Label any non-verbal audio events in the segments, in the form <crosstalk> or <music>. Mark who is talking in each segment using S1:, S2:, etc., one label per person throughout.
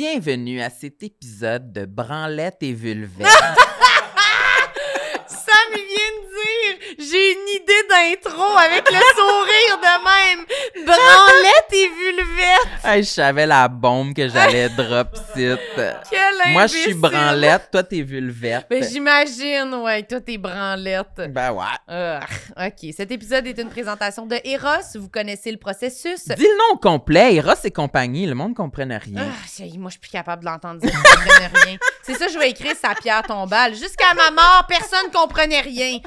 S1: Bienvenue à cet épisode de Branlette et
S2: <laughs>
S1: Vulvette.
S2: Sam, il vient de dire j'ai une idée d'intro avec le sourire de même. Branlette et vulvette.
S1: Hey, je savais la bombe que j'allais drop site.
S2: <laughs> Quel
S1: Moi, je suis
S2: imbécile.
S1: branlette, toi, t'es vulvette.
S2: Ben, j'imagine, ouais, toi, t'es branlette.
S1: Ben ouais.
S2: Ah, OK. Cet épisode est une présentation de Eros. Vous connaissez le processus.
S1: Dis le nom complet, Eros et compagnie, le monde ne comprenne rien.
S2: Ah, ça y est, moi, je suis plus capable de l'entendre dire. Je comprenais rien. C'est ça, je vais écrire sa pierre tombale. Jusqu'à ma mort, personne ne comprenait rien.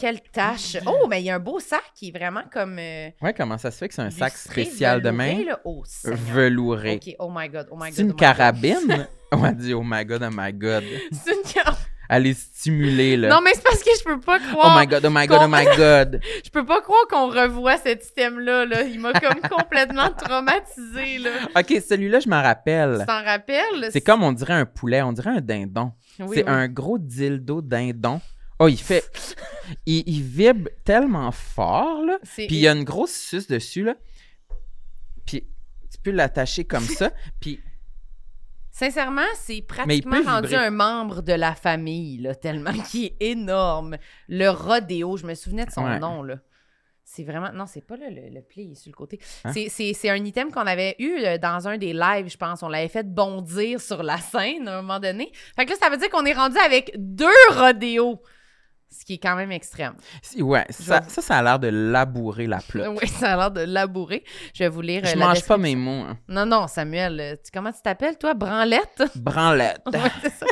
S2: Quelle tâche. Oh, mais il y a un beau sac qui est vraiment comme. euh,
S1: Ouais, comment ça se fait que c'est un sac
S2: lustré,
S1: spécial de
S2: velouré,
S1: main?
S2: là. Oh, Seigneur.
S1: Velouré.
S2: OK, oh my God, oh my God.
S1: C'est
S2: oh
S1: une
S2: my God. <laughs>
S1: carabine? <laughs> On a dit, oh my god, oh my god.
S2: C'est une carabine.
S1: Elle est stimulée, là.
S2: Non, mais c'est parce que je peux pas
S1: Oh
S2: croire.
S1: my god, oh my god, oh my god.
S2: je peux pas croire qu'on revoit cet item-là. Là. Il
S1: <laughs>
S2: m'a comme complètement traumatisé. Là.
S1: OK, celui-là, je m'en rappelle.
S2: Tu t'en rappelles?
S1: C'est comme on dirait un poulet, on dirait un dindon.
S2: Oui,
S1: c'est
S2: oui.
S1: un gros dildo dindon. Oh, il fait. il, il vibre tellement fort, là.
S2: C'est-
S1: Puis il y a une grosse suce dessus, là. Puis tu peux l'attacher comme
S2: <laughs>
S1: ça. Puis
S2: Sincèrement, c'est
S1: Mais il peut
S2: pratiquement rendu
S1: vibrer.
S2: un membre de la famille, là, tellement <laughs> qu'il est énorme. Le rodéo, je me souvenais de son
S1: Ouais.
S2: nom. Là. C'est vraiment. Non, c'est pas là, le, le pli, il est sur le côté.
S1: Hein?
S2: C'est, c'est- c'est un item qu'on avait eu euh, dans un des lives, je pense. On l'avait fait bondir sur la scène à un moment donné. Fait que là, ça veut dire qu'on est rendu avec deux rodéos, ce qui est quand même extrême.
S1: si- ouais, ça, ça, ça a l'air de labourer la plot.
S2: <laughs> Oui, ça a l'air de labourer. Je vais vous lire. euh,
S1: Je
S2: la
S1: mange pas
S2: description.
S1: mes mots. hein.
S2: Non, non, Samuel, euh, tu- comment tu t'appelles, toi? Branlette?
S1: Branlette.
S2: <laughs> Ouais, c'est ça.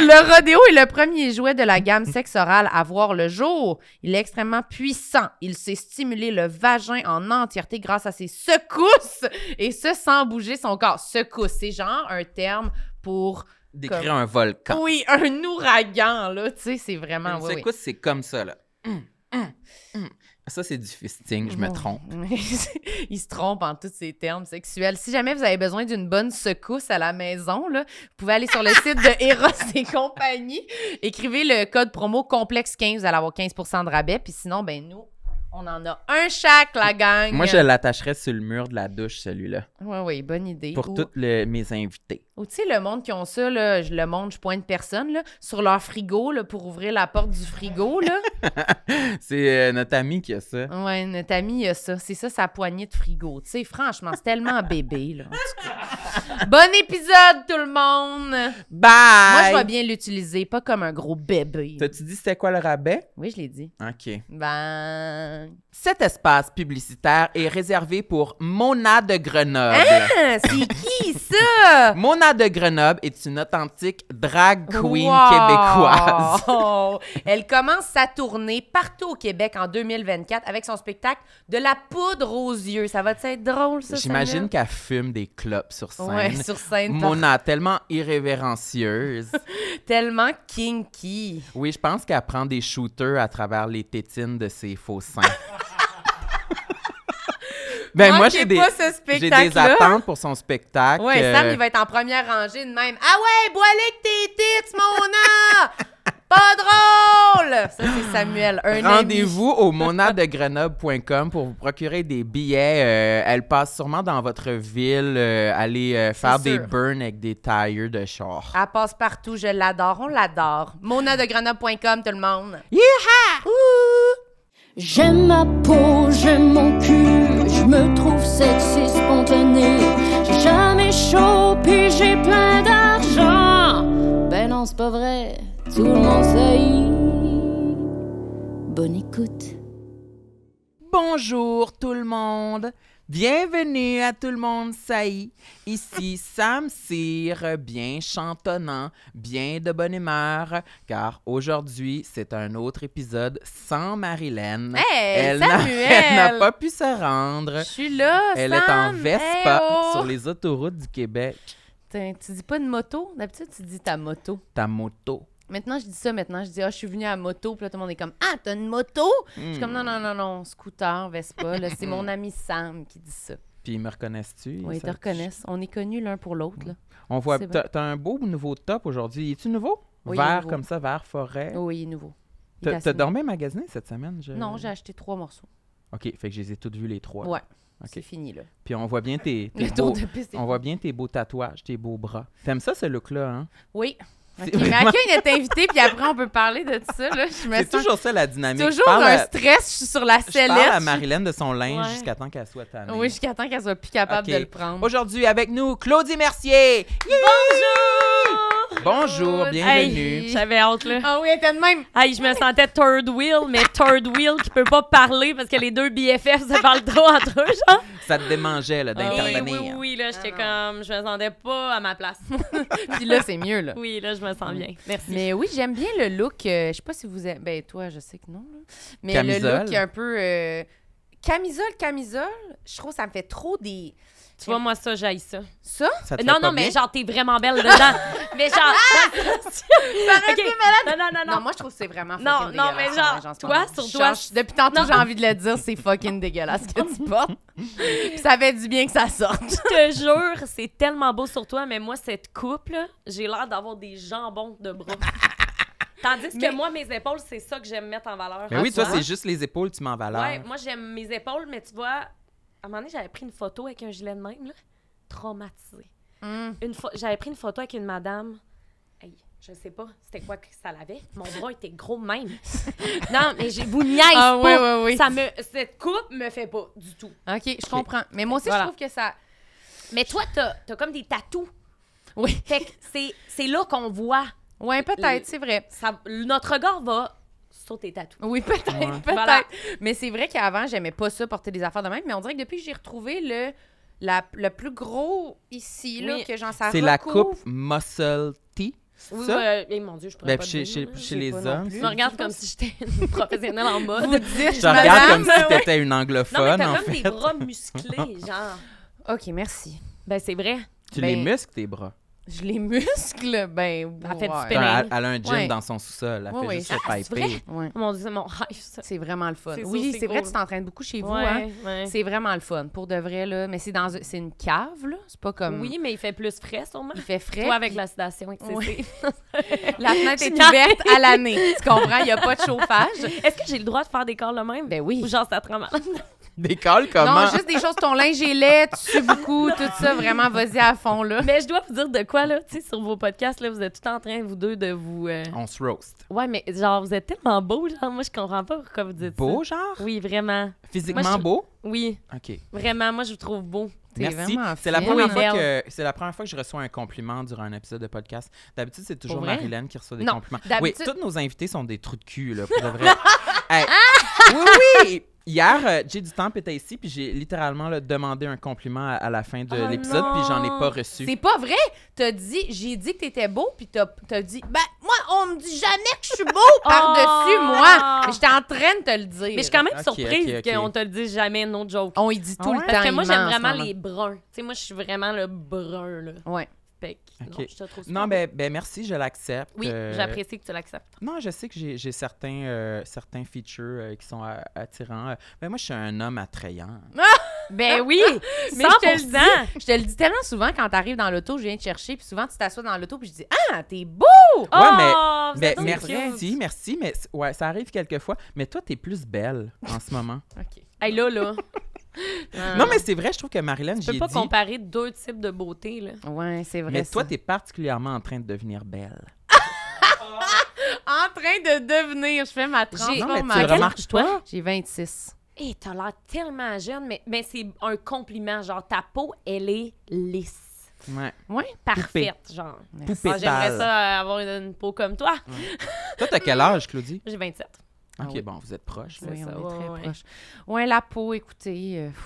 S2: le rodéo est le premier jouet de la gamme sexe orale à voir le jour. Il est extrêmement puissant. Il sait stimuler le vagin en entièreté grâce à ses secousses et ce sans bouger son corps. Secousse, c'est genre un terme pour
S1: Décrire un volcan.
S2: oui, un ouragan là, tu sais, c'est vraiment
S1: Une
S2: oui, oui.
S1: secousse, c'est comme ça, là. Hum, hum, hum. Ça, c'est du fisting, je me
S2: Ouais.
S1: trompe.
S2: <laughs> il se trompe en tous ses termes sexuels. Si jamais vous avez besoin d'une bonne secousse à la maison, là, vous pouvez aller sur le site de Eros et compagnie. Écrivez le code promo complexe15, vous allez avoir 15 de rabais. Puis sinon, ben nous, on en a un chaque, la gang.
S1: Moi, je l'attacherais sur le mur de la douche, celui-là,
S2: Oui, oui, bonne idée.
S1: pour
S2: Ou-
S1: tous mes invités.
S2: Ou tu sais, le monde qui ont ça, là, je- le monde, je pointe personne, là, sur leur frigo, là, pour ouvrir la porte du frigo, là.
S1: C'est euh, notre ami qui a ça.
S2: Ouais, notre ami, il a ça. C'est ça, sa poignée de frigo. Tu sais, franchement, c'est
S1: <laughs>
S2: tellement bébé, là. en tout cas. Bon épisode, tout le monde! Moi,
S1: Bye!
S2: je vais bien l'utiliser, pas comme un gros bébé.
S1: T'as-tu dit c'était quoi le rabais?
S2: Oui, je l'ai dit.
S1: OK. Ah.
S2: Ben...
S1: Cet espace publicitaire est réservé pour Mona de Grenoble.
S2: Ah, c'est qui, ça?
S1: Mona de Grenoble est une authentique drag <laughs> queen
S2: Wow!
S1: québécoise.
S2: Elle commence sa tournée partout au Québec en 2024 avec son spectacle De la poudre aux yeux. Ça va être drôle, ça,
S1: J'imagine
S2: Samuel?
S1: qu'elle fume des clopes sur scène.
S2: Ouais, sur scène,
S1: Mona, tellement irrévérencieuse. <laughs>
S2: tellement kinky.
S1: oui, je pense qu'elle prend des shooters à travers les tétines de ses faux
S2: <laughs>
S1: seins. ben, moi, j'ai
S2: Manquez
S1: des,
S2: pas ce
S1: j'ai des
S2: spectacle-là.
S1: attentes pour son spectacle.
S2: Ouais, Sam,
S1: euh,
S2: il va être en première rangée de même. Ah ouais, bois-les que tes tits, mon an! <laughs> Pas drôle! Ça, c'est Samuel, un ami.
S1: Rendez-vous au monadegrenoble.com pour vous procurer des billets. Euh, elle passe sûrement dans votre ville. euh, aller euh, faire des
S2: sûr.
S1: burns avec des tires de char.
S2: Elle passe partout, je l'adore, on l'adore. Mona de Grenoble.com, tout le monde.
S3: J'aime ma peau, j'aime mon cul, je me trouve sexy spontané. J'ai jamais chaud, puis j'ai plein d'argent. Ben non, c'est pas vrai, tout le monde sait. Bonne écoute.
S1: Bonjour tout le monde. Bienvenue à tout le monde, Saï. <laughs> Ici Sam Cyr, bien chantonnant, bien de bonne humeur, car aujourd'hui, c'est un autre épisode sans Marilyn.
S2: Hey,
S1: elle n'a-
S2: Samuel!
S1: elle n'a pas pu se rendre.
S2: Je suis là,
S1: Elle est en
S2: Sam.
S1: Vespa
S2: Hey, oh.
S1: sur les autoroutes du Québec.
S2: T'in- Tu dis pas de moto? D'habitude, tu dis ta moto.
S1: Ta moto.
S2: Maintenant, je dis ça maintenant. Je dis, ah, je suis venue à la moto. Puis là, tout le monde est comme, ah, t'as une moto? Je suis comme,
S1: Hmm.
S2: non, non, non, non, scooter, Vespa. là,
S1: <laughs>
S2: c'est mon ami Sam qui dit ça.
S1: Puis me reconnaissent-tu?
S2: Oui, ils te
S1: Ça-
S2: reconnaissent. On est connus l'un pour l'autre, là.
S1: On voit.
S2: C'est
S1: T'as t'as un beau nouveau top aujourd'hui. Es-tu nouveau?
S2: Oui, il est
S1: vert
S2: nouveau.
S1: comme ça, vert forêt.
S2: Oui, il est nouveau. Il est
S1: T'as euh,
S2: assez
S1: t'as dormi magasiné cette semaine? je-
S2: nouveau. Non, j'ai acheté trois morceaux.
S1: OK, fait que je les ai toutes vues les trois.
S2: Ouais.
S1: OK.
S2: C'est fini, là.
S1: Puis on voit bien
S2: <laughs>
S1: tes, tes
S2: Le
S1: beaux,
S2: tour de piste. est
S1: on voit bien tes beaux tatouages, tes beaux bras. T'aimes ça ce look-là, hein?
S2: Oui. Ok,
S1: C'est
S2: mais à
S1: vraiment-
S2: qui est invité, puis après, on peut parler de ça. Là. Je me
S1: C'est
S2: sens
S1: toujours ça la dynamique.
S2: toujours
S1: je parle,
S2: un
S1: à,
S2: stress. Je suis sur la
S1: je parle à
S2: sellette.
S1: Marilyn de son linge
S2: Ouais.
S1: jusqu'à temps qu'elle soit tannée.
S2: Oui, jusqu'à temps qu'elle soit plus capable
S1: Ok.
S2: de le
S4: Mm.
S2: prendre.
S1: Aujourd'hui avec nous Claudie Mercier. Bonjour. Bonjour, bienvenue.
S2: Hey.
S4: J'avais hâte, là.
S2: Ah oui, elle était de même.
S4: Hey, je me sentais third wheel, mais third wheel qui peut pas parler parce que les deux BFF se parlent trop entre eux, genre.
S1: Ça te démangeait là,
S4: Oui,
S1: d'intervenir.
S4: oui, oui, là, j'étais comme, je me sentais pas à ma place. <laughs>
S2: Puis là, c'est mieux, là.
S4: Oui, là, je me
S1: Mm.
S4: sens bien. Merci.
S2: Mais oui, j'aime bien le look. euh, je sais pas si vous aimez. Ben, toi, je sais que non. là. Mais le
S1: Camisole.
S2: look un peu. euh, Camisole, camisole, je trouve que ça me fait trop des.
S4: Tu vois, moi, ça, j'aille ça.
S2: Ça?
S1: Ça te
S4: Non,
S1: fait pas
S4: non, mais
S1: bien? Ah!
S4: genre, t'es vraiment belle
S1: <laughs>
S4: dedans. mais genre. <laughs> Ok. Non, non,
S2: Non,
S4: non, non.
S2: moi, je trouve que c'est vraiment
S4: Non,
S2: fucking
S4: non,
S2: dégueulasse,
S4: mais genre,
S2: en ce
S4: toi,
S2: moment.
S4: sur
S2: Je
S4: toi,
S2: change- Depuis tantôt, j'ai envie de le dire, c'est fucking dégueulasse ce que tu
S4: <laughs>
S2: portes. Puis ça fait du bien que ça sorte.
S4: Je te jure, c'est tellement beau sur toi, mais moi, cette coupe, là, j'ai l'air d'avoir des jambons
S1: <laughs>
S4: de bras. Tandis
S2: Mais-
S4: que moi, mes épaules, c'est ça que j'aime mettre en valeur.
S1: Mais Ben oui,
S4: Tu
S1: toi,
S4: vois?
S1: c'est juste les épaules, tu m'en valeurs.
S4: Ouais, moi j'aime mes épaules, mais tu vois, à un moment donné, j'avais pris une photo avec un gilet de même, là. Traumatisée. Une fois, j'avais pris une photo avec une madame. Hey, je sais pas, c'était quoi que ça l'avait. Mon bras était gros de <laughs> même. non, mais j'ai- vous niaise
S2: Ah oui,
S4: pas.
S2: oui, oui.
S4: Ça me, cette coupe me fait pas du tout.
S2: OK, je comprends. Mais moi aussi,
S4: Voilà.
S2: je trouve que ça...
S4: Mais toi, t'as as comme des tatous.
S2: Oui.
S4: Fait que c'est- c'est là qu'on voit.
S2: Ouais,
S4: Les-
S2: peut-être, c'est vrai.
S4: Ça, notre regard va sur tes tatous.
S2: Oui, peut-être, peut-être.
S4: Voilà.
S2: Mais c'est vrai qu'avant, j'aimais pas ça, porter des affaires de même. Mais on dirait que depuis que j'ai retrouvé le, la, le plus gros ici, là,
S4: Oui.
S2: que j'en ça
S1: C'est la
S2: recouvre.
S1: coupe Muscle T.
S4: Oui,
S1: Ça?
S4: ouais, eh, mon Dieu, je pourrais
S1: Ben,
S4: pas te
S1: chez,
S4: dire,
S1: chez-
S4: là.
S1: chez
S2: j'ai
S1: les
S2: pas non
S1: hommes.
S4: Tu me regardes comme si j'étais une professionnelle en mode.
S2: Vous dites,
S1: Je te regarde comme
S2: madame.
S1: si t'étais une
S4: Non, mais
S1: anglophone, en
S4: t'as comme
S1: fait. <laughs>
S4: des bras musclés, genre.
S2: OK, merci.
S4: Ben, c'est vrai.
S1: Tu les
S2: Ben,
S1: muscles, tes bras.
S2: Je les muscle, ben...
S4: Elle fait
S1: T'as
S2: ouais.
S4: du
S1: un-
S4: spinning.
S1: Elle, a un gym
S2: Ouais.
S1: dans son sous-sol. Elle
S2: Ouais,
S1: fait
S2: ouais.
S1: juste se
S4: Ah, c'est vrai?
S1: piper.
S2: Ouais.
S4: Mon Dieu, c'est mon rêve, ça.
S2: C'est vraiment le fun.
S4: C'est ça,
S2: Oui,
S4: c'est
S2: c'est vrai,
S4: cool.
S2: tu t'entraînes beaucoup chez vous, hein?
S4: ouais, ouais.
S2: C'est vraiment le fun, pour de vrai, là. Mais c'est dans un- c'est une cave, là. C'est pas comme...
S4: Oui, mais il fait plus frais, sûrement.
S2: Il fait frais.
S4: Toi, avec
S2: puis-
S4: la sédation excessive.
S2: Ouais. La fenêtre est
S4: Génial.
S2: ouverte à l'année.
S4: <laughs>
S2: Tu comprends? Il n'y a pas de chauffage.
S4: Est-ce que j'ai le droit de faire des corps le même?
S2: Ben oui.
S4: Ou genre, ça te rend mal?
S1: Décolle comment?
S2: Non, juste des choses, ton linge est laid, tu sues beaucoup, tout ça, vraiment, vas-y à fond, là.
S4: mais je dois vous dire de quoi, là. Tu sais, sur vos podcasts, là, vous êtes tout en train, vous deux, de vous. euh,
S1: On se roast.
S4: Ouais, mais genre, vous êtes tellement beaux, genre. Moi, je comprends pas pourquoi vous dites
S1: Beau,
S4: ça.
S1: genre?
S4: Oui, vraiment.
S1: Physiquement
S4: Moi, je-
S1: beau?
S4: Oui,
S1: OK.
S4: vraiment. Moi, je vous trouve beau.
S2: T'es
S1: Merci.
S2: vraiment
S1: C'est la,
S2: fine.
S1: première
S4: Oui,
S1: fois que, c'est la première fois que je reçois un compliment durant un épisode de podcast. D'habitude, c'est toujours
S4: Pour vrai?
S1: Marilyn qui reçoit des
S2: Non,
S1: compliments. Oui,
S2: d'habitude-
S1: tous nos invités sont des trous de cul, là, pour de
S4: <laughs>
S1: vrai. Hey,
S4: Ah!
S1: oui, oui! Hier, euh, Jay du Temple était ici, puis j'ai littéralement là, demandé un compliment à, à la fin de
S4: Oh
S1: l'épisode, puis j'en ai
S4: non!
S1: pas reçu.
S2: C'est pas vrai! T'as dit, j'ai dit que t'étais beau, puis t'as t'as dit, ben, moi, on me dit jamais que je suis
S4: <laughs>
S2: beau par-dessus,
S4: Oh!
S2: moi! Mais J'étais en train de te le dire.
S4: Mais je suis quand même
S1: Ok,
S4: surprise
S1: ok, ok.
S4: qu'on te le dise jamais, no joke.
S2: On y dit tout
S1: Ah
S2: le
S1: ouais?
S2: temps.
S4: Parce que moi, j'aime
S2: immense,
S4: vraiment
S2: maman.
S4: les bruns. Tu sais, moi, je suis vraiment le brun, là.
S2: Ouais.
S4: Fait que,
S1: Ok.
S4: non, je te trouve super
S1: Non,
S4: beau.
S1: ben, ben merci, je l'accepte.
S4: Oui,
S1: Euh,
S4: j'apprécie que tu l'acceptes.
S1: Non, je sais que j'ai j'ai certains, euh, certains features euh, qui sont euh, attirants. Euh, Ben moi, je suis un homme attrayant.
S4: Ah!
S2: Ben
S4: <laughs>
S2: oui! mais je te le dis,
S4: 100%.
S2: Je te le dis tellement souvent quand t'arrives dans l'auto, je viens te chercher, puis souvent tu t'assois dans l'auto, puis je dis Ah, t'es beau!
S4: Oh, vous
S1: Ben,
S4: êtes donc
S1: merci,
S4: cute.
S1: merci, mais c- ouais, ça arrive quelquefois. Mais toi, t'es plus belle en ce
S4: <laughs>
S1: moment.
S2: OK.
S4: Hey, là, là.
S1: Non, mais c'est vrai, je trouve que Marilyn,
S4: Tu
S1: j'ai
S4: peux
S1: dit...
S4: pas comparer deux types de beauté, là.
S2: Ouais, c'est vrai.
S1: Mais toi,
S2: ça.
S1: t'es particulièrement en train de devenir belle.
S2: en train de devenir, je fais
S1: Non,
S2: ma
S1: mais tu
S2: transformation.
S1: le remarques
S4: toi?
S2: J'ai 26.
S4: Hé, Eh, t'as l'air tellement jeune, mais, mais c'est un compliment. Genre, ta peau, elle est lisse.
S1: Ouais.
S2: Ouais.
S4: Parfaite, genre.
S1: Poupée
S4: Ah, J'aimerais
S1: pâle.
S4: ça euh, avoir une, une peau comme toi.
S1: Toi, t'as quel âge, Claudie?
S4: J'ai 27.
S1: OK,
S2: Ah oui.
S1: bon, vous êtes
S4: <laughs>
S1: proches.
S4: C'est
S2: Oui,
S4: ça,
S2: on est
S4: ouais,
S2: très
S4: ouais.
S2: proche. Ouais, la peau, écoutez, euh, pff,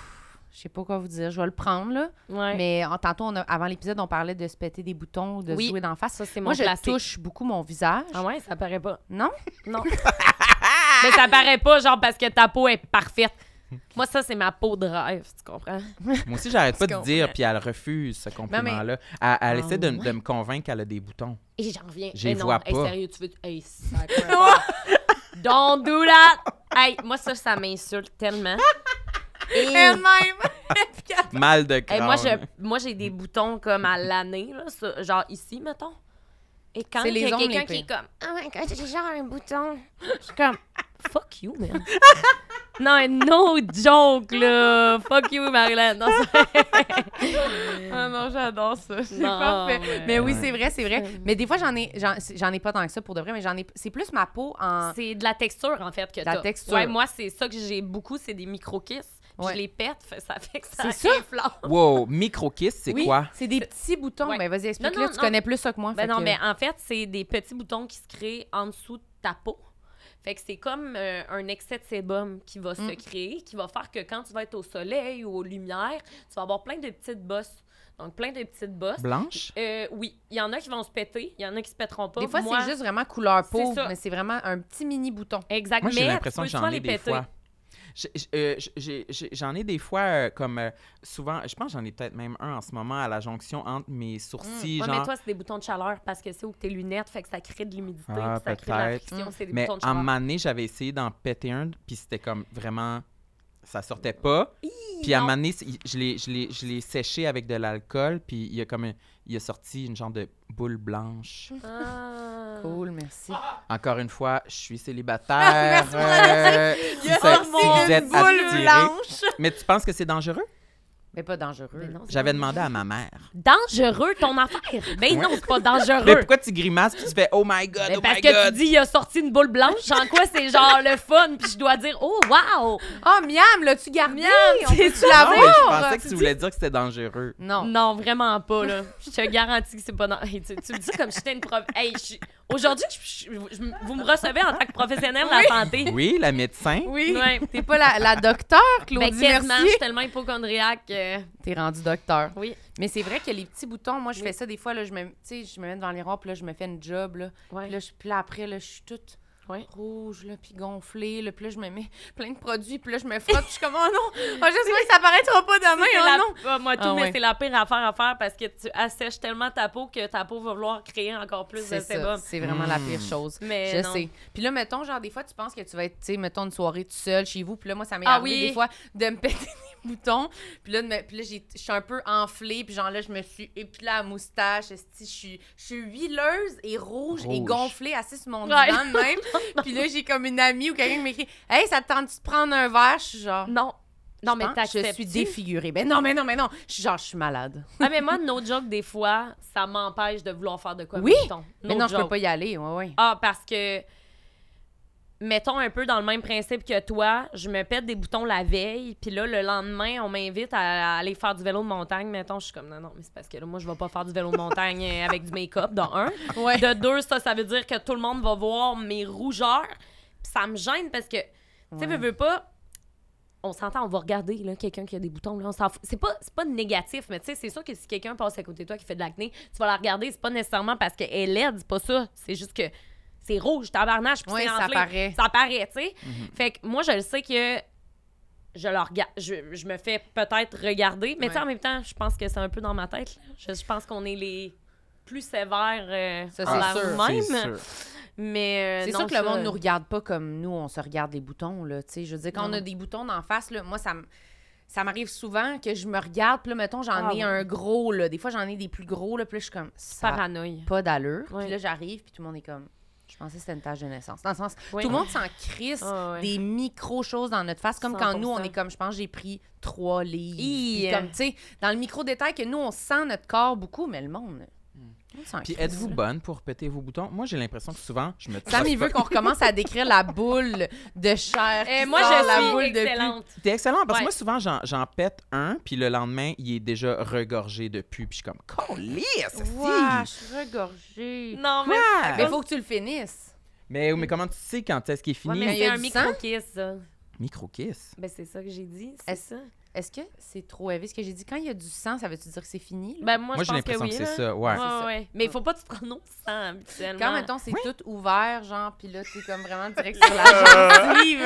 S2: je sais pas quoi vous dire. Je vais le prendre, là.
S4: Ouais.
S2: Mais en, tantôt, on a- avant l'épisode, on parlait de se péter des boutons ou de
S4: Oui.
S2: se jouer d'en face.
S4: ça, c'est mon
S2: Moi, je
S4: classique.
S2: touche beaucoup mon visage.
S4: Ah ouais, ça paraît pas.
S2: Non?
S4: Non. mais ça paraît pas, genre, parce que ta peau est parfaite. Moi, ça, c'est ma peau de rêve, tu comprends?
S1: Moi aussi, j'arrête pas
S2: Parce
S1: de
S2: qu'on-
S1: dire, puis elle refuse ce compliment-là. Elle,
S4: Ah
S1: elle essaie de, de me convaincre qu'elle a des boutons.
S4: Et j'en reviens.
S1: J'y
S4: Eh non,
S1: vois
S4: hey,
S1: pas.
S4: sérieux, tu veux. Hey, sacré pas. Don't do that! Hey, moi, ça, ça m'insulte tellement. <laughs> Et,
S1: Mal de crâne.
S4: Hey, moi, je, moi, j'ai des boutons comme à l'année, là, ça, genre ici, mettons. Et quand
S2: C'est
S4: il y
S2: les
S4: a
S2: ongles
S4: quelqu'un
S2: les
S4: qui est
S2: pires.
S4: comme, oh my god, j'ai genre un bouton. Je suis comme, Fuck you, <laughs> man. non, no joke, là. Fuck you, Marilyn. Non,
S2: Ah non, j'adore ça. C'est
S4: Non,
S2: parfait.
S4: mais-
S2: Mais oui,
S1: Ouais.
S2: c'est vrai, c'est vrai. Mais des fois, j'en ai, j'en, j'en ai pas tant que ça pour de vrai, mais j'en ai. C'est plus ma peau en.
S4: c'est de la texture, en fait, que
S2: La
S4: t'as.
S2: texture.
S4: Ouais, moi, c'est ça que j'ai beaucoup, c'est des micro-kiss. Puis
S2: Ouais.
S4: Je les pète, fait- ça fait que ça
S2: C'est ça?
S4: inflame.
S1: Wow, micro-kiss, c'est
S2: Oui,
S1: quoi?
S2: C'est des petits boutons.
S4: Ouais.
S2: Ben, vas-y, explique-le.
S4: non,
S2: tu
S4: non.
S2: connais plus ça que moi. fait
S4: Ben non,
S2: que-
S4: mais en fait, c'est des petits boutons qui se créent en dessous de ta peau. Fait que c'est comme euh, un excès de sébum qui va se
S2: Mm.
S4: créer, qui va faire que quand tu vas être au soleil ou aux lumières, tu vas avoir plein de petites bosses. Donc, plein de petites bosses.
S1: Blanche?
S4: Euh, oui, il y en a qui vont se péter, il y en a qui se péteront pas.
S2: Des fois,
S4: Moi,
S2: c'est juste vraiment couleur peau,
S4: C'est ça.
S2: mais c'est vraiment un petit mini bouton.
S4: Exact.
S1: Moi, j'ai
S4: mais
S1: l'impression
S4: tu
S1: que
S4: peux
S1: j'en
S4: souvent
S1: ai
S4: les
S1: des
S4: péter.
S1: fois. J'ai- j'ai- euh, j'ai- j'ai- J'en ai des fois euh, comme euh, souvent, je pense que j'en ai peut-être même un en ce moment à la jonction entre mes sourcils,
S4: Mmh, Ouais, mais
S1: genre.
S4: toi, c'est des boutons de chaleur parce que c'est où que tes lunettes, fait que ça crée de l'humidité,
S1: Ah,
S4: puis ça crée de la
S1: peut-être.
S4: friction, c'est des
S1: Mais
S4: boutons de
S1: à un
S4: chaleur.
S1: moment donné, j'avais essayé d'en péter un, puis c'était comme vraiment. Ça sortait pas. Puis à un
S4: non.
S1: moment donné, c'est- je l'ai- je l'ai je l'ai séché avec de l'alcool, puis il y a comme. un- il a sorti une genre de boule
S4: Mmh.
S1: blanche.
S4: Ah.
S2: Cool, merci.
S1: Encore une fois, je suis
S4: <laughs>
S1: célibataire.
S2: Merci pour la
S1: euh, si ça- si vous êtes attirés. Mais tu penses que c'est dangereux?
S2: Mais pas dangereux.
S4: Mais Ben non, c'est
S1: J'avais
S4: pas-
S1: demandé à ma mère.
S4: Dangereux ton affaire. Ben non, c'est pas dangereux.
S1: Mais pourquoi tu grimaces puis tu fais Oh my god,
S4: Mais
S1: oh
S4: parce
S1: my
S4: que
S1: god?
S4: tu dis il a sorti une boule blanche, en quoi c'est genre le fun, puis je dois dire oh wow.
S2: Oh, Miam, l'as-tu gardé? On
S4: c'est
S2: peut-tu
S4: ça. Mm.
S1: Ah, mais je
S2: l'avoir?
S1: pensais que tu voulais dire que c'était dangereux.
S2: Non.
S4: Non, vraiment pas là. Je te garantis que c'est pas dans... Hey, tu, tu me dis comme si j'étais une prof. Hey, je suis- aujourd'hui je- je- je- vous me recevez en tant que professionnelle de la santé.
S1: Oui, la médecin.
S2: Oui.
S4: Ouais.
S2: T'es pas la, la docteure,
S4: Mais
S2: Claudie
S4: quasiment, je
S2: Mercier.
S4: suis tellement hypochondriaque. euh,
S2: T'es rendue docteur.
S4: Oui.
S2: Mais c'est vrai que les petits boutons, moi, je
S4: Oui.
S2: fais ça des fois, là, je me, tu sais, je me mets devant les puis là, je me fais une job, là.
S4: Ouais.
S2: Puis là, je- puis là, après, là, je suis toute
S4: Ouais.
S2: rouge, là, puis gonflée, là, puis là, je me mets <laughs> plein de produits, puis là, je me frotte, puis je suis comme, oh
S4: <laughs>
S2: non, oh, j'espère que ça paraîtra pas demain,
S4: C'est
S2: oh
S4: la-
S2: non.
S4: Ah, moi tout,
S2: Ah
S4: mais
S2: ouais.
S4: c'est la pire affaire à faire parce que tu assèches tellement ta peau que ta peau va vouloir créer encore plus de
S2: C'est ça,
S4: sébum.
S2: c'est vraiment la
S1: Mm.
S2: pire chose.
S4: Mais
S2: je
S4: non.
S2: sais. Puis là, mettons, genre, des fois, tu penses que tu vas être, tu sais, mettons, une soirée toute seule chez vous. Puis là, moi, ça m'est
S4: Ah
S2: arrivé
S4: oui.
S2: des fois de me péter <laughs> des boutons. Puis là, de me- puis là j'ai- je suis un peu enflée. Puis genre, là, je me suis épilée à la moustache. esti, Je suis, je suis huileuse et rouge, et
S1: Rouge.
S2: gonflée, assise sur mon
S4: Ouais.
S2: divan de
S4: <laughs>
S2: même. puis là, j'ai comme une amie ou quelqu'un qui m'écrit Hey, ça te tente de prendre un verre Je suis genre.
S4: Non. Non,
S2: Je
S4: mais
S2: pense- Je
S4: t'acceptes.
S2: suis défigurée. Ben non, mais non, mais non. Je suis genre, je suis malade.
S4: Ah, mais moi, no joke, des fois, ça m'empêche de vouloir faire de quoi.
S2: Oui,
S4: mettons.
S2: mais
S4: No
S2: non, je peux
S4: joke.
S2: pas y aller. Ouais, ouais.
S4: Ah, parce que, mettons un peu dans le même principe que toi, je me pète des boutons la veille, puis là, le lendemain, on m'invite à, à aller faire du vélo de montagne. Mettons, je suis comme, non, non, mais c'est parce que là, moi, je vais pas faire du vélo de montagne euh, avec du make-up, dans un.
S2: Ouais.
S4: De deux, ça, ça veut dire que tout le monde va voir mes rougeurs. Puis ça me gêne parce que, tu sais,
S2: Ouais.
S4: veux, veux pas. On s'entend, on va regarder là, quelqu'un qui a des boutons. Là, on s'en fout. C'est pas, c'est pas négatif, mais tu sais, c'est sûr que si quelqu'un passe à côté de toi qui fait de l'acné, tu vas la regarder. C'est pas nécessairement parce qu'elle est laide, c'est pas ça. C'est juste que c'est rouge, tabarnage, puis
S2: Ouais,
S4: c'est
S2: ça
S4: enflé.
S2: paraît. Mm-hmm.
S4: Ça paraît, tu sais. Fait que moi, je le sais que je le regarde, je, je me fais peut-être regarder, mais tu sais,
S2: Ouais.
S4: en même temps, je pense que c'est un peu dans ma tête. là. Je, je pense qu'on est les plus sévères euh,
S2: Ça, c'est
S4: envers
S2: sûr.
S4: nous-mêmes.
S1: Ah, C'est sûr.
S4: Mais euh,
S2: C'est
S4: non,
S2: sûr que
S4: ça-
S2: le monde nous regarde pas comme nous, on se regarde les boutons, là, tu sais. Je veux dire, quand on
S4: Non.
S2: a des boutons d'en face, là, moi, ça me... Ça m'arrive souvent que je me regarde, puis là, mettons, j'en
S4: Ah
S2: ai
S4: ouais.
S2: un gros, là. Des fois, j'en ai des plus gros, là, puis là, je suis comme, ça a
S4: paranoïa.
S2: pas d'allure.
S4: Ouais.
S2: Puis là, j'arrive, puis tout le monde est comme, je pensais que c'était une tâche de naissance. Dans le sens,
S4: Ouais.
S2: tout le monde s'en crisse
S4: Ah ouais.
S2: des micro-choses dans notre face, comme quand nous, on
S4: 100%.
S2: est comme, je pense, j'ai pris trois livres.
S4: Hi.
S2: Puis comme, tu sais, dans le micro-détail que nous, on sent notre corps beaucoup, mais le monde, le monde s'en
S1: Hmm. Puis
S2: crisse,
S1: êtes-vous
S2: là.
S1: bonne pour péter vos boutons? Moi, j'ai l'impression que souvent, je me
S2: Sam, il veut qu'on recommence à décrire la boule de chair. qui
S4: Et Eh, moi,
S2: sort,
S4: je
S2: oh, la
S4: suis
S2: boule de
S4: excellente.
S1: T'es excellent parce que
S4: Ouais.
S1: moi, souvent, j'en- j'en pète un, puis le lendemain, il est déjà regorgé de pus, puis je suis comme, colisse!
S2: pus.
S1: esti!
S2: Ouah, je suis regorgée.
S4: Non, mais,
S1: Quoi?
S2: Mais faut que tu le finisses.
S1: Mais, mais comment tu sais quand est-ce qu'il est
S4: Ouais,
S1: fini?
S2: il
S4: mais
S2: y
S4: c'est
S2: a
S4: un
S2: du sang?
S4: micro-kiss, ça.
S1: Micro-kiss.
S4: Ben, c'est ça que j'ai dit. C'est
S2: Est-ce-
S4: ça.
S2: Est-ce que c'est trop élevé? Ce que j'ai dit, quand il y a du sang, ça veut-tu dire que c'est fini? là?
S4: Ben, moi,
S1: Moi, j'ai
S4: je pense que
S1: l'impression
S4: oui.
S1: que c'est
S4: là.
S1: ça, <laughs> ouais.
S4: Ouais,
S2: C'est ça.
S4: ouais. Mais il faut pas que tu te prennes au sang habituellement.
S2: quand, mettons, c'est
S1: Oui.
S2: tout ouvert, genre, puis là, t'es comme vraiment direct sur la gencive.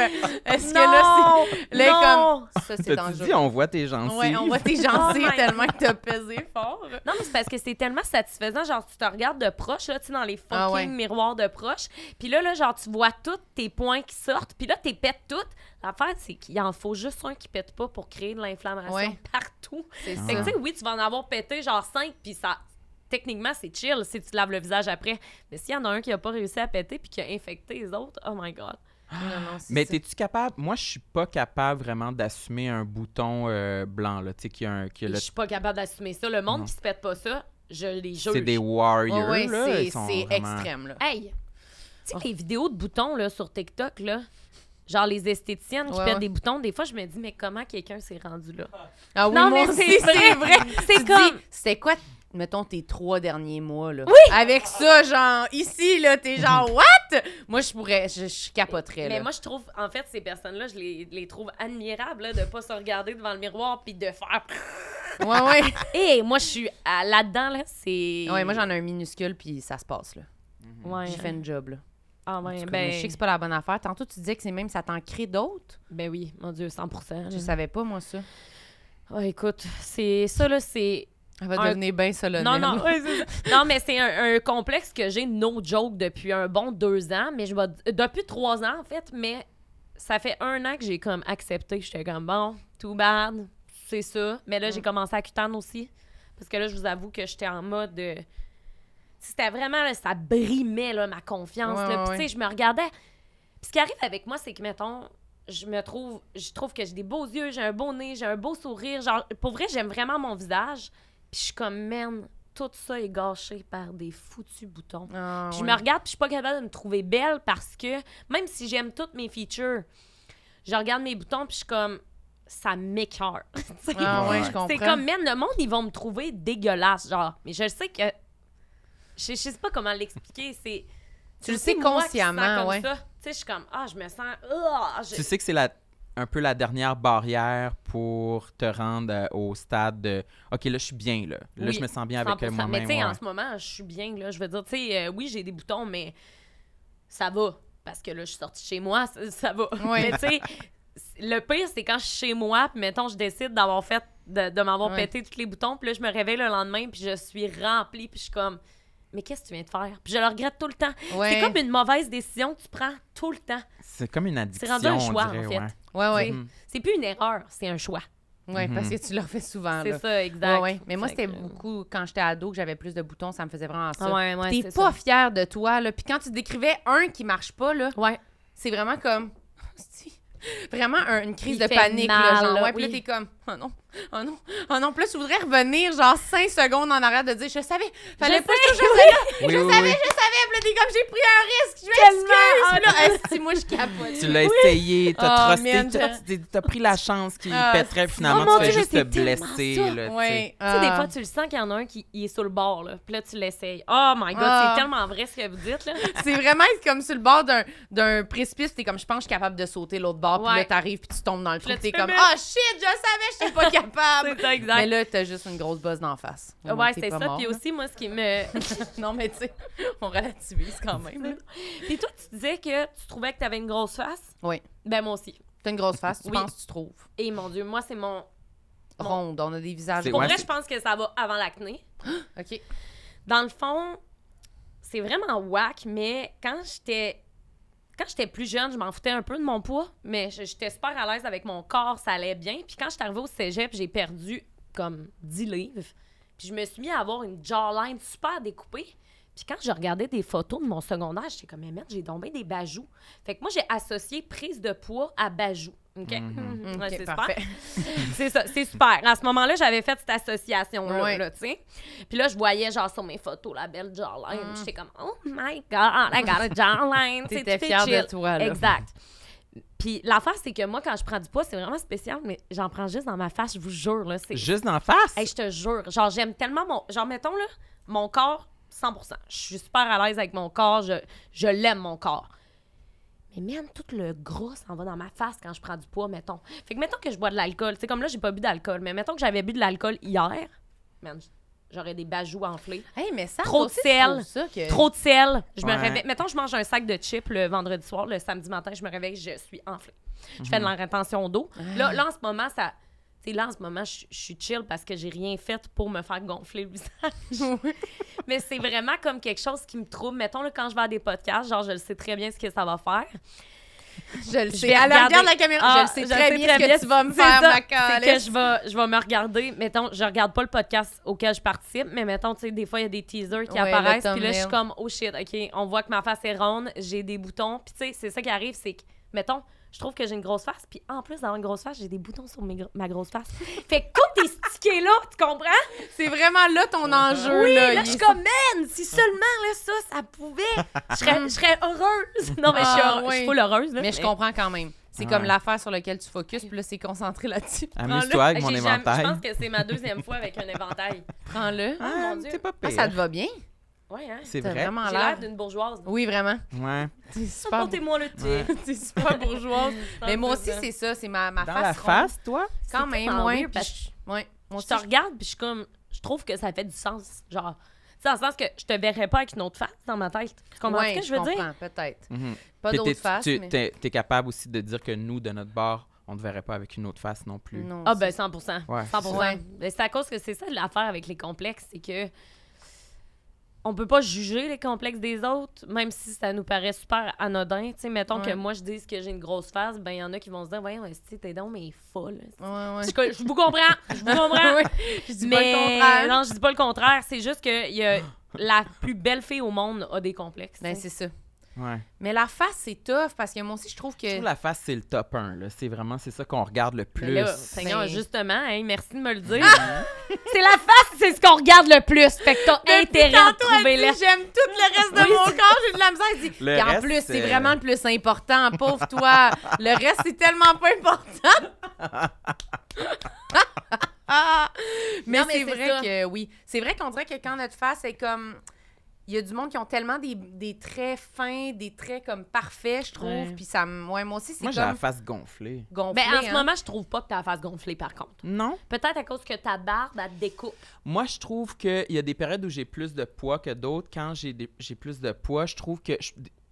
S2: Est-ce que là, c'est... Là,
S4: Non!
S2: comme... Ça, c'est
S1: T'as-tu
S2: dangereux.
S1: dit, on voit tes gencives?
S2: Ouais, on voit tes
S4: Oh
S2: gencives
S4: my
S2: tellement que t'as pesé fort.
S4: Non, mais c'est parce que c'est tellement satisfaisant. Genre, tu te regardes de proche, là, tu sais, dans les fucking
S2: Ah ouais.
S4: miroirs de proche. Puis là, là, genre, tu vois tous tes points qui sortent. Puis là, t'es pètes toutes. L'affaire, c'est qu'il en faut juste un qui pète pas pour créer de l'inflammation
S2: Ouais.
S4: partout.
S2: C'est
S1: Ah.
S4: Fait que,
S2: ça.
S4: tu sais, oui, tu vas en avoir pété genre 5, puis ça. Techniquement, c'est chill si tu te laves le visage après. Mais s'il y en a un qui a pas réussi à péter puis qui a infecté les autres, oh my God.
S2: Non, non, c'est
S1: Mais
S2: ça.
S1: t'es-tu capable? Moi, je suis pas capable vraiment d'assumer un bouton euh, blanc, là, tu sais, qui a, un, qui a le-
S4: Je suis pas capable d'assumer ça. Le monde
S1: Non.
S4: qui se pète pas ça, je les juge.
S1: C'est des warriors,
S2: Oh, Ouais, ouais,
S1: là.
S2: c'est
S1: ils sont
S2: c'est
S1: vraiment-
S2: extrême, là.
S4: Hey! Tu
S2: Ah.
S4: sais, les vidéos de boutons là, sur TikTok, là, genre les esthéticiennes qui
S2: Ouais,
S4: pètent
S2: ouais.
S4: des boutons, des fois, je me dis, mais comment quelqu'un s'est rendu là?
S2: Ah oui,
S4: non,
S2: moi
S4: mais
S2: aussi,
S4: c'est vrai. C'est
S2: Tu
S4: comme-
S2: dis, c'était quoi, mettons, tes trois derniers mois, là? Oui! Avec ça, genre, ici, là, t'es
S4: <laughs>
S2: genre, what? Moi, je pourrais, je, je capoterais,
S4: Mais
S2: là.
S4: moi, je trouve, en fait, ces personnes-là, je les, les trouve admirables là, de pas se regarder devant le miroir puis de faire. <laughs>
S2: Ouais, ouais.
S4: Et moi, je suis à- là-dedans, là, c'est.
S2: ouais, moi, j'en ai un minuscule, puis ça se passe, là.
S4: Ouais.
S2: J'ai fait une job, là.
S4: Ah,
S2: En
S4: ouais,
S2: tout cas,
S4: ben,
S2: Je sais que c'est pas la bonne affaire. Tantôt, tu disais que c'est même, ça t'en crée d'autres.
S4: ben oui, mon Dieu, 100
S2: Je savais pas, moi, ça.
S4: Ah, écoute, c'est ça, là, c'est.
S2: Elle va
S4: Un-
S2: devenir bien solennelle.
S4: Non, non, ouais, c'est ça. non, mais c'est un, un complexe que j'ai, no joke, depuis un bon deux ans, mais je vais. d- Depuis trois ans, en fait, mais ça fait un an que j'ai comme accepté. J'étais comme, bon, too bad, c'est ça. Mais là, j'ai
S2: Mm.
S4: commencé à cutane aussi. Parce que là, je vous avoue que j'étais en mode. euh, C'était vraiment, là, ça brimait, là, ma confiance.
S2: Ouais,
S4: là.
S2: ouais,
S4: Puis, tu
S2: ouais.
S4: sais, je me regardais. Puis, ce qui arrive avec moi, c'est que, mettons, je me trouve, je trouve que j'ai des beaux yeux, j'ai un beau nez, j'ai un beau sourire. Genre, pour vrai, j'aime vraiment mon visage. Puis, je suis comme, man, tout ça est gâché par des foutus boutons.
S2: <laughs> Ah,
S4: Puis
S2: ouais.
S4: je me regarde, puis je suis pas capable de me trouver belle parce que même si j'aime toutes mes features, je regarde mes boutons, puis je suis comme ça m'écœure. Tu sais?
S2: Ah, ouais,
S1: Ouais.
S2: je comprends.
S4: c'est comme man, le monde ils vont me trouver dégueulasse genre, mais je sais que je, je sais pas comment l'expliquer, c'est
S2: Tu le
S4: c'est
S2: sais
S4: moi qui me sens
S2: consciemment,
S4: comme
S2: ouais.
S4: ça. Tu sais, je suis comme ah, je me sens ah, je-
S1: Tu sais que c'est la... un peu la dernière barrière pour te rendre euh, au stade de OK, là, je suis bien, là. Là,
S4: Oui,
S1: je me sens bien avec euh,
S4: 100%.
S1: moi-même.
S4: Mais tu
S1: ouais.
S4: sais, en ce moment, je suis bien, là. Je veux dire, tu sais, euh, oui, j'ai des boutons, mais ça va. Parce que là, je suis sortie chez moi, ça, ça va.
S2: Ouais.
S4: Mais tu sais, c- le pire, c'est quand je suis chez moi, puis mettons, je décide d'avoir fait, de, de m'avoir
S2: Ouais.
S4: pété tous les boutons, puis là, je me réveille le lendemain, puis je suis remplie, puis je suis comme, mais qu'est-ce que tu viens de faire? Puis je le regrette tout le temps.
S2: Ouais.
S4: C'est comme une mauvaise décision que tu prends tout le temps.
S1: C'est comme une addiction.
S4: C'est rendu un
S1: on
S4: choix,
S1: dirait,
S4: en fait.
S1: ouais.
S2: Ouais, ouais.
S1: Mhm.
S4: C'est plus une erreur, c'est un choix.
S2: Ouais, parce que tu le refais souvent, Ah, là.
S4: C'est ça, exact.
S2: Ouais, ouais. Mais moi,
S4: Fait
S2: c'était
S4: que-
S2: beaucoup quand j'étais ado que j'avais plus de boutons, ça me faisait vraiment ça.
S4: Ah ouais, ouais,
S2: T'es
S4: c'est
S2: pas
S4: ça.
S2: fière de toi, là. Puis quand tu décrivais un qui marche pas, là,
S4: Ouais.
S2: c'est vraiment comme. Hostie. Vraiment un- une crise
S4: Il
S2: de
S4: fait
S2: panique, là,
S4: mal,
S2: genre.
S4: là,
S2: Ouais, puis là,
S4: oui.
S2: t'es comme, oh non, oh non, oh non. Puis là, tu voudrais revenir, genre, cinq secondes en arrière de dire, je savais, fallait
S4: Je
S2: pas que je touche à ça,
S1: Oui,
S2: <laughs> je
S1: oui,
S2: savais,
S1: oui.
S2: je savais. Puis là, t'es comme, j'ai pris un risque, je m'excuse. <laughs> Là, Esti, moi, je capote.
S1: Tu l'as essayé, t'as
S2: Oh,
S1: trusté,
S2: man,
S1: t'as- tu t'es- t'as pris la chance qu'il
S2: Ah,
S1: pèterait,
S2: c'est-
S1: finalement,
S2: Oh, mon
S1: tu fais
S2: Dieu,
S1: juste te
S2: j'étais tellement
S1: blesser,
S2: ça.
S1: là, tu sais.
S2: Ouais. euh,
S4: Tu sais, des fois, tu le sens qu'il y en a un qui il est sur le bord, là. Puis là, tu l'essayes. Oh my God,
S2: Ah.
S4: c'est tellement vrai ce que vous dites, là.
S2: <laughs> C'est vraiment être comme sur le bord d'un, d'un précipice, t'es comme je pense que je suis capable de sauter l'autre bord, puis
S4: Ouais.
S2: là t'arrives puis tu tombes dans le trou,
S4: là,
S2: puis
S4: tu
S2: t'es
S4: fais
S2: comme
S4: mal.
S2: oh shit, je savais, je suis
S4: <laughs>
S2: pas capable.
S4: C'est ça, exact.
S2: Ah, Mais là t'as juste une grosse bosse d'en face. Au moins,
S4: ouais,
S2: t'es
S4: c'est
S2: pas
S4: ça.
S2: mort,
S4: Puis
S2: là.
S4: aussi, moi, ce qui
S2: <laughs>
S4: me.
S2: non mais tu sais, on relativise quand même. là.
S4: Puis toi, tu disais que tu trouvais que t'avais une grosse face.
S2: Oui,
S4: Ben, moi aussi.
S2: t'as une grosse face, tu
S4: Oui.
S2: penses, tu trouves.
S4: Et mon Dieu, moi, c'est mon. Bon.
S2: Ronde, on a des visages.
S1: C'est-
S4: Pour
S1: ouais,
S4: vrai,
S1: c'est-
S4: je pense que ça va avant l'acné.
S2: Ok.
S4: Dans le fond, c'est vraiment whack, mais quand j'étais. Quand j'étais plus jeune, je m'en foutais un peu de mon poids, mais je- j'étais super à l'aise avec mon corps, ça allait bien. Puis quand je suis arrivée au cégep, j'ai perdu comme 10 livres. Puis je me suis mis à avoir une jawline super découpée. Puis quand je regardais des photos de mon secondaire, j'étais comme, mais merde, j'ai tombé des bajoux. Fait que moi, j'ai associé prise de poids à bajoux. OK?
S2: Ok,
S4: Ouais, c'est super.
S2: parfait.
S4: C'est ça, c'est super. À ce moment-là, j'avais fait cette association-là,
S2: Ouais.
S4: là, tu sais. Puis là, je voyais, genre, sur mes photos, la belle jawline.
S2: Mm.
S4: J'étais comme, oh my God, I got
S2: <laughs>
S4: a jawline. Tu sais,
S2: T'étais
S4: tu fais
S2: fière de
S4: chill.
S2: toi, là.
S4: Exact. Puis l'affaire, c'est que moi, quand je prends du poids, c'est vraiment spécial, mais j'en prends juste dans ma face, je vous jure, là. C'est...
S1: Juste d'en face?
S4: Hey, je te jure. Genre, j'aime tellement mon. Genre, mettons, là, mon corps, 100 Je suis super à l'aise avec mon corps. Je, je l'aime, mon corps. Mais même tout le gras s'en va dans ma face quand je prends du poids, mettons. Fait que mettons que je bois de l'alcool. Tu sais, comme là, j'ai pas bu d'alcool. Mais mettons que j'avais bu de l'alcool hier. Man, j'aurais des bajoux enflés.
S2: Hey, mais ça, toi
S4: Trop de
S2: aussi, tu
S4: sel.
S2: trouves ça que-
S4: Trop de sel. Je
S1: Ouais.
S4: me réveille. Mettons, je mange un sac de chips le vendredi soir, le samedi matin, je me réveille, je suis enflée. Je fais de la rétention d'eau. Là, là, en ce moment, ça. tu sais, là, en ce moment, je je suis chill parce que j'ai rien fait pour me faire gonfler le <laughs> visage. Mais c'est vraiment comme quelque chose qui me trouble. Mettons, là, quand je vais à des podcasts, genre, je le sais très bien ce que ça va faire.
S2: Je le sais.
S4: vais
S2: Elle regarde
S4: regarder-
S2: la caméra.
S4: Ah,
S2: je le sais très bien ce que tu vas me
S4: c'est
S2: faire,
S4: ça.
S2: ma
S4: C'est que
S2: calisse.
S4: je vais, je vais me regarder. Mettons, je regarde pas le podcast auquel je participe, mais mettons, tu sais, des fois, il y a des teasers qui
S2: Ouais,
S4: apparaissent.
S2: le
S4: Puis là, je suis
S2: thumbnail.
S4: comme, oh shit, OK, on voit que ma face est ronde, j'ai des boutons. Puis tu sais, c'est ça qui arrive, c'est que mettons, je trouve que j'ai une grosse face, puis en plus d'avoir une grosse face, j'ai des boutons sur mes gro- ma grosse face. <laughs> Fait que tous tes stickés là, tu comprends?
S2: C'est vraiment là ton enjeu.
S4: Oui, là,
S2: là, Il
S4: je suis
S2: est-
S4: comme, man, si seulement là, ça, ça pouvait, je serais, je serais heureuse. Non, mais je suis
S2: Ah,
S4: heureuse. Je suis
S2: oui.
S4: full heureuse. Là,
S2: Mais je comprends quand même. C'est
S1: Ouais.
S2: comme l'affaire sur laquelle tu focuses, puis là, c'est concentré là-dessus.
S1: Amuse-toi avec mon
S4: Ah, J'ai jamais-
S1: éventail.
S4: Je pense que c'est ma deuxième fois avec un éventail.
S2: Prends-le.
S4: Ah,
S1: Ah,
S4: mon Dieu.
S1: t'es pas
S2: Ah,
S1: pire.
S2: ça te va bien?
S4: Ouais, hein?
S1: C'est
S2: T'as
S1: vrai.
S2: vraiment
S4: J'ai
S2: l'air.
S4: l'air d'une bourgeoise.
S2: Oui, vraiment.
S1: Ouais.
S2: T'es super, bour-
S4: Portez-moi le tir.
S1: Ouais.
S2: t'es super bourgeoise. <laughs> Mais moi aussi,
S4: ça.
S2: c'est ça. C'est ma, ma
S1: Dans
S2: face.
S1: la
S2: ronde.
S1: face, toi?
S2: Quand
S4: C'est
S2: même,
S4: tellement
S2: moins.
S4: weird parce que
S2: Ouais. Moi
S4: je te
S2: aussi,
S4: regarde, puis je suis comme, je trouve que ça fait du sens. Genre, tu sais, dans le sens que je te verrais pas avec une autre face dans ma tête. Tu comprends
S2: Ouais,
S4: ce que je veux dire?
S2: comprends, peut-être.
S1: Mhm.
S2: Pas
S1: T'es-
S2: d'autre
S1: t'es-
S2: face,
S1: Tu
S2: mais...
S1: t'es- t'es capable aussi de dire que nous, de notre bord, on ne te verrait pas avec une autre face non plus.
S2: Non,
S4: Ah,
S2: c'est-
S4: ben 100
S1: Ouais,
S4: 100
S2: c'est ça.
S4: Ben, C'est à cause que c'est ça l'affaire avec les complexes, c'est que on peut pas juger les complexes des autres, même si ça nous paraît super anodin. Tu sais, mettons
S2: Ouais.
S4: que moi, je dise que j'ai une grosse face, ben il y en a qui vont se dire « Voyons, esti, t'es donc, mais folle.
S2: Ouais, » ouais.
S4: Je co- je vous comprends, je <laughs> vous
S2: <laughs>
S4: comprends.
S2: Oui, Je dis
S4: mais
S2: pas le contraire.
S4: non, je dis pas le contraire, c'est juste que il y a- la plus belle fille au monde a des complexes.
S2: Ben,
S4: tu sais.
S2: c'est ça.
S1: Ouais.
S2: Mais la face, c'est tough parce que moi aussi, je trouve que.
S1: Je trouve la face, c'est le top 1. là. C'est vraiment c'est ça qu'on regarde le plus.
S4: Mais là, Seigneur,
S2: Ben-
S4: justement, hein, merci de me le dire. <laughs> c'est la face, c'est ce qu'on regarde le plus. Fait que t'as
S2: Depuis
S4: intérêt à
S2: tantôt, elle
S4: trouver
S2: dit,
S4: la
S2: J'aime tout le reste de
S4: Oui,
S2: mon corps, j'ai de la misère. Elle dit,
S1: <laughs> Le
S2: Et en
S1: reste,
S2: plus, c'est
S1: euh,
S2: vraiment le plus important, pauvre toi. Le reste, c'est tellement pas important.
S4: <laughs>
S2: Ah! mais
S4: Non, mais
S2: c'est
S4: c'est
S2: vrai
S4: ça.
S2: que oui. C'est vrai qu'on dirait que quand notre face est comme. Il y a du monde qui ont tellement des, des traits fins, des traits comme parfaits, je trouve.
S4: Ouais.
S2: Puis ça, me- ouais, moi aussi, c'est
S1: Moi, j'ai la
S2: comme
S1: face gonflée.
S2: gonflé.
S4: Ben, en ce
S2: hein.
S4: moment, je trouve pas que t'as la face gonflée, par contre.
S1: Non?
S4: Peut-être à cause que ta barbe, elle te découpe.
S1: Moi, je trouve qu'il y a des périodes où j'ai plus de poids que d'autres. Quand j'ai des- j'ai plus de poids, je trouve que je,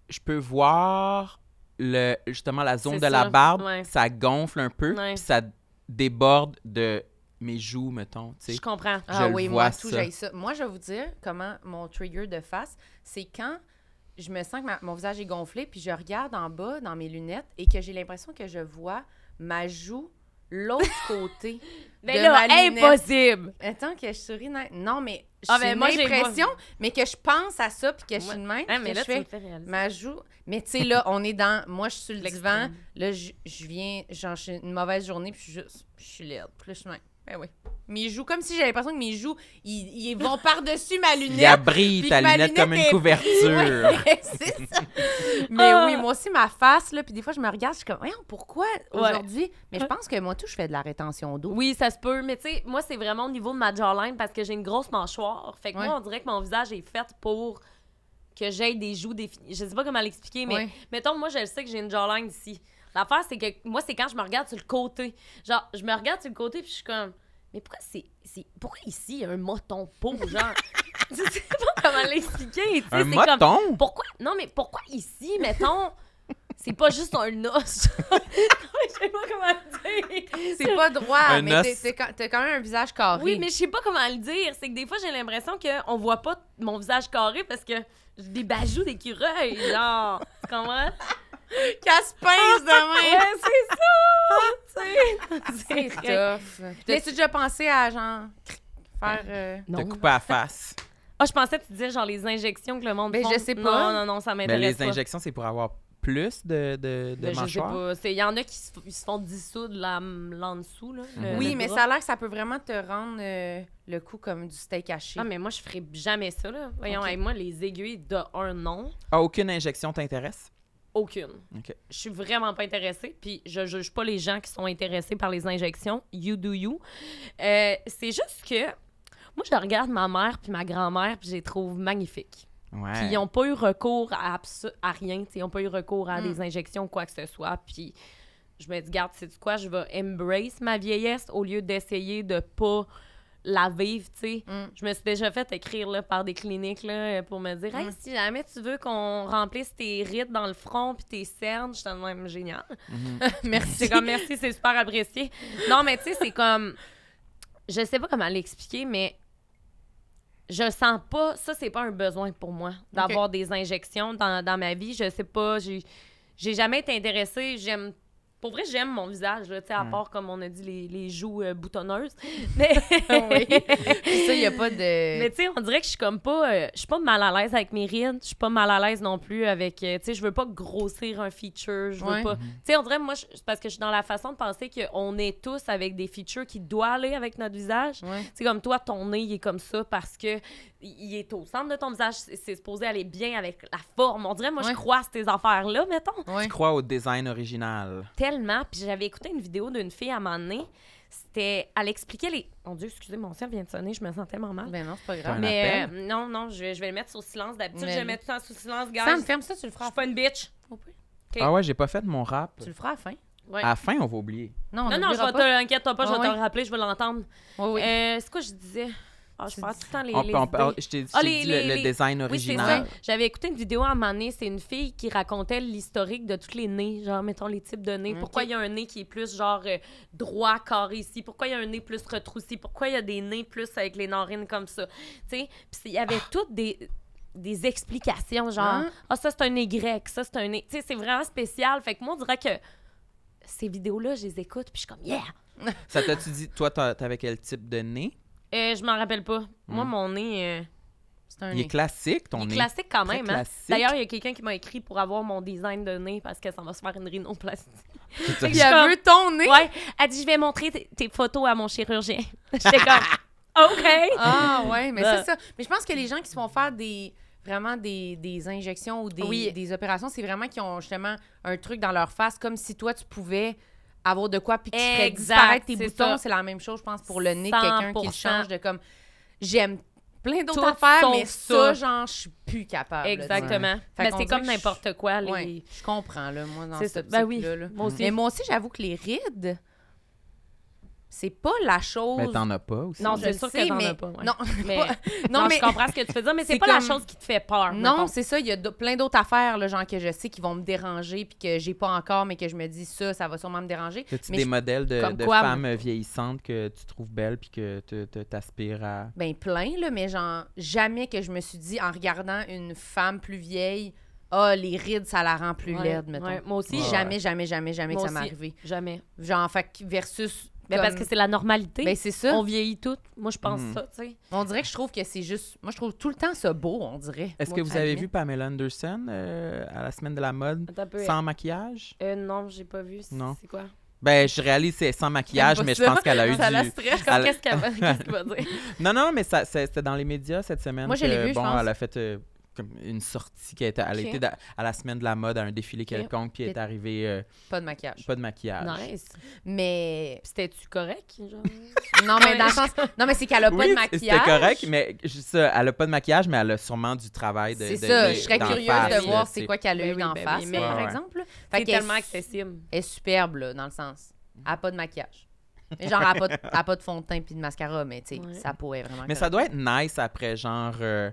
S1: je peux voir le, justement la zone de
S4: C'est
S1: la
S4: ça,
S1: barbe.
S4: ouais.
S1: Ça gonfle un peu,
S4: Ouais.
S1: puis ça déborde de mes joues, mettons. tu sais.
S4: Je comprends.
S2: Ah
S1: le
S2: oui,
S1: vois,
S2: moi, tout,
S1: ça.
S2: j'aille ça. Moi, je vais vous dire comment mon trigger de face, c'est quand je me sens que ma- mon visage est gonflé, puis je regarde en bas dans mes lunettes et que j'ai l'impression que je vois ma joue
S4: <laughs>
S2: l'autre côté.
S4: Mais
S2: de
S4: là,
S2: ma lunette.
S4: impossible!
S2: Attends que je souris. na- Non, mais j'ai
S4: Ah, ben, moi, j'ai-
S2: l'impression, mais que je pense à ça, puis que je suis de même,
S4: Hein,
S2: puis
S4: mais
S2: que
S4: là,
S2: je
S4: tu me
S2: fais
S4: fais réaliser.
S2: ma joue. Mais tu
S4: <laughs>
S2: sais, là, on est dans. Moi, je suis sur le divan,
S4: L'extrême.
S2: là, je je viens, genre, j'ai une mauvaise journée, puis je suis juste. Je suis laide. Puis là, je suis de même. Ben oui. Mes joues, comme si j'avais l'impression que mes joues, ils, ils
S4: <laughs>
S2: vont par-dessus ma
S1: Il
S2: lunette.
S1: abrite
S2: puis
S1: ta
S2: que ma
S1: lunette comme
S2: lunette
S1: une
S2: est-
S4: <laughs>
S1: couverture.
S2: Ouais, <laughs> c'est ça. Mais
S4: Ah.
S2: oui, moi aussi, ma face, là, puis des fois, je me regarde, je suis comme, voyons, pourquoi
S4: Ouais. Ah.
S2: aujourd'hui? Mais je pense que moi, tout, je fais de la rétention d'eau.
S4: Oui, ça se peut, mais tu sais, moi, c'est vraiment au niveau de ma jawline parce que j'ai une grosse mâchoire. Fait que
S2: Ouais.
S4: moi, on dirait que mon visage est fait pour que j'aie des joues définies. Je sais pas comment l'expliquer, mais <laughs>
S2: Ouais.
S4: mettons, moi, je le sais que j'ai une jawline ici. L'affaire, c'est que moi, c'est quand je me regarde sur le côté. Genre, je me regarde sur le côté, puis je suis comme, mais pourquoi c'est. c'est- Pourquoi ici, il y a un moton peau, genre? <laughs> je sais pas comment l'expliquer, tu sais.
S1: un
S4: c'est comme-
S1: moton?
S4: pourquoi Non, mais pourquoi ici, mettons C'est pas juste un os. <laughs> Non, mais je sais pas comment le dire.
S2: C'est pas droit,
S1: Un
S2: mais
S1: os.
S2: t'es- t'es quand- t'as quand même un visage carré.
S4: Oui, mais je sais pas comment le dire. C'est que des fois, j'ai l'impression qu'on voit pas mon visage carré parce que j'ai des bajoux d'écureuil, genre. Tu comprends?
S2: <laughs> casse-pince de même.
S4: <laughs> Ouais, <laughs> c'est ça! tu sais.
S2: C'est
S4: vrai.
S2: tough. T'as-tu déjà pensé à, genre, faire... euh,
S1: Te
S4: Non.
S1: couper la
S4: <laughs>
S1: face.
S4: Ah, je pensais que tu disais genre les injections que le monde
S2: Ben,
S4: font.
S2: je sais pas.
S4: Non, non, non, ça
S1: Mais
S4: m'intéresse
S1: les
S4: pas.
S1: injections, c'est pour avoir plus de, de, de
S4: Ben, je sais
S1: mâchoire.
S4: pas. C'est- Il y en a qui se, f- ils se font dissoudre là, en dessous. Là,
S1: Mhm.
S4: le-
S2: oui,
S4: Euh, le
S2: mais
S4: bras.
S2: ça a l'air que ça peut vraiment te rendre euh, le coup comme du steak haché.
S4: Ah, mais moi, je ferais jamais ça, là. Voyons,
S2: Ok.
S4: hey, moi, les aiguilles de un, non.
S1: Ah, aucune injection t'intéresse?
S4: Aucune.
S1: OK.
S4: Je suis vraiment pas intéressée, puis je juge pas les gens qui sont intéressés par les injections. You do you. Euh, c'est juste que... Moi, je regarde ma mère puis ma grand-mère, puis je les trouve magnifiques.
S1: Ouais.
S4: Puis ils n'ont pas eu recours à, abso- à rien, tu sais, ils n'ont pas eu recours à
S2: Mm.
S4: des injections ou quoi que ce soit. Puis je me dis, garde, c'est du quoi, je vais embrace ma vieillesse au lieu d'essayer de pas la vivre, tu sais.
S2: Mm.
S4: Je me suis déjà fait écrire là, par des cliniques là, pour me dire, Hey, si jamais tu veux qu'on remplisse tes rides dans le front puis tes cernes, je suis même génial.
S1: Mhm.
S2: <laughs>
S4: C'est
S2: merci.
S4: comme merci, c'est super apprécié. Non, mais tu sais, c'est comme. Je sais pas comment l'expliquer, mais je sens pas. Ça, c'est pas un besoin pour moi d'avoir des injections dans, dans ma vie. Je sais pas. J'ai j'ai jamais été intéressée. J'aime Pour vrai, j'aime mon visage, là, tu sais, à part, comme on a dit, les, les joues euh, boutonneuses. <laughs> Mais,
S2: oui. Puis ça, il n'y a pas de.
S4: mais tu sais, on dirait que je suis comme pas... euh, je suis pas mal à l'aise avec mes rides. Je suis pas mal à l'aise non plus avec... euh, tu sais, je veux pas grossir un feature. Je veux
S2: Ouais.
S4: pas... Tu sais, on dirait, moi, je- c'est parce que je suis dans la façon de penser qu'on est tous avec des features qui doivent aller avec notre visage.
S2: Ouais.
S4: C'est comme toi, ton nez, il est comme ça parce que il est au centre de ton visage. C'est c'est supposé aller bien avec la forme. On dirait, moi,
S2: Ouais.
S4: je crois à ces affaires-là, mettons.
S2: Ouais.
S1: Je crois au design original.
S4: Tellement. Puis j'avais écouté une vidéo d'une fille à un moment donné. C'était. Elle expliquait les. Mon Dieu, excusez, mon cerveau vient de sonner. Je me sens tellement mal.
S2: Ben non, c'est pas
S1: un
S2: grave. Mais
S4: Mais
S1: appel.
S4: euh, non, non, je vais, je vais le mettre sur silence. D'habitude,
S2: Mais-
S4: je le mets tout le temps sur silence, gars.
S2: Sam,
S4: Je
S2: ferme ça, tu le feras. à
S4: suis
S2: la fin.
S4: pas une bitch.
S1: Ah ouais, j'ai pas fait mon rap.
S2: Tu le feras à la fin.
S1: À la fin, on va oublier.
S2: Non, on
S4: non, non, je
S2: n'oubliera
S4: vais
S2: pas.
S4: te. Inquiète-toi pas, je
S2: Ah
S4: vais te
S2: ouais.
S4: le rappeler, je vais l'entendre.
S2: Oui, oui.
S4: Euh, C'est quoi je disais? Ah, je
S2: Tu
S4: perds tout le temps les.
S1: On
S4: les
S1: peut- on peut-
S4: idées.
S1: je t'ai je
S4: Ah,
S1: t'ai
S4: les-
S1: dit le,
S4: les-
S1: le
S4: les-
S1: design
S4: Oui, c'est ça.
S1: original.
S4: J'avais écouté une vidéo à un moment donné, c'est une fille qui racontait l'historique de tous les nez, genre, mettons, les types de nez.
S2: Ok.
S4: Pourquoi il y a un nez qui est plus, genre, euh, droit, carré ici? Pourquoi il y a un nez plus retroussé? Pourquoi il y a des nez plus avec les narines comme ça? Tu sais? Puis c'est- il y avait toutes des, des explications, genre, ah,
S2: Hein?
S4: ça, c'est un nez grec, ça, c'est un nez... Tu sais, c'est vraiment spécial. Fait que moi, on dirait que ces vidéos-là, je les écoute, puis je suis comme, yeah!
S1: Ça t'a-tu dit, toi, t'as- t'avais quel type de nez?
S4: Euh, je m'en rappelle pas. Moi, mon nez... euh,
S2: C'est un
S1: Il est
S2: nez.
S1: classique, ton
S4: Il est
S1: nez.
S4: classique quand
S1: Très
S4: même. hein.
S1: classique. <laughs>
S4: D'ailleurs, il y a quelqu'un qui m'a écrit pour avoir mon design de nez parce que ça va se faire une rhinoplastie. Fait que
S2: Il
S4: je suis
S2: a
S4: comme-
S2: vu ton nez.
S4: <laughs> Ouais, elle dit Je vais montrer tes, tes photos à mon chirurgien. <laughs> J'étais comme OK.
S2: Ah ouais, mais
S4: Ouais.
S2: c'est ça. Mais je pense que les gens qui se font faire des vraiment des, des injections ou des,
S4: Oui.
S2: des opérations, c'est vraiment qui ont justement un truc dans leur face, comme si toi tu pouvais avoir de quoi puis que tu ferais
S4: Exact,
S2: disparaître tes
S4: c'est
S2: boutons.
S4: ça.
S2: C'est la même chose, je pense, pour le nez, quelqu'un qui le
S4: 100%.
S2: change de comme j'aime plein d'autres
S4: Tout
S2: affaires, mais
S4: sauf
S2: ça,
S4: ça.
S2: genre, je suis plus capable. là, tu sais.
S4: Exactement.
S2: Fait
S4: Mais
S2: qu'on
S4: c'est
S2: dirait
S4: comme
S2: que je-
S4: n'importe quoi. Les...
S2: Ouais, je comprends, là, moi, dans
S4: C'est
S2: cette
S4: ça. Ben oui,
S2: optique-là, là.
S4: moi aussi.
S2: Mais moi aussi, j'avoue que les rides, c'est pas la chose...
S1: Mais Ben, t'en as pas aussi.
S4: Non,
S2: Je
S4: c'est
S2: le
S4: sûr que
S2: sais,
S4: t'en
S2: mais-
S4: as pas, <laughs> ouais.
S2: Non,
S4: <laughs> Mais-
S2: pas-
S4: Non,
S2: non, mais...
S4: je comprends ce que tu veux <laughs> dire, mais c'est
S2: c'est
S4: pas la
S2: comme-
S4: chose qui te fait peur.
S2: Non,
S4: mettons.
S2: c'est ça. Il y a d- plein d'autres affaires, là, genre que je sais qui vont me déranger, puis que j'ai pas encore, mais que je me dis ça, ça va sûrement me déranger.
S1: T'as-tu
S2: Mais
S1: des
S2: je-
S1: modèles de,
S2: comme
S1: de
S2: quoi,
S1: femmes vieillissantes que tu trouves belles puis que te- te- t'aspires à.
S2: Ben plein, là, mais genre jamais que je me suis dit en regardant une femme plus vieille, ah, les rides, ça la rend plus
S4: Ouais,
S2: laide, mettons.
S4: ouais, Moi aussi,
S1: Ouais.
S4: jamais.
S2: Jamais, jamais, jamais, jamais
S4: Moi
S2: que ça m'est
S4: aussi.
S2: arrivé.
S4: Jamais.
S2: Genre, fait que versus.
S4: Mais
S2: comme-
S4: parce que c'est la normalité.
S2: Ben c'est ça.
S4: On
S2: On...
S4: vieillit toutes. Moi, je pense
S1: Mhm.
S4: ça, tu sais.
S2: dirait que je trouve que c'est juste. Moi, je trouve tout le temps ça beau, on dirait.
S1: Est-ce
S2: Moi,
S1: que
S2: à
S1: vous
S2: la
S1: avez
S2: limite.
S1: vu Pamela Anderson euh, à la semaine de la mode
S4: Attends un peu.
S1: sans maquillage?
S4: Euh, non, j'ai pas vu. C'est
S1: Non.
S4: c'est quoi?
S1: Ben, je réalise c'est sans maquillage,
S2: pas
S1: mais je
S2: ça.
S1: pense qu'elle a eu
S2: <laughs> Ça la
S1: du.
S2: stresse.
S4: Comme,
S1: Elle-
S4: Qu'est-ce
S1: <laughs>
S4: qu'elle va- qu'est-ce qu'il va dire?
S1: Non, non, mais ça, c'est- c'était dans les médias cette semaine.
S2: Moi, je l'ai
S1: que,
S2: vu, je
S1: Bon,
S2: pense.
S1: elle a fait euh, comme une sortie qui a été. Elle
S2: Ok.
S1: était da- à la semaine de la mode à un défilé quelconque, puis elle est
S2: Puis-
S1: arrivée euh,
S2: Pas de maquillage.
S1: pas de maquillage.
S4: Nice.
S2: Mais
S4: C'était-tu <laughs> correct? Genre?
S2: Non, mais dans le sens. Non, mais c'est qu'elle a pas de
S1: Oui,
S2: maquillage.
S1: C'était correct, mais je- ça, elle a pas de maquillage, mais elle a sûrement du travail de.
S2: C'est
S1: de-
S2: ça.
S1: de-
S2: Je serais
S1: d'en
S2: curieuse
S1: face,
S2: de
S1: là,
S2: voir
S1: tu
S2: c'est
S1: sais.
S2: quoi qu'elle a
S4: Ben
S2: eu
S4: oui,
S2: d'en
S4: ben
S2: face, là,
S4: oui,
S1: mais-
S2: par
S1: Ouais, ouais.
S2: exemple. là. Fait
S4: C'est
S2: qu'elle est-
S4: tellement accessible.
S2: Elle est superbe, là, dans le sens. Elle a pas de maquillage. Mais genre, elle a pas de, elle a pas de fond de teint puis de mascara, mais tu sais,
S4: Ouais.
S2: sa peau est vraiment.
S1: Mais ça doit être nice après genre euh,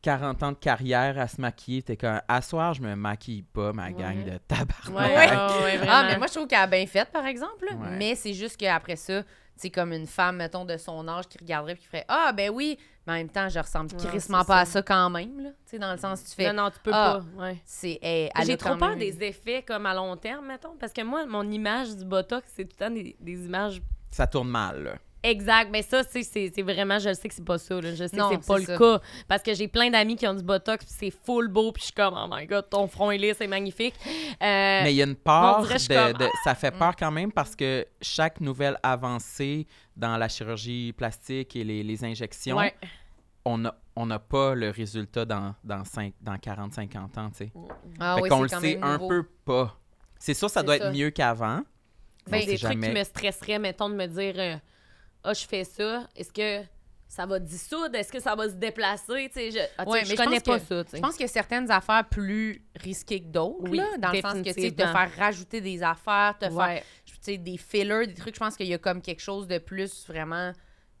S1: 40 ans de carrière à se maquiller. T'es comme, à soir, je me maquille pas, ma gang de tabarnak.
S2: Ouais.
S4: ouais,
S2: correcte. Ah, mais moi, je trouve qu'elle a bien fait, par exemple. là.
S1: Ouais.
S2: Mais c'est juste qu'après ça, c'est comme une femme, mettons, de son âge qui regarderait puis qui ferait Ah, ben oui, mais en même temps, je ressemble
S4: Ouais,
S2: crissement
S4: c'est
S2: pas à
S4: ça.
S2: ça quand même. là. Tu sais, dans le sens, tu fais.
S4: Non, non, tu peux
S2: Ah.
S4: pas. ouais.
S2: c'est hey, elle a
S4: J'ai
S2: quand
S4: trop peur
S2: même une-
S4: des effets comme à long terme, mettons. Parce que moi, mon image du Botox, c'est tout le temps des, des images
S1: Ça tourne mal. là.
S4: exactes. Mais ça, tu sais, c'est c'est vraiment, je le sais que c'est pas ça. là. Je sais
S2: Non,
S4: que c'est pas
S2: c'est ça.
S4: le cas. Parce que j'ai plein d'amis qui ont du Botox, puis c'est full beau, puis je suis comme, oh my god, ton front est lisse, c'est magnifique. Euh,
S1: Mais il y a une part
S4: on dirait, je suis
S1: de,
S4: comme, ah, mm.
S1: de- ça fait peur quand même parce que chaque nouvelle avancée dans la chirurgie plastique et les, les injections,
S4: ouais.
S1: on n'a on n'a pas le résultat dans, dans, cinq- dans 40-50 ans, tu sais.
S2: Ah
S1: fait
S2: oui,
S1: qu'on
S2: c'est
S1: le
S2: quand
S1: sait
S2: même
S1: un
S2: nouveau.
S1: peu pas. C'est sûr, ça
S2: C'est
S1: doit
S2: ça.
S1: être mieux qu'avant. mais
S4: Ben,
S1: on sait
S4: des trucs qui
S1: jamais.
S4: me stresseraient, mettons, de me dire euh, Ah, je fais ça, est-ce que ça va dissoudre, est-ce que ça va se déplacer? Tu sais, je, ah, tu sais,
S2: Ouais,
S4: je
S2: mais je
S4: connais
S2: pense
S4: pas
S2: que-
S4: ça. tu sais.
S2: Je pense qu'il y a certaines affaires plus risquées que d'autres,
S4: Oui,
S2: là, dans le sens que, tu sais, te
S4: définitivement.
S2: faire rajouter des affaires, te faire,
S4: Ouais.
S2: tu sais, des fillers, des trucs, je pense qu'il y a comme quelque chose de plus vraiment,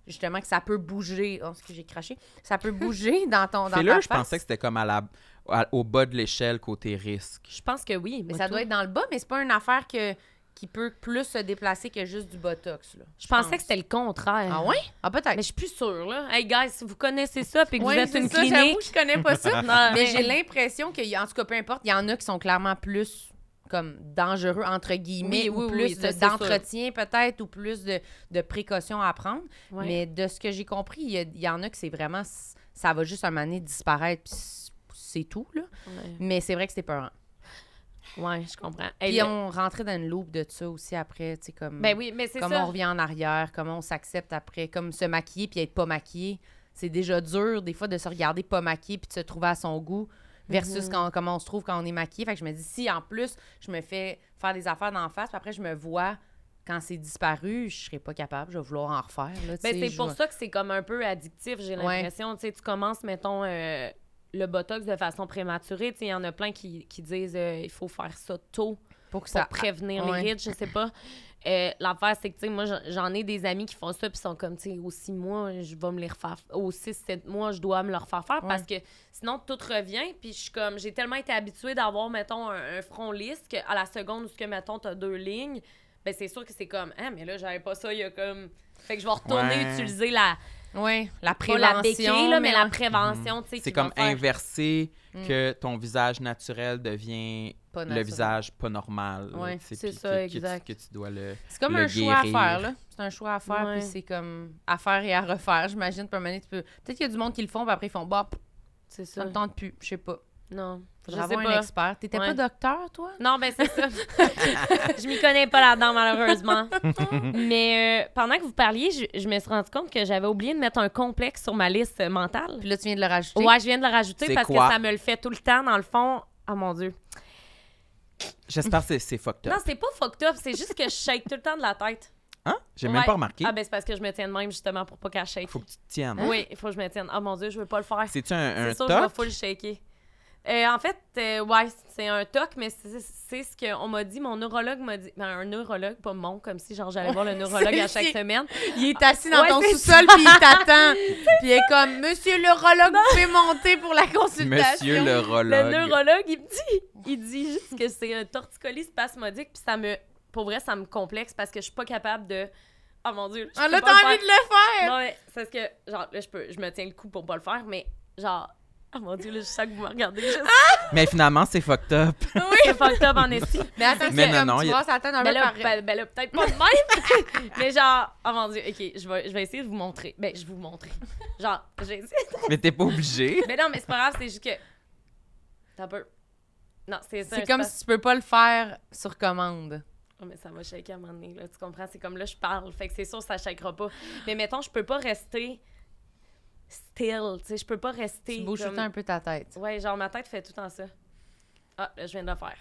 S2: justement, que ça peut bouger. Oh, ce que j'ai craché. Ça peut
S4: <laughs>
S2: bouger dans ton, dans
S1: Filler,
S2: ta
S1: je pensais que c'était comme à la, à- au bas de l'échelle côté risque.
S4: Je pense que oui.
S2: Mais
S4: moi,
S2: ça
S4: tout.
S2: doit être dans le bas, mais c'est pas une affaire que, qui peut plus se déplacer que juste du Botox, là.
S4: Je pensais que c'était le contraire.
S2: Ah ouais? Ah, peut-être.
S4: Euh, Mais je suis plus sûre, là. Hey, guys, si vous connaissez ça puis que
S2: Ouais,
S4: vous
S2: c'est
S4: êtes une
S2: ça,
S4: clinique... <laughs>
S2: j'avoue, je connais pas ça.
S4: Non,
S2: Mais j'ai l'impression que, en tout cas, peu importe, il y en a qui sont clairement plus comme dangereux entre guillemets
S4: Oui,
S2: ou
S4: oui, oui,
S2: plus
S4: oui, ça,
S2: de-
S4: c'est
S2: d'entretien peut-être ou plus de, de précautions à prendre.
S4: Ouais.
S2: Mais de ce que j'ai compris, il y, a- il y en a que c'est vraiment s- ça va juste un moment donné disparaître puis c- c'est tout là.
S4: Ouais.
S2: Mais c'est vrai que c'était peurant.
S4: Ouais, je comprends.
S2: Puis
S4: Hey, le-
S2: on rentrait dans une loupe de ça aussi après, tu sais comme
S4: Ben oui, mais c'est
S2: comment
S4: ça.
S2: on revient en arrière, comment on s'accepte après, comme se maquiller puis être pas maquillé. C'est déjà dur, des fois, de se regarder pas maquillé puis de se trouver à son goût versus
S4: Mm-hmm.
S2: quand- comment on se trouve quand on est maquillé. Fait que je me dis, si en plus, je me fais faire des affaires d'en face, puis après, je me vois quand c'est disparu, je serais pas capable, je vais vouloir en refaire. Là, tu sais,
S4: Ben, c'est
S2: je
S4: pour
S2: vais-
S4: ça que c'est comme un peu addictif, j'ai
S2: Ouais.
S4: l'impression. Tu sais, tu commences, mettons, euh, le botox de façon prématurée. Tu sais, il y en a plein qui, qui disent euh, il faut faire ça tôt
S2: pour que
S4: pour
S2: ça.
S4: prévenir
S2: ouais.
S4: les rides, je sais pas. Euh, L'affaire, c'est que, tu sais, moi, j'en- j'en ai des amis qui font ça, puis sont comme, tu sais, aux six mois, je vais me les refaire. Aux six, sept mois, je dois me le refaire faire,
S2: Ouais.
S4: parce que sinon, tout revient. Puis je suis comme, j'ai tellement été habituée d'avoir, mettons, un, un front lisse, qu'à la seconde où, ce que, mettons, t'as deux lignes, ben c'est sûr que c'est comme, ah, mais là, j'avais pas ça, il y a comme. Fait que je vais retourner
S1: Ouais.
S4: utiliser la,
S2: Oui, la
S4: pas
S2: prévention. Mhm.
S4: la béquille, là, mais la
S2: ouais,
S4: prévention, tu Mm. sais.
S1: C'est
S4: qui va
S1: comme
S4: faire-
S1: inversé que ton visage naturel devient
S2: pas
S1: le
S2: naturel.
S1: visage pas normal.
S2: Ouais,
S1: tu sais,
S4: c'est
S1: puis
S4: ça,
S1: que- que, tu-
S4: exact.
S1: Que, tu dois le.
S2: C'est comme
S1: le
S2: un choix à
S1: guérir.
S2: faire, là. C'est un choix à faire,
S4: Ouais.
S2: puis c'est comme à faire et à refaire, j'imagine. Puis à un moment donné, tu peux... Peut-être qu'il y a du monde qui le font, puis après, ils font, bah,
S4: C'est ça.
S2: ça me tente plus, je sais pas.
S4: Non. Je
S2: Faudrait
S4: sais
S2: avoir un
S4: pas.
S2: expert. T'étais pas
S4: Ouais.
S2: docteur, toi?
S4: Non, ben
S1: <laughs>
S4: c'est ça. je m'y connais pas là-dedans, malheureusement. Mais euh, pendant que vous parliez, je, je me suis rendu compte que j'avais oublié de mettre un complexe sur ma liste euh, mentale.
S2: Puis là, tu viens de le rajouter.
S4: Ouais, je viens de le rajouter
S1: C'est
S4: parce
S1: quoi?
S4: que ça me le fait tout le temps, dans le fond. Ah mon Dieu.
S1: J'espère que
S4: <laughs>
S1: c'est- c'est fucked
S4: Non,
S1: up.
S4: c'est pas fucked up, c'est juste que je shake tout le temps de la tête.
S1: Hein? J'ai
S4: Ouais.
S1: même pas remarqué.
S4: Ah, ben c'est parce que je me tiens de même, justement, pour pas qu'elle shake.
S1: Faut que tu te tiennes.
S4: Oui, il faut que je me tienne. Ah mon Dieu, je veux pas le faire.
S1: C'est-tu un, un
S4: C'est sûr, je vais
S1: toc?
S4: full shaker. Euh, en fait, euh, ouais, c'est un toc, mais c'est c'est ce qu'on m'a dit. Mon neurologue m'a dit. Ben, un neurologue, pas mon, comme si genre
S2: <laughs>
S4: j'allais voir le neurologue à
S2: c'est-
S4: chaque semaine.
S2: Il est assis dans
S4: Ouais,
S2: ton
S4: c'est
S2: sous-sol, puis il
S4: <laughs>
S2: t'attend. puis il est comme, Monsieur l'urologue, vous pouvez monter pour la consultation.
S1: Monsieur le
S4: Le
S1: neurologue.
S4: neurologue, il me dit, il dit juste que c'est un torticolis spasmodique, puis ça me. Pour vrai, ça me complexe parce que je suis pas capable de. Oh mon Dieu. je
S2: Ah,
S4: peux
S2: là,
S4: pas
S2: t'as
S4: le faire.
S2: envie de le faire.
S4: Non, mais c'est parce que, genre, là, je, peux, je me tiens le coup pour pas le faire, mais genre. Oh mon Dieu, là, je sens que vous me regardez. Je sais
S1: Mais finalement, c'est fucked up. <laughs>
S2: Ah,
S4: que c'est fucked up en esti.
S2: Mais attends,
S1: Mais
S2: c'est
S1: non,
S2: comme,
S1: non,
S2: tu
S1: il y a-
S2: vois, ça attend un
S4: Ben
S2: peu
S4: là,
S2: par...
S4: ben- ben là, peut-être pas de même.
S2: <laughs>
S4: mais genre, oh mon dieu, ok, je vais, je vais essayer de vous montrer. Ben, je vais vous montrer. Genre, j'ai essayé.
S1: Mais t'es pas obligé.
S4: Mais non, mais c'est pas grave, c'est juste que. T'as peur. Non, c'est ça.
S2: C'est
S4: un
S2: comme
S4: espace-
S2: si tu peux pas le faire sur commande.
S4: Oh, mais ça va shaker à un moment donné, là, tu comprends? C'est comme là, je parle. Fait que c'est sûr, ça shakera pas. Mais mettons, je peux pas rester still. Tu sais, je peux pas rester.
S2: Tu bouges tout le
S4: comme-
S2: temps un peu ta tête.
S4: Ouais, genre, ma tête fait tout le temps ça. Ah, là, je viens de le faire.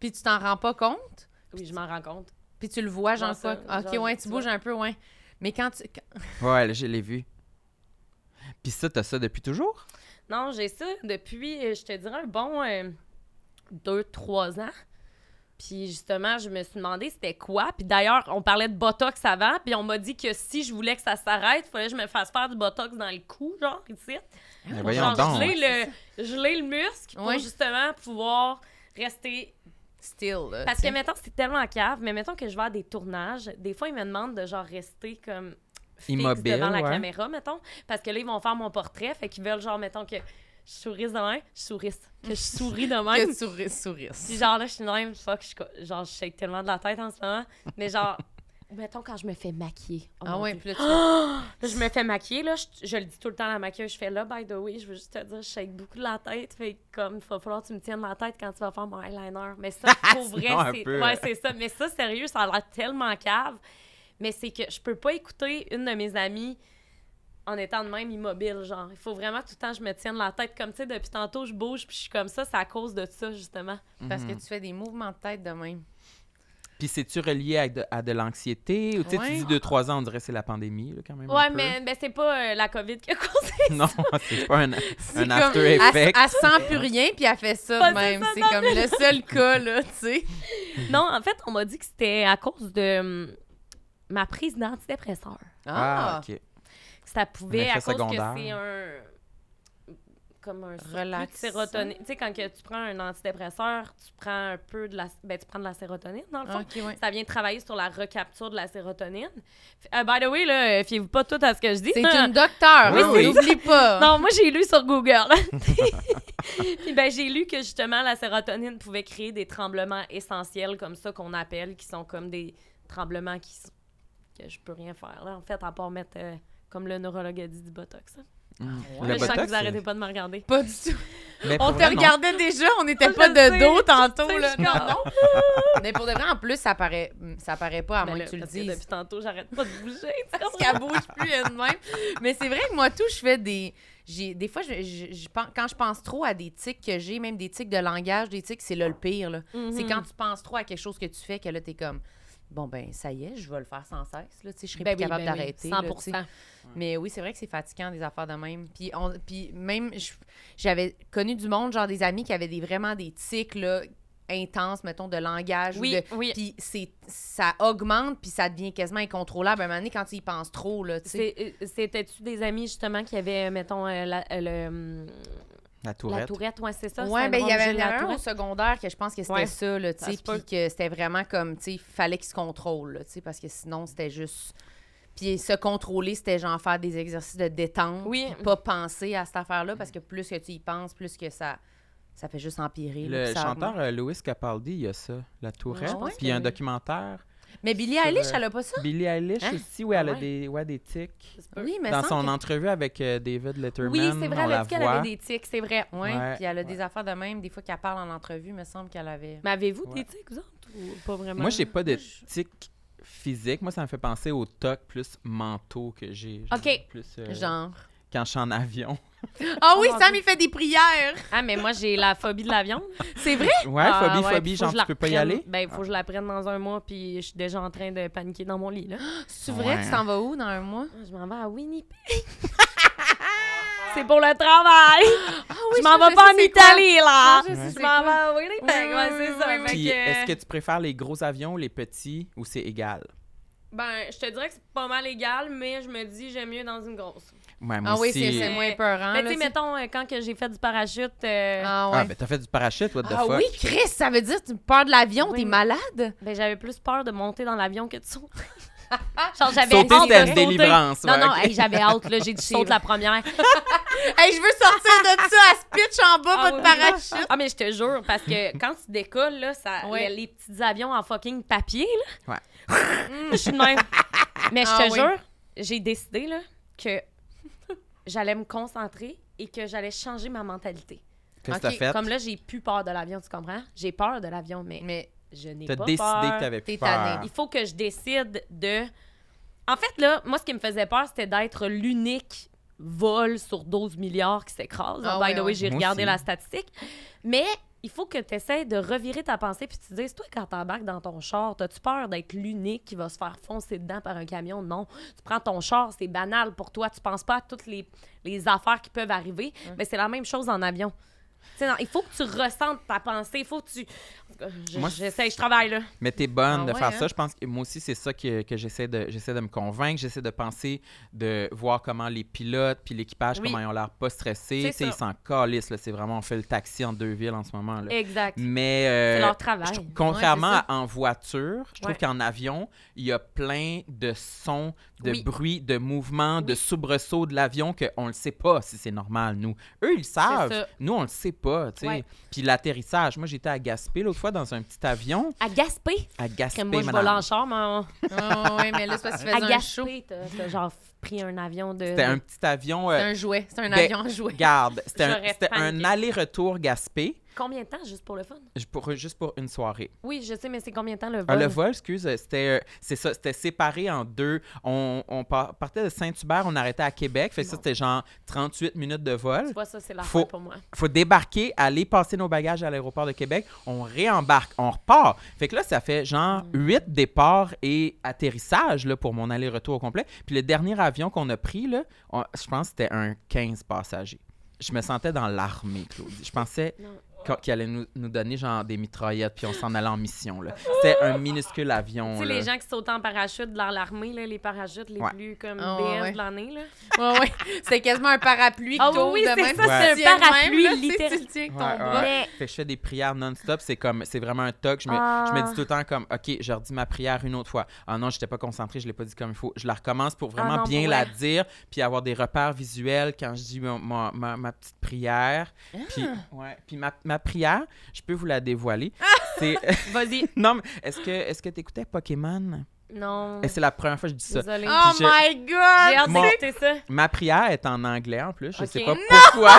S2: Puis tu t'en rends pas compte.
S4: Oui, je m'en rends compte.
S2: Puis tu le vois, genre,
S4: Genre ça,
S2: pas. OK,
S4: genre,
S2: ouais, tu
S4: tu
S2: bouges un peu, ouais. Mais quand tu... quand-
S1: Ouais, là, je l'ai vu. Puis ça, t'as ça depuis toujours?
S4: Non, j'ai ça depuis, euh, je te dirais, un bon euh, deux, trois ans. Puis justement, je me suis demandé c'était quoi. Puis d'ailleurs, on parlait de Botox avant, puis on m'a dit que si je voulais que ça s'arrête, il fallait que je me fasse faire du Botox dans le cou, genre, ici.
S1: Mais
S4: Pour
S1: Ben voyons
S4: genre,
S1: donc.
S4: geler le, geler le muscle pour
S2: Ouais.
S4: justement pouvoir rester
S2: Still, là,
S4: parce
S2: tu
S4: que,
S2: sais.
S4: mettons, c'est tellement cave, mais mettons que je vais à des tournages, des fois, ils me demandent de, genre, rester comme fixe
S1: Immobile,
S4: devant la
S1: ouais.
S4: caméra, mettons, parce que là, ils vont faire mon portrait, fait qu'ils veulent, genre, mettons, que je sourisse de même, je sourisse, que je souris de même.
S2: <laughs> Que souris, souris.
S4: Puis genre, là, je suis de même, fuck, je, suis co- genre, je shake tellement de la tête en ce moment, mais genre... <laughs> Mettons quand je me fais maquiller. Oh
S2: Ah
S4: mon
S2: ouais,
S4: Dieu.
S2: puis là, tu
S1: <gasps>
S2: fais-
S4: Là, je me fais maquiller, là, je, je le dis tout le temps à la maquilleuse, je fais là, by the way, je veux juste te dire, je shake beaucoup de la tête, fait que comme, il va falloir que tu me tiennes la tête quand tu vas faire mon eyeliner.
S1: <laughs>
S4: Mais ça, pour vrai,
S1: Sinon, un
S4: c'est
S1: peu, euh.
S4: ouais, c'est ça. Mais ça, sérieux, ça a l'air tellement cave, mais c'est que je peux pas écouter une de mes amies en étant de même immobile, genre. Il faut vraiment tout le temps que je me tienne la tête, comme, tu sais, depuis tantôt, je bouge, puis je suis comme ça, c'est à cause de ça, justement.
S1: Mhm.
S2: Parce que tu fais des mouvements de tête de même.
S1: Puis c'est-tu relié à de, à de l'anxiété? Ou tu sais,
S2: Ouais.
S1: tu dis 2-3 ans, on dirait que c'est la pandémie, là, quand même. un
S4: Ouais,
S1: peu.
S4: mais ben, c'est pas euh, la COVID qui a causé
S1: <laughs> Non, c'est pas
S4: <laughs>
S1: un,
S2: C'est
S1: un
S2: comme-
S1: after
S2: elle,
S1: effect.
S2: elle sent plus rien, puis elle fait ça
S4: Pas
S2: de même.
S4: ça,
S2: C'est
S4: non,
S2: comme le seul cas, là, tu sais.
S4: Non, en fait, on m'a dit que c'était à cause de hum, ma prise d'antidépresseur.
S1: Ah, OK.
S4: Ça pouvait,
S1: effet
S4: à cause
S1: secondaire.
S4: que c'est un... Comme un surplus de
S2: Relaxant.
S4: sérotonine. Tu sais, quand que tu prends un antidépresseur, tu prends un peu de la... Ben, tu prends de la sérotonine, dans le fond.
S2: OK, ouais.
S4: Ça vient travailler sur la recapture de la sérotonine. F- euh, by the way, là, euh, fiez-vous <laughs> pas tout à ce que je dis.
S2: C'est une docteur,
S1: Oui,
S2: hein,
S4: <laughs>
S1: oui.
S2: n'oublie pas.
S4: Non, moi, j'ai lu sur Google. <laughs> Puis ben, j'ai lu que justement, la sérotonine pouvait créer des tremblements essentiels comme ça qu'on appelle, qui sont comme des tremblements qui sont- que je peux rien faire, là, en fait, à part mettre, euh, comme le neurologue a dit, du botox. hein.
S1: Le
S4: je sens que
S1: botox, euh.
S4: vous arrêtez pas de me regarder.
S2: Pas du tout.
S1: mais pour
S2: On te
S1: vrai, non.
S2: regardait déjà, on n'était
S4: Je
S2: pas de
S4: sais,
S2: dos
S4: je
S2: tantôt,
S4: sais,
S2: là.
S4: je comprends.
S2: Non, non. Mais pour de vrai, en plus, ça paraît, ça paraît pas, à
S4: Mais
S2: moins
S4: là,
S2: que tu le
S4: parce que
S2: dises.
S4: Depuis tantôt, j'arrête pas de bouger. <laughs> tu
S2: <laughs> parce
S4: comprends?
S2: qu'elle bouge plus elle-même. Mais c'est vrai que moi, tout, je fais des. J'ai, des fois, je, je- je pen- quand je pense trop à des tics que j'ai, même des tics de langage, des tics, c'est là le pire. là.
S4: Mhm.
S2: C'est quand tu penses trop à quelque chose que tu fais que là, t'es comme. Bon, ben, ça y est, je vais le faire sans cesse. Là, tu sais, je serai
S4: Ben
S2: plus
S4: oui,
S2: capable
S4: ben oui,
S2: d'arrêter. là,
S4: 100
S2: tu sais. Mais oui, c'est vrai que c'est fatigant des affaires de même. Puis, on, puis même, je- j'avais connu du monde, genre des amis qui avaient des, vraiment des tics là, intenses, mettons, de langage. ou
S4: Oui,
S2: de-
S4: oui.
S2: Puis c'est, ça augmente, puis ça devient quasiment incontrôlable à un moment donné quand tu y penses trop. Là, tu sais.
S4: C'est- euh, C'était-tu des amis, justement, qui avaient, euh, mettons, euh, la, euh, le, hum,
S1: La
S4: la
S1: tourette.
S4: tourette, ouais, c'est ça?
S2: Ouais,
S4: syndrome
S2: ben il y avait
S4: de
S2: il y en
S4: la
S2: avait un au
S4: tourette.
S2: secondaire que je pense que c'était
S4: Ouais,
S2: ça là, tu
S4: ça
S2: sais,
S4: se peut.
S2: puis que c'était vraiment comme tu sais, fallait qu'il se contrôle, là, tu sais, parce que sinon c'était juste puis se contrôler, c'était genre faire des exercices de détente,
S4: Oui.
S2: puis pas penser à cette affaire-là parce que plus que tu y penses, plus que ça ça fait juste empirer. là,
S1: Le
S2: puis ça
S1: chanteur
S2: augmente.
S1: euh, Louis Capaldi, il y a ça, la tourette.
S2: je
S4: Ah
S2: pense
S1: Puis il y a un
S4: que-
S1: documentaire.
S2: Mais Billie
S1: sur,
S2: Eilish,
S1: euh,
S2: elle a pas ça
S1: Billie Eilish
S2: Hein?
S1: aussi, où elle
S2: Ah
S1: a
S2: ouais.
S1: des, ouais, des tics.
S4: Ça se peut.
S2: Oui, mais
S1: Dans
S2: semble
S1: son
S2: que-
S1: entrevue avec euh, David Letterman,
S4: Oui, c'est vrai,
S1: on
S4: elle a
S1: la
S4: dit qu'elle
S1: voit.
S4: avait des tics, c'est vrai.
S2: Ouais,
S1: Ouais,
S2: puis elle a des affaires de même, des fois qu'elle parle en entrevue, me semble qu'elle avait
S4: Mais avez-vous
S1: Ouais.
S4: des tics, vous autres, ou pas vraiment?
S1: Moi, j'ai pas de
S2: Moi, je-
S1: tics physiques. Moi, ça me fait penser aux tocs plus mentaux que j'ai. genre,
S4: Ok.
S1: Plus, euh,
S2: genre
S1: Quand je suis en
S4: <laughs>
S1: avion.
S2: Ah oui,
S4: Oh mon
S2: Sam il fait des prières.
S4: Ah, mais moi, j'ai la phobie de l'avion.
S2: C'est vrai
S1: Ouais,
S4: Ah,
S1: phobie,
S4: ouais,
S1: phobie,
S4: faut que
S1: genre,
S4: je la
S1: tu peux pas y aller. Ah.
S4: reprenne. Ben, il faut que je la prenne dans un mois, puis je suis déjà en train de paniquer dans mon lit, là.
S2: C'est vrai,
S1: Ouais.
S2: tu t'en vas où dans un mois
S4: Ah, Je m'en vais à Winnipeg.
S2: <laughs>
S4: c'est pour le travail!
S2: Ah
S4: je m'en vais pas en Italie, là!
S2: Je sais c'est
S4: Je m'en vais
S2: quoi.
S4: à Winnipeg,
S2: Oui,
S4: ouais,
S2: oui,
S4: c'est
S2: oui,
S4: ça.
S2: oui,
S4: Fait
S1: Puis,
S4: que-
S1: est-ce que tu préfères les gros avions ou les petits ou c'est égal?
S4: Ben, je te dirais que c'est pas mal égal, mais je me dis, j'aime mieux dans une grosse.
S1: Ouais, moi
S2: Ah oui,
S1: aussi.
S2: c'est c'est moins peurant.
S4: mais
S2: là,
S4: tu sais,
S2: c'est-
S4: mettons, euh, quand que j'ai fait du parachute, euh,
S2: Ah, ouais.
S1: Ah, ben, t'as fait du parachute, what the
S2: Ah
S1: fuck?
S2: oui, Chris, ça veut dire que tu peur de l'avion,
S4: Oui,
S2: t'es
S4: mais-
S2: malade?
S4: ben, j'avais plus peur de monter dans l'avion que de <laughs> sauter. Genre, j'avais
S1: Sauter,
S4: hâte
S1: c'était
S4: de
S1: la
S4: sauter.
S1: délivrance,
S4: Non,
S1: ouais,
S4: non,
S1: ok.
S4: hey, j'avais hâte, <laughs> là, j'ai dit, je saute la première.
S2: <laughs> Hey, je veux sortir de ça, elle se pitch en bas,
S4: Ah
S2: pas de
S4: oui.
S2: parachute.
S4: Ah, mais je te jure,
S2: <laughs>
S4: parce que quand tu décolles, là, ça,
S2: Ouais.
S4: les, les petits avions en fucking papier, là.
S1: Ouais.
S4: je suis de
S2: <laughs>
S4: même. Mais je
S2: Ah
S4: te
S2: oui.
S4: jure, j'ai décidé, là, que j'allais me concentrer et que j'allais changer ma mentalité.
S1: Qu'est-ce que t'as
S2: Ok,
S1: fait?
S4: Comme là, j'ai plus peur de l'avion, tu comprends? J'ai peur de l'avion, mais,
S2: Mais
S4: je n'ai
S1: T'as
S4: pas
S1: décidé
S4: peur.
S1: que t'avais
S2: T'es
S1: plus peur.
S2: tannée.
S4: Il faut que je décide de... En fait, là, moi, ce qui me faisait peur, c'était d'être l'unique vol sur 12 milliards qui s'écrase.
S2: Ah
S4: By
S2: ouais,
S4: the way,
S2: ouais.
S4: j'ai
S1: Moi
S4: regardé
S1: aussi.
S4: la statistique. Mais il faut que tu essaies de revirer ta pensée puis tu te dises, toi, quand t'embarques dans ton char, t'as-tu peur d'être l'unique qui va se faire foncer dedans par un camion? Non. Tu prends ton char, c'est banal pour toi. Tu penses pas à toutes les, les affaires qui peuvent arriver.
S2: Hein.
S4: Mais c'est la même chose en avion. Tu sais, non, il faut que tu ressentes ta pensée. Il faut que tu... Je-
S1: Moi,
S4: J'essaie, je travaille, là.
S1: Mais t'es bonne
S2: Ah
S1: de
S2: ouais,
S1: faire
S2: hein?
S1: ça. Je pense que moi aussi, c'est ça que, que j'essaie de j'essaie de me convaincre. J'essaie de penser, de voir comment les pilotes puis l'équipage,
S4: Oui.
S1: comment ils ont l'air pas stressés.
S4: C'est
S1: Tu sais, Ils
S4: ça.
S1: s'en calissent. là. C'est vraiment, on fait le taxi en deux villes en ce moment. Là.
S4: Exact.
S1: Mais
S4: C'est
S1: euh,
S4: leur travail.
S1: je trouve- contrairement
S2: Ouais, c'est
S1: à en voiture, je trouve
S4: Ouais.
S1: qu'en avion, il y a plein de sons, de
S4: Oui.
S1: bruits, de mouvements, de soubresauts de l'avion qu'on ne le sait pas si c'est normal, nous. Eux, ils savent.
S4: ça.
S1: Nous, on le sait pas. tu sais.
S4: Ouais.
S1: Puis l'atterrissage. Moi, j'étais à Gaspé l'autre fois dans un petit avion.
S4: À Gaspé.
S1: À Gaspé,
S4: Crème, moi, je
S1: madame.
S4: vole en char, mais on-
S2: Ah ouais, mais là, c'est parce que tu
S4: à
S2: faisais un show.
S4: Gaspé, t'as t'as genre pris un avion de...
S1: C'était un petit avion.
S2: C'est
S1: euh,
S2: un jouet, c'est un <laughs>
S1: ben,
S2: avion à jouet.
S1: Garde, c'était un,
S4: J'aurais
S1: c'était un
S4: paniqué.
S1: aller-retour Gaspé,
S4: Combien de temps, juste pour le fun?
S1: j- pour, juste pour une soirée.
S4: Oui, je sais, mais c'est combien de temps le vol?
S1: Ah, le vol, excuse, euh, c'était, euh, c'est ça, c'était séparé en deux. On, on par- partait de Saint-Hubert, on arrêtait à Québec, fait que ça, c'était genre 38 minutes de
S4: Tu
S1: vol.
S4: vois, ça, c'est la
S1: Faut-
S4: fin pour moi.
S1: Faut débarquer, aller passer nos bagages à l'aéroport de Québec, on réembarque, on repart. Fait que là, ça fait
S4: Mm.
S1: genre huit départs et atterrissages là, pour mon aller-retour au complet. Puis le dernier avion qu'on a pris, là, on- je pense que c'était un 15 passagers. Je me sentais dans l'armée, Claudie. Je pensais,
S4: Non.
S1: qu'on- qui allait nous, nous donner genre des mitraillettes, puis on s'en allait en mission. là. C'était un minuscule
S4: Tu
S1: avion.
S4: sais,
S1: là.
S4: les gens qui sautent en parachute dans l'armée, là, les parachutes les
S1: Ouais.
S4: plus comme
S2: Ah,
S4: BS
S2: ouais.
S4: de l'année. Là.
S2: Ouais, ouais. C'est quasiment un parapluie que
S4: Ah oui,
S2: t'ouvres
S4: oui,
S2: de
S4: c'est
S2: même,
S4: ça,
S2: tu
S1: c'est
S2: le
S4: un
S2: tiens de même,
S4: parapluie,
S2: là, tu sais,
S4: littéralement.
S2: Tu le tiens avec ton
S1: Ouais,
S2: bras.
S1: ouais. Fait que je fais des prières non-stop. C'est comme, c'est vraiment un toc. Je me, je
S4: Ah.
S1: me dis tout le temps comme, OK, je redis ma prière une autre fois. Ah non, j'étais pas concentrée, je l'ai pas dit comme il faut. Je la recommence pour vraiment
S4: Ah non,
S1: bien
S4: pour
S1: la
S4: vrai.
S1: dire, puis avoir des repères visuels quand je dis mon- mon- ma, ma petite prière. Puis, ouais, puis ma, ma prière, je peux vous la dévoiler. C'est,
S4: Vas-y.
S1: <laughs> non, mais est-ce que, est-ce que t'écoutais Pokémon?
S4: Non.
S1: Et c'est la première fois que je dis ça.
S4: Désolée.
S2: Oh
S1: Puis
S2: my
S4: J'ai
S2: god!
S4: hâte
S1: Mon-
S4: d'écouter ça.
S1: Ma prière est en anglais en plus. Je sais
S4: Ok.
S1: pas pourquoi.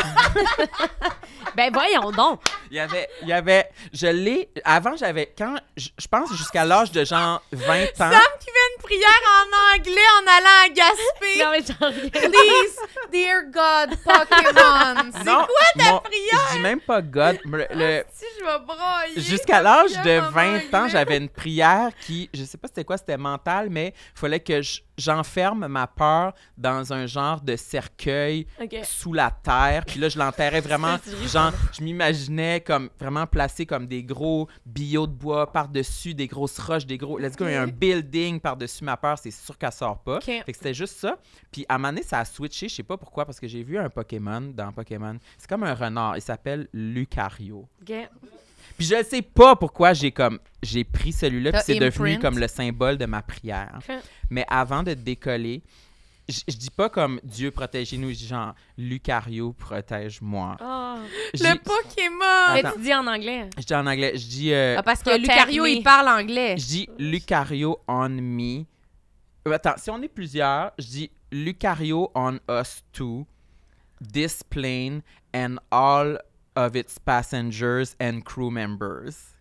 S4: Ben voyons donc.
S1: Il y avait, il y avait, je l'ai, avant j'avais, quand, je, je pense jusqu'à l'âge de genre 20 ans,
S2: Sam qui fait une prière en anglais en allant à Gaspé.
S4: <laughs> Non, mais j'en reviens.
S2: Please, dear God, Pokémon. C'est
S1: Non,
S2: quoi ta
S1: mon-
S2: prière? Ah,
S1: je dis même pas God, me- le-
S2: Si je vais broyer.
S1: jusqu'à l'âge de
S2: prière en
S1: 20 ans,
S2: anglais.
S1: j'avais une prière qui, je sais pas c'était quoi, c'était mental, mais fallait que je- j'enferme ma peur dans un genre de cercueil
S4: OK.
S1: sous la terre. Puis là, je l'enterrais vraiment.
S4: C'est terrible.
S1: genre, je m'imaginais comme vraiment placé comme des gros billots de bois par-dessus, des grosses roches, des gros. Let's go, il y a un building par-dessus ma peur, c'est sûr qu'elle sort pas.
S2: Ok.
S1: Fait que c'était juste ça. Puis à un moment donné, ça a switché, je sais pas pourquoi, parce que j'ai vu un Pokémon dans Pokémon. C'est comme un renard, il s'appelle Lucario.
S4: OK.
S1: Puis je sais pas pourquoi j'ai comme j'ai pris celui-là puis
S2: T'as
S1: c'est devenu
S2: imprint.
S1: comme le symbole de ma prière.
S4: Ok.
S1: Mais avant de décoller, je je dis pas comme Dieu protégez-nous, je dis genre Lucario protège-moi.
S4: Oh.
S1: Je
S2: Ah, Le
S1: dis-
S2: Pokémon.
S4: Mais
S1: Attends.
S4: tu dis en anglais. hein.
S1: je dis en anglais, je dis euh,
S2: Ah, parce que
S4: Protect
S2: Lucario,
S4: me.
S2: il parle anglais.
S1: je dis Lucario on me. Euh, Attends, si on est plusieurs, je dis Lucario on us too. This plane and all of its passengers and crew members.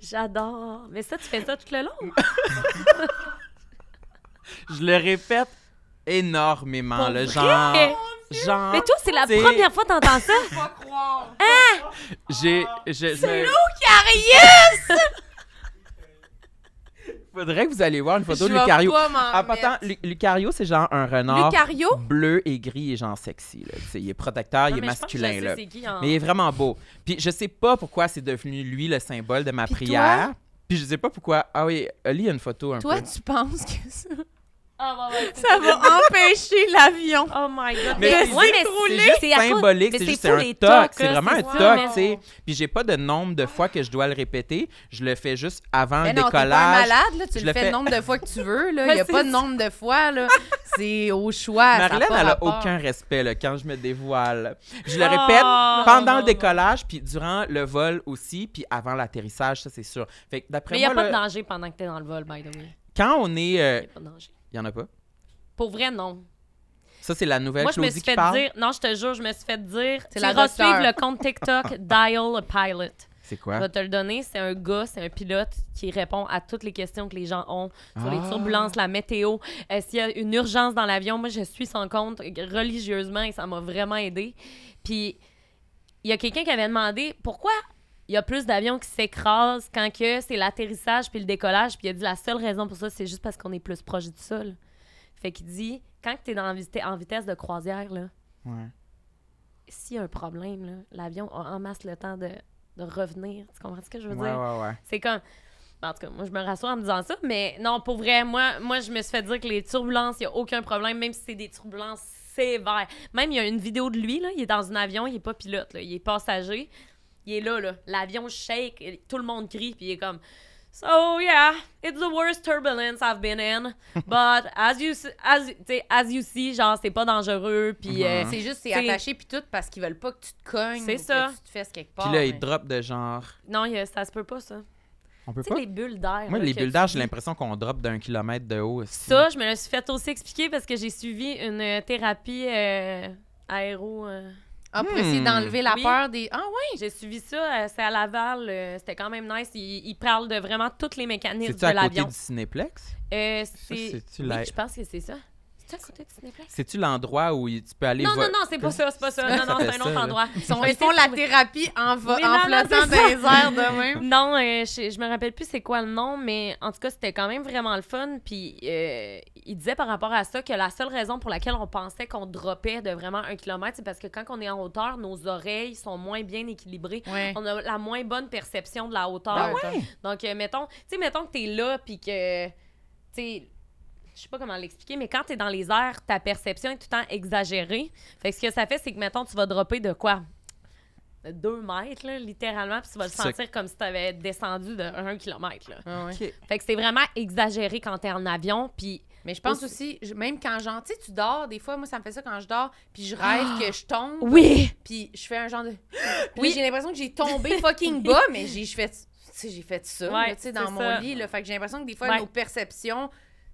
S4: J'adore. Mais ça, tu fais ça tout le long?
S1: Ah. Je le répète énormément,
S4: Pour
S1: le
S4: vrai?
S1: genre.
S2: Oh,
S1: Genre.
S4: Mais toi, c'est la
S1: t'sais,
S4: première fois que t'entends ça?
S1: J'ai. Je,
S2: C'est
S1: je-
S2: Lucario!
S1: Faudrait que vous allez voir une photo
S2: Je
S1: de
S2: vais
S1: Lucario.
S2: pas m'en
S1: Ah, pourtant,
S2: mettre.
S1: Lu- Lucario, c'est genre un renard
S2: Lucario?
S1: bleu et gris et genre sexy. Là. Tu sais, Il est protecteur, Ah, il est masculin. là. Mais il est vraiment beau. Puis je sais pas pourquoi c'est devenu lui le symbole de ma
S2: Puis
S1: prière. Puis je sais pas pourquoi. Ah oui, Oli a une photo un
S2: Toi,
S1: peu.
S2: tu penses que ça,
S4: Oh,
S2: ça va empêcher l'avion?
S4: oh my God.
S1: Mais
S4: Mais,
S1: c'est
S4: ouais, mais
S1: C'est
S4: c'est
S1: juste
S4: c'est à cause-
S1: symbolique,
S4: mais
S1: c'est juste
S4: pour
S1: un
S4: les
S1: toc,
S4: tocs,
S1: c'est
S4: là,
S1: vraiment un
S4: c'est ça,
S1: toc,
S4: mais-
S1: tu sais. Puis j'ai pas de nombre de fois que je dois le répéter, je le fais juste avant
S2: Mais
S1: le
S2: non, t'es pas un
S1: décollage.
S2: malade, là, tu
S1: Je
S2: le
S1: le
S2: fais
S1: fais-
S2: le nombre de fois que tu veux.
S4: <laughs>
S2: Il
S4: Ouais,
S2: n'y a
S4: c'est
S2: pas de
S4: ça.
S2: nombre de fois.
S4: <laughs>
S2: là. C'est au choix. ça
S1: Marilyn,
S2: pas
S1: elle a
S2: rapport.
S1: aucun respect là, quand je me dévoile. Je le
S4: Oh,
S1: répète
S4: non,
S1: pendant
S4: non,
S1: le
S4: non.
S1: décollage, puis durant le vol aussi, puis avant l'atterrissage, ça c'est sûr. Fait que d'après
S4: Mais il n'y
S1: moi,
S4: a pas de
S1: là,
S4: danger pendant que t'es dans le vol, by the way.
S1: quand on est,
S4: Il
S1: euh,
S4: a pas de danger.
S1: il y en a pas.
S4: Pour vrai, non.
S1: Ça c'est la nouvelle
S4: Moi, je me
S1: Claudie
S4: suis
S1: qui
S4: fait
S1: parle.
S4: dire... Non, je te jure, je me suis fait dire...
S2: C'est
S4: Tu
S2: la
S4: iras
S2: docteur.
S4: suivre le compte TikTok Dial a Pilot.
S1: C'est
S4: Je
S1: quoi
S4: vais te le donner. C'est un gars, c'est un pilote qui répond à toutes les questions que les gens ont sur les
S1: Ah.
S4: turbulences, la météo. euh, S'il y a une urgence dans l'avion, moi, je suis son compte religieusement et ça m'a vraiment aidé. Puis, il y a quelqu'un qui avait demandé pourquoi il y a plus d'avions qui s'écrasent quand que c'est l'atterrissage puis le décollage. Puis, il a dit la seule raison pour ça, c'est juste parce qu'on est plus proche du sol. Fait qu'il dit quand tu es en vitesse de croisière, là,
S1: Ouais.
S4: s'il y a un problème, là, l'avion a en masse le temps de, de revenir. Tu comprends ce que je veux
S1: Ouais,
S4: dire?
S1: ouais, ouais.
S4: C'est comme. ben, En tout cas, moi, je me rassure en me disant ça, mais non, pour vrai, moi, moi je me suis fait dire que les turbulences, il n'y a aucun problème, même si c'est des turbulences sévères. Même, il y a une vidéo de lui, là, il est dans un avion, il n'est pas pilote, là, il est passager. Il est là, là. L'avion shake, et tout le monde crie, puis il est comme. So yeah, it's the worst turbulence I've been in, but as you see, as, tu sais, as you see, genre c'est pas dangereux, puis euh,
S1: Mhm.
S2: C'est juste, c'est
S4: C'est-
S2: attaché puis tout parce qu'ils veulent pas que tu te cognes.
S4: C'est
S2: ou
S4: ça.
S2: Que tu te fesses quelque part.
S1: Puis là, il
S2: mais-
S1: drop de genre.
S4: non, il y a- ça se peut pas ça.
S1: On Mm-hmm. peut
S4: Tu sais,
S1: pas.
S4: les bulles d'air.
S1: Moi,
S4: là,
S1: les
S4: que
S1: bulles
S4: tu
S1: d'air, j'ai
S4: dis.
S1: l'impression qu'on drop d'un kilomètre de haut. aussi.
S4: Ça, je me le suis fait aussi expliquer parce que j'ai suivi une euh, thérapie euh, aéro. euh.
S2: Ah, pour essayer
S1: Hmm.
S2: d'enlever la
S4: Oui.
S2: peur des. Ah ouais!
S4: J'ai suivi ça, euh, c'est à Laval, euh, c'était quand même nice. Ils, ils parlent de vraiment tous les mécanismes
S1: C'est-tu
S4: de
S1: à côté
S4: l'avion.
S1: du Cinéplex?
S4: Euh,
S1: Ça,
S4: c'est...
S1: c'est-tu
S4: Oui,
S1: la-
S4: je pense que c'est ça. C'est à côté de Cinéplex?
S1: C'est-tu l'endroit où il- tu peux aller
S4: Non,
S1: voir-
S4: non, non, c'est pas ça, c'est pas ça.
S1: Comment
S4: Non, non,
S1: Hein? ça
S4: c'est un
S1: s'appelle
S4: autre
S1: ça, là?
S4: endroit.
S2: Ils, sont,
S4: Je
S2: ils font
S4: sais
S2: la
S4: trouver.
S2: thérapie en, va-
S4: Oui,
S2: en
S4: non, non,
S2: flottant
S4: c'est
S2: dans les
S4: ça.
S2: airs de
S4: <laughs>
S2: même.
S4: Non, euh, je, je me rappelle plus c'est quoi le nom, mais en tout cas, c'était quand même vraiment le fun. Puis euh, il disait par rapport à ça que la seule raison pour laquelle on pensait qu'on dropait de vraiment un kilomètre, c'est parce que quand on est en hauteur, nos oreilles sont moins bien équilibrées.
S2: Ouais.
S4: On a la moins bonne perception de la hauteur.
S2: Ah ouais?
S4: Donc, euh, mettons, tu sais, mettons que t'es là, puis que, tu sais, je sais pas comment l'expliquer, mais quand t'es dans les airs, ta perception est tout le temps exagérée. Fait que ce que ça fait, c'est que, mettons, tu vas dropper de quoi? De deux mètres, là, littéralement, puis tu vas le
S1: C'est-
S4: sentir comme si t'avais descendu de un kilomètre, là.
S2: Ah ouais.
S1: OK.
S4: Fait que c'est vraiment exagéré quand t'es en avion, puis...
S2: Mais je pense aussi, je- même quand j'en, tu sais, tu dors, des fois, moi, ça me fait ça quand je dors, puis je rêve
S4: Ah.
S2: que je tombe,
S4: Oui!
S2: puis je fais un
S4: <gasps>
S2: genre de. oui,
S4: Oui.
S2: j'ai l'impression que j'ai
S4: <laughs>
S2: tombé fucking bas, mais j'ai je fais, tu sais, j'ai fait ça,
S4: Ouais,
S2: là, tu sais, dans
S4: c'est
S2: mon
S4: ça.
S2: lit, là. Fait que j'ai l'impression que des fois,
S4: Ouais.
S2: nos perceptions,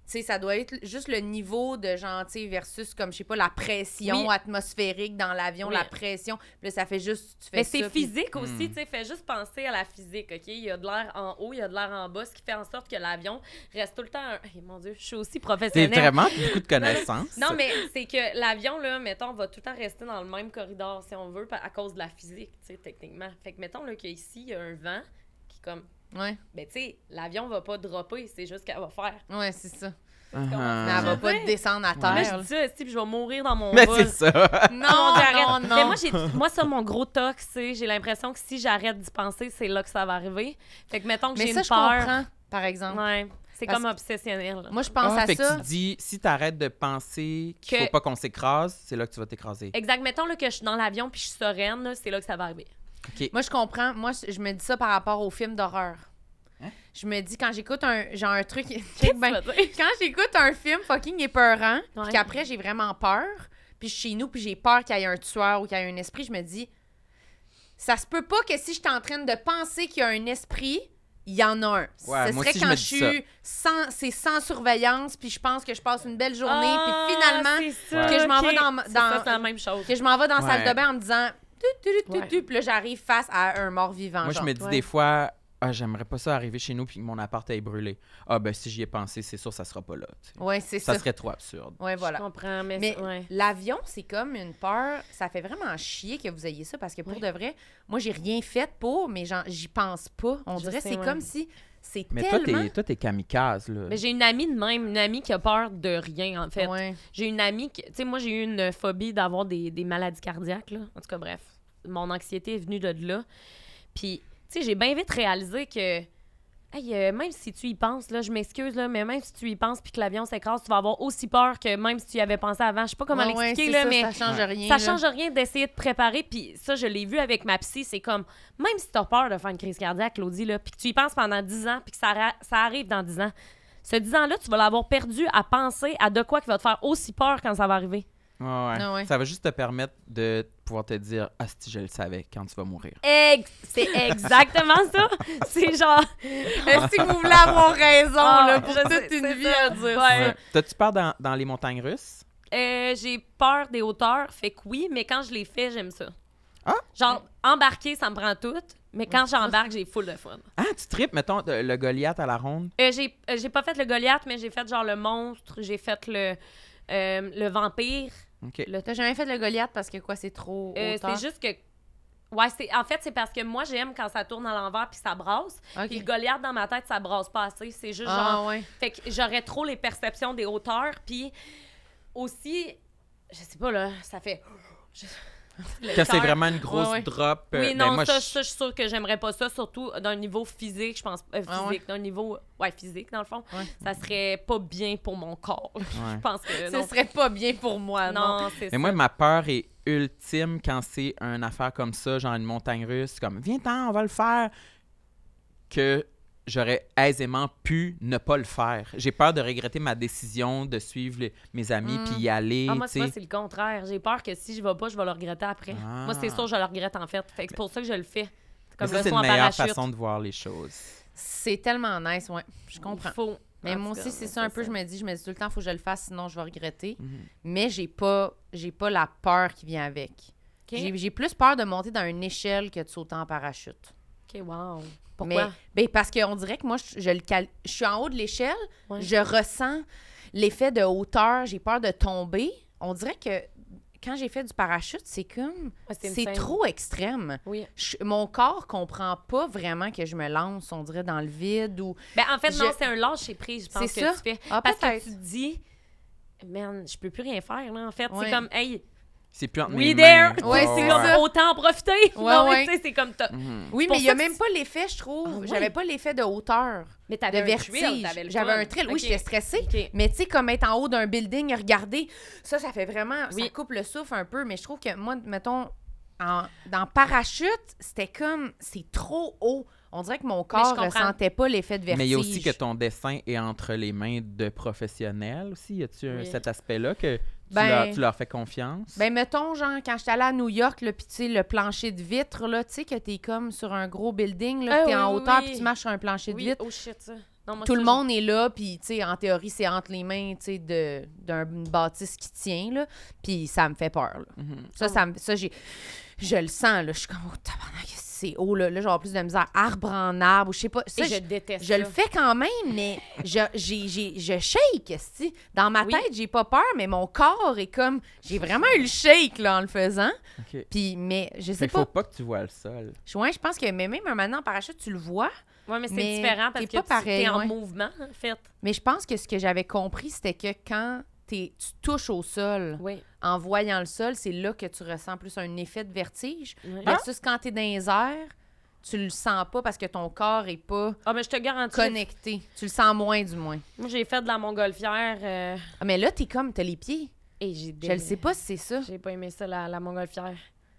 S2: tu sais, ça doit être juste le niveau de genre, tu sais, versus comme, je sais pas, la pression
S4: Oui.
S2: atmosphérique dans l'avion,
S4: Oui.
S2: la pression, puis là, ça fait juste, tu fais
S4: Mais
S2: ça.
S4: c'est
S2: puis-
S4: physique aussi,
S1: Hmm.
S4: tu sais, fais juste penser à la physique, OK? Il y a de l'air en haut, il y a de l'air en bas, ce qui fait en sorte que l'avion reste tout le temps... un- Eh, mon Dieu, je suis aussi
S1: T'es
S4: professionnelle.
S1: vraiment
S4: <laughs>
S1: beaucoup de connaissances.
S4: Non, mais c'est que l'avion, là, mettons, va tout le temps rester dans le même corridor, si on veut, pa- à cause de la physique, tu sais, techniquement. Fait que, mettons, là, qu'ici, il y a un vent qui, comme,
S2: Ouais,
S4: ben, tu sais, l'avion va pas dropper, c'est juste qu'elle va faire.
S2: ouais, c'est ça.
S1: Uh-huh.
S2: Mais elle va
S4: Je
S2: pas
S4: sais.
S2: descendre à
S4: Là,
S2: terre.
S4: je dis ça, si, puis je vais mourir dans mon
S1: <laughs> Mais
S4: vol.
S1: c'est ça.
S4: <laughs>
S2: là.
S4: Ah, mon Dieu,
S2: Non, non,
S4: arrête.
S2: non.
S4: Mais moi, j'ai, moi, ça, mon gros toc, c'est j'ai l'impression que si j'arrête d'y penser, c'est là que ça va arriver. Fait que, mettons que
S2: Mais
S4: j'ai
S2: ça,
S4: une
S2: je
S4: peur.
S2: comprends, par exemple.
S4: Ouais, c'est
S2: Parce
S4: comme obsessionnel. là.
S2: Moi, je pense
S1: Ah,
S2: à
S1: fait
S2: ça.
S1: que tu dis, si t'arrêtes de penser qu'il
S4: Que-
S1: faut pas qu'on s'écrase, c'est là que tu vas t'écraser.
S4: Exact. Mettons là, que je suis dans l'avion puis je suis sereine, là, c'est là que ça va arriver.
S2: Moi, je comprends. Moi, je- je me dis ça par rapport aux films d'horreur.
S1: Hein?
S2: Je me dis, quand j'écoute un, genre un truc... <laughs> Check bien.
S4: Ça veut dire-
S2: Eh ben, Quand j'écoute un film fucking épeurant,
S4: Ouais.
S2: puis qu'après, j'ai vraiment peur, puis je suis chez nous, puis j'ai peur qu'il y ait un tueur ou qu'il y ait un esprit, je me dis, ça se peut pas que si je suis en train de penser qu'il y a un esprit, il y en a un.
S1: moi
S2: Ce serait
S1: aussi, je
S2: quand
S1: me
S2: je,
S1: dis
S2: suis sans, c'est sans surveillance, puis je pense que je passe une belle journée,
S4: Ah,
S2: puis finalement,
S4: c'est ça,
S2: que je m'en
S4: ok.
S2: vais dans ma-
S4: C'est
S2: dans-
S4: ça, c'est la même chose.
S2: que je m'en vais dans la salle
S1: Ouais.
S2: de bain en me disant tu, tu, tu, tu,
S4: Ouais.
S2: tu, puis là j'arrive face à un mort vivant.
S1: Moi, je
S2: genre.
S1: me dis
S4: ouais.
S1: des fois, ah, j'aimerais pas ça arriver chez nous puis que mon appart est brûlé. Ah, ben si j'y ai pensé, c'est sûr, ça sera pas là. tu sais.
S2: Ouais, c'est
S1: Ça
S2: ça.
S1: serait trop absurde.
S2: Ouais,
S4: Je
S2: voilà.
S4: comprends, mais,
S2: Mais
S4: ouais.
S2: l'avion, c'est comme une peur. Ça fait vraiment chier que vous ayez ça parce que pour de
S4: Ouais.
S2: vrai, moi j'ai rien fait pour, mais j'en- j'y pense pas. On
S4: Je
S2: dirait
S4: sais,
S2: c'est
S4: ouais.
S2: comme si c'est
S1: Mais toi,
S2: tellement.
S1: t'es, toi, t'es kamikaze, là.
S4: Mais j'ai une amie de même, une amie qui a peur de rien, en fait.
S2: Ouais.
S4: J'ai une amie qui. Tu sais, moi, j'ai eu une phobie d'avoir des, des maladies cardiaques, là. En tout cas, bref. Mon anxiété est venue de là. Puis, tu sais, j'ai bien vite réalisé que. Hey, euh, même si tu y penses, là, je m'excuse, là, mais même si tu y penses puis que l'avion s'écrase, tu vas avoir aussi peur que même si tu y avais pensé avant. Je sais pas comment
S2: Ouais, ouais,
S4: l'expliquer,
S2: c'est
S4: là,
S2: ça,
S4: mais.
S2: ça change rien.
S4: Ça
S2: là.
S4: change rien d'essayer de préparer. Puis ça, je l'ai vu avec ma psy. C'est comme, même si t'as peur de faire une crise cardiaque, Claudie, là, puis que tu y penses pendant 10 ans, puis que ça, ra- ça arrive dans 10 ans, ce 10 ans-là, tu vas l'avoir perdu à penser à de quoi qui va te faire aussi peur quand ça va arriver.
S1: Ouais, ouais.
S2: Ah ouais.
S1: Ça va juste te permettre de pouvoir te dire, ah, si je le savais, quand tu vas mourir.
S4: Ex- <laughs> c'est exactement ça. C'est <laughs> genre,
S2: Est-ce que vous voulez avoir raison
S4: Ah,
S2: là, pour
S4: <laughs> je sais,
S2: toute une
S4: c'est
S2: vie
S4: ça.
S2: à dire
S4: Ouais.
S1: Ouais. T'as-tu peur dans, dans les montagnes russes?
S4: euh, j'ai peur des hauteurs, fait que oui, mais quand je les fais, j'aime ça.
S1: Ah!
S4: Genre, embarquer, ça me prend tout, mais quand j'embarque, j'ai full de fun.
S1: Ah, tu tripes, mettons, de- le Goliath à la ronde.
S4: Euh, j'ai euh, j'ai pas fait le Goliath, mais j'ai fait genre le monstre, j'ai fait le, euh, le vampire.
S1: OK.
S2: ça. T'as jamais fait le Goliath parce que quoi, c'est trop.
S4: Euh,
S2: hauteur?
S4: c'est juste que. Ouais, c'est en fait, c'est parce que moi, j'aime quand ça tourne à l'envers puis ça brasse.
S2: Ok.
S4: Puis le Goliath, dans ma tête, ça brasse pas assez. C'est juste genre.
S2: Ah, ouais.
S4: Fait que j'aurais trop les perceptions des hauteurs. Puis aussi, je sais pas, là, ça fait. <gasps> je-
S2: <laughs>
S4: le
S1: Quand c'est
S4: cœur.
S1: vraiment une grosse
S2: Ouais, ouais.
S1: drop. euh,
S4: Oui,
S1: ben,
S4: non,
S1: moi,
S4: ça,
S1: je-
S4: ça, je suis sûre que j'aimerais pas ça, surtout d'un niveau physique, je pense. euh, physique,
S2: Ah ouais.
S4: d'un niveau. Ouais, physique, dans le fond.
S2: Ouais.
S4: Ça serait pas bien pour mon corps.
S1: Ouais.
S4: je pense que.
S2: Ce
S4: euh, Non,
S2: serait pas bien pour moi, non.
S4: non c'est ça.
S1: Mais moi, ma peur est ultime quand c'est une affaire comme ça, genre une montagne russe, comme viens-t'en, on va le faire, que j'aurais aisément pu ne pas le faire. J'ai peur de regretter ma décision de suivre les- mes amis
S2: Mm.
S1: puis y aller.
S4: Ah, moi,
S1: tu
S4: tu vois,
S1: sais.
S4: c'est le contraire. J'ai peur que si je vais pas, je vais le regretter après.
S1: Ah.
S4: Moi, c'est sûr, je le regrette en fait. Fait que c'est pour ça que je le fais. C'est
S1: Mais
S4: Comme
S1: ça,
S4: le
S1: c'est
S4: saut
S1: une
S4: en
S1: meilleure
S4: parachute.
S1: façon de voir les choses.
S2: C'est tellement nice, ouais. Je comprends.
S4: Il faut.
S2: Mais
S4: En
S2: moi
S4: tout
S2: aussi,
S4: cas,
S2: c'est ça un peu, je me dis, je me dis tout le temps, faut que je le fasse, sinon je vais regretter.
S1: Mhm.
S2: Mais j'ai pas, j'ai pas la peur qui vient avec.
S4: Ok.
S2: J'ai- J'ai plus peur de monter dans une échelle que de sauter en parachute.
S4: Ok, wow. Pourquoi?
S2: Mais, ben, parce qu'on dirait que moi, je, je le cal- je suis en haut de l'échelle,
S4: Ouais.
S2: je ressens l'effet de hauteur, j'ai peur de tomber. On dirait que quand j'ai fait du parachute, c'est comme.
S4: Ouais, c'est une
S2: c'est
S4: scène.
S2: trop extrême.
S4: Oui.
S2: Je- mon corps comprend pas vraiment que je me lance, on dirait, dans le vide ou.
S4: Ben, en fait, non,
S2: Je-
S4: c'est un lâcher prise, je pense,
S2: C'est
S4: que
S2: ça.
S4: tu fais.
S2: Ah,
S4: Parce que
S2: peut-être.
S4: tu te dis, man, je peux plus rien faire, là, en fait.
S2: Ouais.
S4: C'est comme, hey,
S1: C'est plus entre mes
S4: we there!
S1: mains.
S2: Ouais,
S4: c'est
S2: ouais.
S4: comme,
S2: ça.
S4: autant en profiter! <laughs> non,
S2: ouais. Mm.
S4: mais tu sais, c'est comme, t'as-
S1: Mhm.
S2: Oui,
S4: pour
S2: mais il y a
S4: ça que
S2: même pas l'effet, je trouve.
S4: Ah ouais.
S2: J'avais pas l'effet de hauteur,
S4: Mais
S2: de
S4: t'avais un thrill,
S2: vertige.
S4: t'avais le
S2: J'avais
S4: fun.
S2: un thrill. Oui,
S4: Ok.
S2: j'étais stressée.
S4: Ok.
S2: Mais tu sais, comme être en haut d'un building et regarder, ça, ça fait vraiment. Ça
S4: Oui.
S2: coupe le souffle un peu, mais je trouve que moi, mettons, en, dans parachute, c'était comme. C'est trop haut. On dirait que mon corps
S4: comprends.
S2: ressentait pas l'effet de vertige.
S1: Mais il y a aussi que ton dessin est entre les mains de professionnels aussi. Y a-tu un-
S4: Oui.
S1: cet aspect-là que tu,
S2: Ben-
S1: leur, tu leur fais confiance?
S2: Ben, mettons, genre, quand j'étais allée à New York, là, puis tu sais, le plancher de vitre, là, tu sais, que t'es comme sur un gros building, là,
S4: Ah
S2: puis t'es en
S4: oui, oui,
S2: hauteur,
S4: oui.
S2: puis tu marches sur un plancher de
S4: Oui,
S2: vitre.
S4: oh shit, ça. Non, moi,
S2: Tout
S4: ça,
S2: le
S4: je-
S2: monde est là, puis, tu sais, en théorie, c'est entre les mains, tu sais, de- d'un bâtisse qui tient, là, puis ça me fait peur, là.
S1: Mhm.
S2: Ça, ça, me- ça, j'ai... Je le sens, là, je suis comme, oh, tabarnak, c'est haut, là, là, j'aurai plus de misère, arbre en arbre, ou je sais pas. Ça,
S4: Et
S2: je-
S4: je déteste
S2: je le
S4: ça.
S2: fais quand même, mais je, j'ai, j'ai- je shake. esti. Dans ma
S4: Oui.
S2: tête, j'ai pas peur, mais mon corps est comme. J'ai vraiment eu le shake là, en le faisant.
S1: OK.
S2: Puis, mais je sais
S1: Mais
S2: pas.
S1: faut pas que tu vois le sol.
S2: Je- ouais, je pense que mais même maintenant en parachute, tu le vois.
S4: Ouais, mais c'est
S2: Mais
S4: différent
S2: t'es
S4: parce que
S2: pas
S4: tu-
S2: pareil,
S4: t'es en
S2: ouais.
S4: mouvement, en fait.
S2: Mais je pense que ce que j'avais compris, c'était que quand t'es- tu touches au sol,
S4: Oui.
S2: en voyant le sol, c'est là que tu ressens plus un effet de vertige.
S4: oui.
S2: Versus quand t'es dans les airs, tu le sens pas parce que ton corps est pas
S4: Ah, mais je te garantis.
S2: connecté. Tu le sens moins, du moins.
S4: Moi, j'ai fait de la montgolfière euh,
S2: Ah, mais là, t'es comme, t'as les pieds.
S4: et j'ai dé-
S2: Je le sais pas si c'est ça.
S4: J'ai pas aimé ça, la, la montgolfière.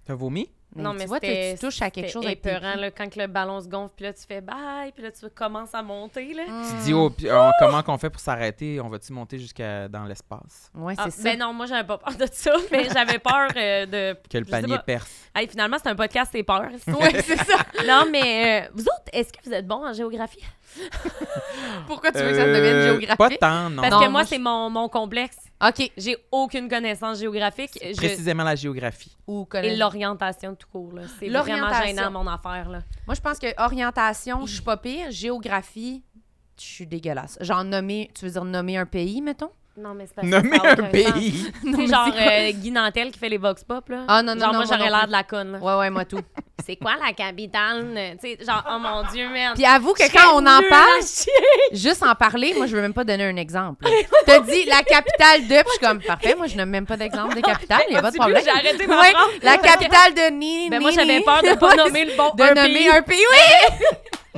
S1: T'as vomi?
S2: Mais
S4: non,
S2: tu
S4: mais
S2: vois, tu-
S4: c'était-
S2: tu touches à quelque
S4: C'était
S2: chose avec tes
S4: épeurant,
S2: pieds.
S4: là, quand que le ballon se gonfle, puis là, tu fais bye, puis là, tu commences à monter, là.
S2: Hum, Hmm.
S1: Tu dis, oh, puis, on- comment qu'on fait pour s'arrêter? On va-tu monter jusqu'à dans l'espace?
S2: Ouais, c'est
S4: Ah,
S2: ça.
S4: ben non, moi, j'avais pas peur de ça,
S2: <laughs>
S4: mais j'avais peur euh, de...
S1: Que le
S4: je sais
S1: panier
S4: pas.
S1: perce.
S4: Hey, finalement, c'est un podcast, c'est peur.
S2: <laughs> Ouais, c'est ça.
S4: <laughs> non, mais euh, vous autres, est-ce que vous êtes bons en géographie?
S2: Pourquoi tu veux que ça devienne
S1: Euh, Pas
S2: géographique?
S1: tant, non.
S4: Parce
S2: Non,
S4: que
S2: moi,
S4: moi, c'est mon, mon complexe.
S2: OK.
S4: J'ai aucune connaissance géographique. Je-
S1: Précisément la géographie.
S2: Ou
S4: Et
S2: connaître-
S4: l'orientation tout court, là. C'est vraiment
S2: L'orientation.
S4: gênant, mon affaire, là.
S2: Moi, je pense que orientation, je suis pas pire. Géographie, je suis dégueulasse. Genre nommer, tu veux dire nommer un pays, mettons?
S4: Non, mais c'est pas
S1: Nommer un pays.
S2: <laughs> Non, mais
S4: C'est genre
S2: c'est quoi?
S4: euh, Guy Nantel qui fait les vox pop, là.
S2: Ah, non, non,
S4: genre,
S2: non,
S4: moi,
S2: moi
S4: j'aurais
S2: non
S4: l'air de la conne, là.
S2: Ouais, ouais, moi tout.
S4: C'est quoi la capitale? euh, Tu sais, genre, oh mon Dieu, merde.
S2: Puis avoue que quand on en parle,
S4: hein?
S2: juste en parler, moi, je veux même pas donner un
S4: <laughs>
S2: exemple. T'as dit la capitale de, puis je suis comme, parfait, moi, je n'aime même pas
S4: <laughs>
S2: d'exemple de capitale, il n'y a pas de
S4: Au début,
S2: problème.
S4: J'ai arrêté ma
S2: Ouais,
S4: phrase.
S2: la
S4: Parce que-
S2: capitale de Nini.
S4: Ben, moi, j'avais peur <laughs>
S2: <laughs>
S4: de pas nommer le bon
S2: de
S4: un
S2: nommer
S4: pays.
S2: un pays. Oui!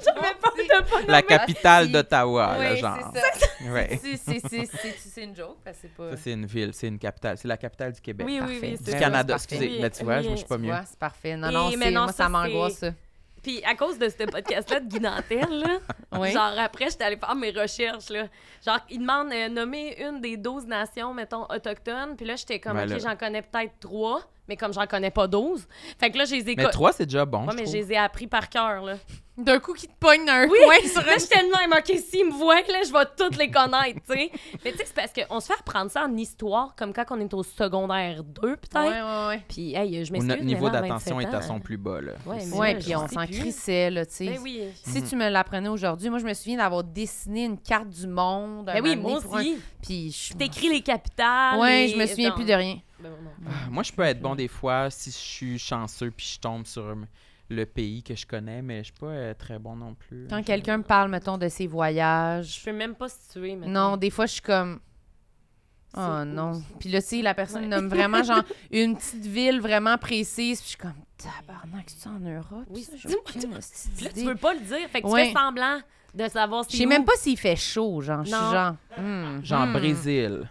S4: J'avais peur de pas
S1: La capitale d'Ottawa,
S2: Oui,
S1: là,
S2: c'est
S1: genre.
S2: ça.
S1: <laughs> Ouais.
S2: C'est- c'est- c'est- c'est- C'est une joke, parce que c'est pas.
S1: Ça, c'est une ville, c'est une capitale. C'est la capitale du Québec.
S4: Oui, oui,
S2: Parfait.
S4: oui.
S1: Du
S4: c'est ça.
S1: Canada,
S2: c'est parfait.
S1: excusez. Mais tu vois,
S4: Oui,
S1: je je suis pas
S2: Tu
S1: mieux.
S2: vois, c'est parfait. Non,
S4: Et-
S2: non,
S4: mais
S2: c'est-
S4: non,
S2: moi,
S4: ça,
S2: ça m'angoisse, ça.
S4: Puis à cause de ce podcast-là de Guy Nantel, là,
S2: <laughs> Oui.
S4: genre après, j'étais allée faire mes recherches. Là. Genre, il demande euh, nommer une des 12 nations, mettons, autochtones. Puis là, j'étais comme,
S1: Ben là.
S4: OK, j'en connais peut-être trois, mais comme j'en connais pas 12. Fait que là, je les ai...
S1: Mais
S4: co-
S1: trois, c'est déjà bon.
S4: Ouais,
S1: je
S4: mais je
S1: trouve.
S4: les ai appris par cœur,
S2: <laughs>
S4: là.
S2: D'un coup, qui te pogne dans un
S4: Oui,
S2: coin sur
S4: là, je suis tellement même, OK, s'ils me voient, là, je vais toutes les connaître, tu
S2: <laughs>
S4: sais. Mais tu sais, c'est parce qu'on se fait apprendre ça en histoire, comme quand on est au secondaire 2, peut-être.
S2: Ouais, ouais, ouais.
S4: Puis, hey, je
S1: Où
S4: m'excuse,
S1: notre
S4: mais
S1: niveau
S4: là, à
S1: d'attention est
S4: 27
S1: à
S4: ans,
S1: son plus bas, là.
S4: Ouais,
S1: Aussi.
S4: mais
S2: Ouais,
S4: là,
S2: puis
S4: je
S2: on
S4: sais
S2: s'en
S4: plus.
S2: crissait, là, tu sais.
S4: Ben oui.
S2: Si
S1: Mhm.
S2: tu me l'apprenais aujourd'hui, moi, je me souviens d'avoir dessiné une carte du monde. un
S4: Ben oui,
S2: moment
S4: moi
S2: donné, pour un-
S4: aussi.
S2: Puis je...
S4: T'écris les capitales.
S2: Ouais,
S4: les-
S2: je me souviens
S4: Non.
S2: plus de rien.
S4: Ben bon, non.
S1: Moi, je peux être bon des fois si je suis chanceux puis je tombe sur m- le pays que je connais, mais je suis pas euh, très bon non plus.
S2: Quand quelqu'un me parle, mettons, de ses
S4: Je
S2: voyages...
S4: peux même pas situer maintenant.
S2: Non, des fois, je suis comme...
S4: C'est
S2: Oh
S4: où,
S2: non.
S4: ça?
S2: Puis là, tu sais, la personne
S4: Ouais.
S2: nomme vraiment,
S4: <laughs>
S2: genre, une petite ville vraiment précise. Puis je suis comme, tabarnak, c'est en Europe?
S4: Oui,
S2: ça?
S4: c'est-
S2: J'ai aucune hostie
S4: Puis là, tu
S2: d'idée.
S4: peux pas le dire. Fait que
S2: Ouais.
S4: tu fais semblant de savoir si.
S2: Je sais même pas s'il fait chaud, genre. Je suis
S4: Non. Ah.
S2: genre. hmm,
S1: Genre
S2: hmm.
S1: Brésil.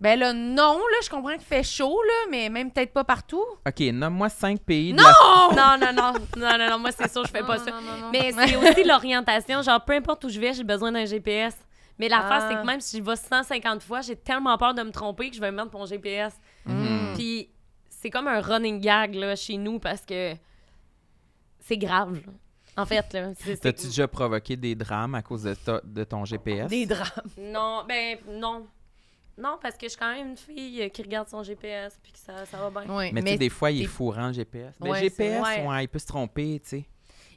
S2: Ben là, non, là, je comprends qu'il fait chaud, là, mais même peut-être pas partout.
S1: OK, nomme-moi cinq pays. de
S2: Non!
S1: la-
S4: Non, non, non. Non, non, non. Moi, c'est sûr, je fais pas ça. Mais c'est aussi l'orientation. Genre, peu importe où je vais, j'ai besoin d'un GPS. Mais l'affaire,
S2: Ah.
S4: c'est que même si je vais 150 fois, j'ai tellement peur de me tromper que je vais me mettre mon GPS.
S2: Hmm.
S1: Mhm.
S4: Puis c'est comme un running gag là, chez nous parce que c'est grave. là. En fait, là. c'est- c'est-
S1: T'as-tu déjà provoqué des drames à cause de, ta- de ton GPS?
S2: Des drames.
S4: Non, ben non. Non, parce que je suis quand même une fille euh, qui regarde son GPS puis que ça, ça va bien.
S2: Oui,
S1: Mais,
S2: mais,
S1: tu sais, des fois, il est
S2: t'es-
S1: fourrant, le GPS. Mais
S2: Ouais, c'est
S1: GPS,
S4: vrai.
S1: ouais, il peut se tromper, tu sais.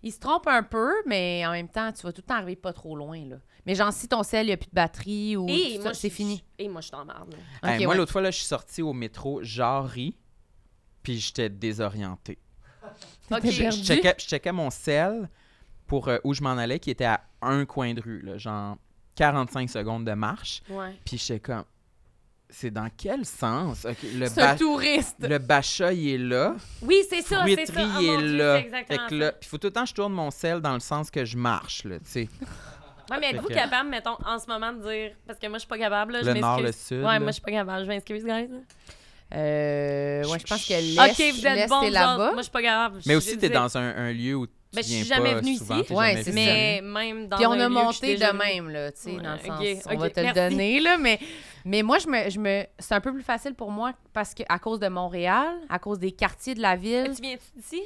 S2: Il se trompe un peu, mais en même temps, tu vas tout le temps arriver pas trop loin. Là. Mais genre, si ton sel, il n'y a plus de batterie ou
S4: Et
S2: tout Oh,
S4: moi,
S2: ça, c'est
S4: je-
S2: fini.
S4: Et moi, je t'en marde.
S2: Ok,
S1: Hey, moi,
S2: ouais.
S1: l'autre fois, là, je suis sortie au métro, Jarry, puis j'étais désorientée.
S2: Ok.
S1: Je- Je
S2: Perdu.
S1: checkais, je checkais mon sel pour euh, où je m'en allais, qui était à un coin de rue, là, genre 45 secondes de marche.
S4: Ouais.
S1: Puis j'étais comme, c'est dans quel sens? Ok, le,
S2: C'est un
S1: ba-
S2: touriste.
S1: le Bacha, il est là.
S4: Oui, c'est ça, c'est
S1: Fruiterie,
S4: ça. Oh,
S1: il
S4: mon
S1: est
S4: Dieu,
S1: là.
S4: c'est exactement
S1: Fait que là, puis faut tout le temps que je tourne mon sel dans le sens que je marche, là, tu sais.
S4: ça. Ouais, mais êtes-vous
S1: Fait que-
S4: capable, mettons, en ce moment de dire. Parce que moi, je suis pas capable. Là, je
S1: Le nord,
S4: m'excuse.
S1: le sud,
S4: Ouais,
S1: là.
S4: moi, je suis pas capable. Je m'excuse, guys.
S2: Euh, ouais, je pense que l'est,
S4: Ok, vous êtes
S2: l'Est,
S4: bons.
S2: c'est
S4: vous
S2: là-bas.
S4: autres. Moi, je suis pas capable.
S1: Mais
S4: Je-
S1: aussi,
S4: je
S1: t'es
S4: disais-
S1: dans un, un lieu où tu
S4: Ben, je
S1: viens
S4: suis jamais
S1: pas
S4: venue
S1: souvent,
S4: ici.
S1: t'es
S2: Ouais,
S1: jamais
S2: c'est
S1: venu.
S2: ça.
S4: Mais même dans
S2: hein. Puis
S4: un
S2: on a
S4: lieu que je suis
S2: monté
S4: déjà
S2: de
S4: venue.
S2: même, là, tu sais,
S4: Ouais,
S2: dans le sens,
S4: ok,
S2: on va
S4: ok,
S2: te
S4: merci.
S2: le donner, là, mais, mais moi, je me, je me, c'est un peu plus facile pour moi parce que à cause de Montréal, à cause des quartiers de la ville,
S4: Tu viens d'ici?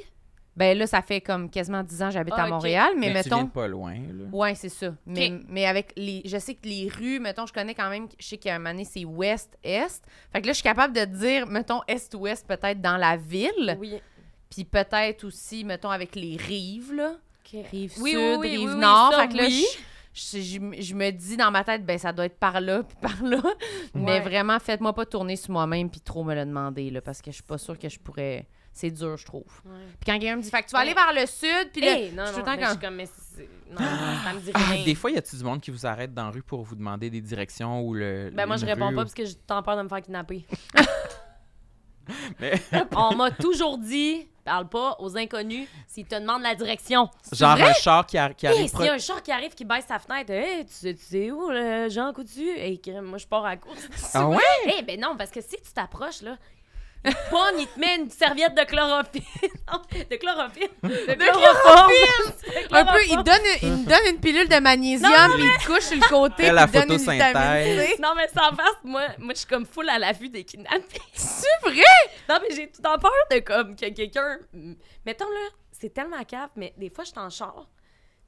S2: ben là, ça fait comme quasiment 10 ans que j'habite
S4: Ah,
S2: à
S4: ok.
S2: Montréal, mais,
S1: Mais tu viens
S2: mettons,
S1: de pas loin, là.
S2: ouais, c'est ça, mais, mais avec les, je sais que les rues, mettons, je connais quand même, je sais qu'à un moment donné, c'est ouest-est, fait que là, je suis capable de dire, mettons, est-ouest peut-être dans la ville,
S4: Oui.
S2: puis peut-être aussi, mettons, avec les rives, là.
S4: Ok.
S2: rive
S4: Oui,
S2: sud,
S4: oui, oui,
S2: rive
S4: oui, oui,
S2: nord.
S4: ça,
S2: fait que là,
S4: oui.
S2: je, je- je me- je me dis dans ma tête, ben ça doit être par là, puis par là. Mais
S4: Ouais.
S2: vraiment, faites-moi pas tourner sur moi-même puis trop me le demander, là, parce que je suis pas sûre que je pourrais. C'est dur, je trouve.
S4: Ouais.
S2: Puis quand quelqu'un me dit, fait que tu vas
S4: Ouais.
S2: aller vers le sud, puis là,
S4: Hey,
S2: je
S4: non, non,
S2: suis tout le temps
S4: mais je
S2: quand.
S4: suis comme, mais c'est- non, ça me dit
S1: Ah,
S4: rien.
S1: des fois, y a-tu du monde qui vous arrête dans la rue pour vous demander des directions ou le.
S4: Ben moi, je
S1: une
S4: réponds
S1: rue
S4: pas
S1: ou-
S4: parce que j'ai tant peur de me faire kidnapper.
S1: <laughs> Mais-
S4: <laughs> On m'a toujours dit, parle pas aux inconnus s'ils te demandent la direction.
S1: Genre un char qui, arri- qui
S4: Hey,
S1: arrive.
S4: s'il y a
S1: pro-
S4: un char qui arrive qui baisse sa fenêtre, hey, tu sais, tu sais où, le Jean Coutu? Hey, crème, moi, je pars à
S1: <laughs>
S4: la course.
S1: Ah ouais?
S4: Eh ben non, parce que si tu t'approches, là, il te pogne, il te met une serviette de chlorophylle. <laughs> Non, de chlorophylle. De chloroforme. De
S2: Un peu, il
S4: chloroforme.
S2: donne, il me donne une pilule de magnésium, puis il te couche sur le côté, puis
S1: Fais la
S2: il te donne une
S1: photosynthèse.
S2: vitamine C.
S4: Non, mais sans face, moi, moi je suis comme full à la vue des kidnappés.
S2: C'est vrai?
S4: Non, mais j'ai tout en peur de comme que quelqu'un. Mettons là, c'est tellement cave, mais des fois, je suis en char.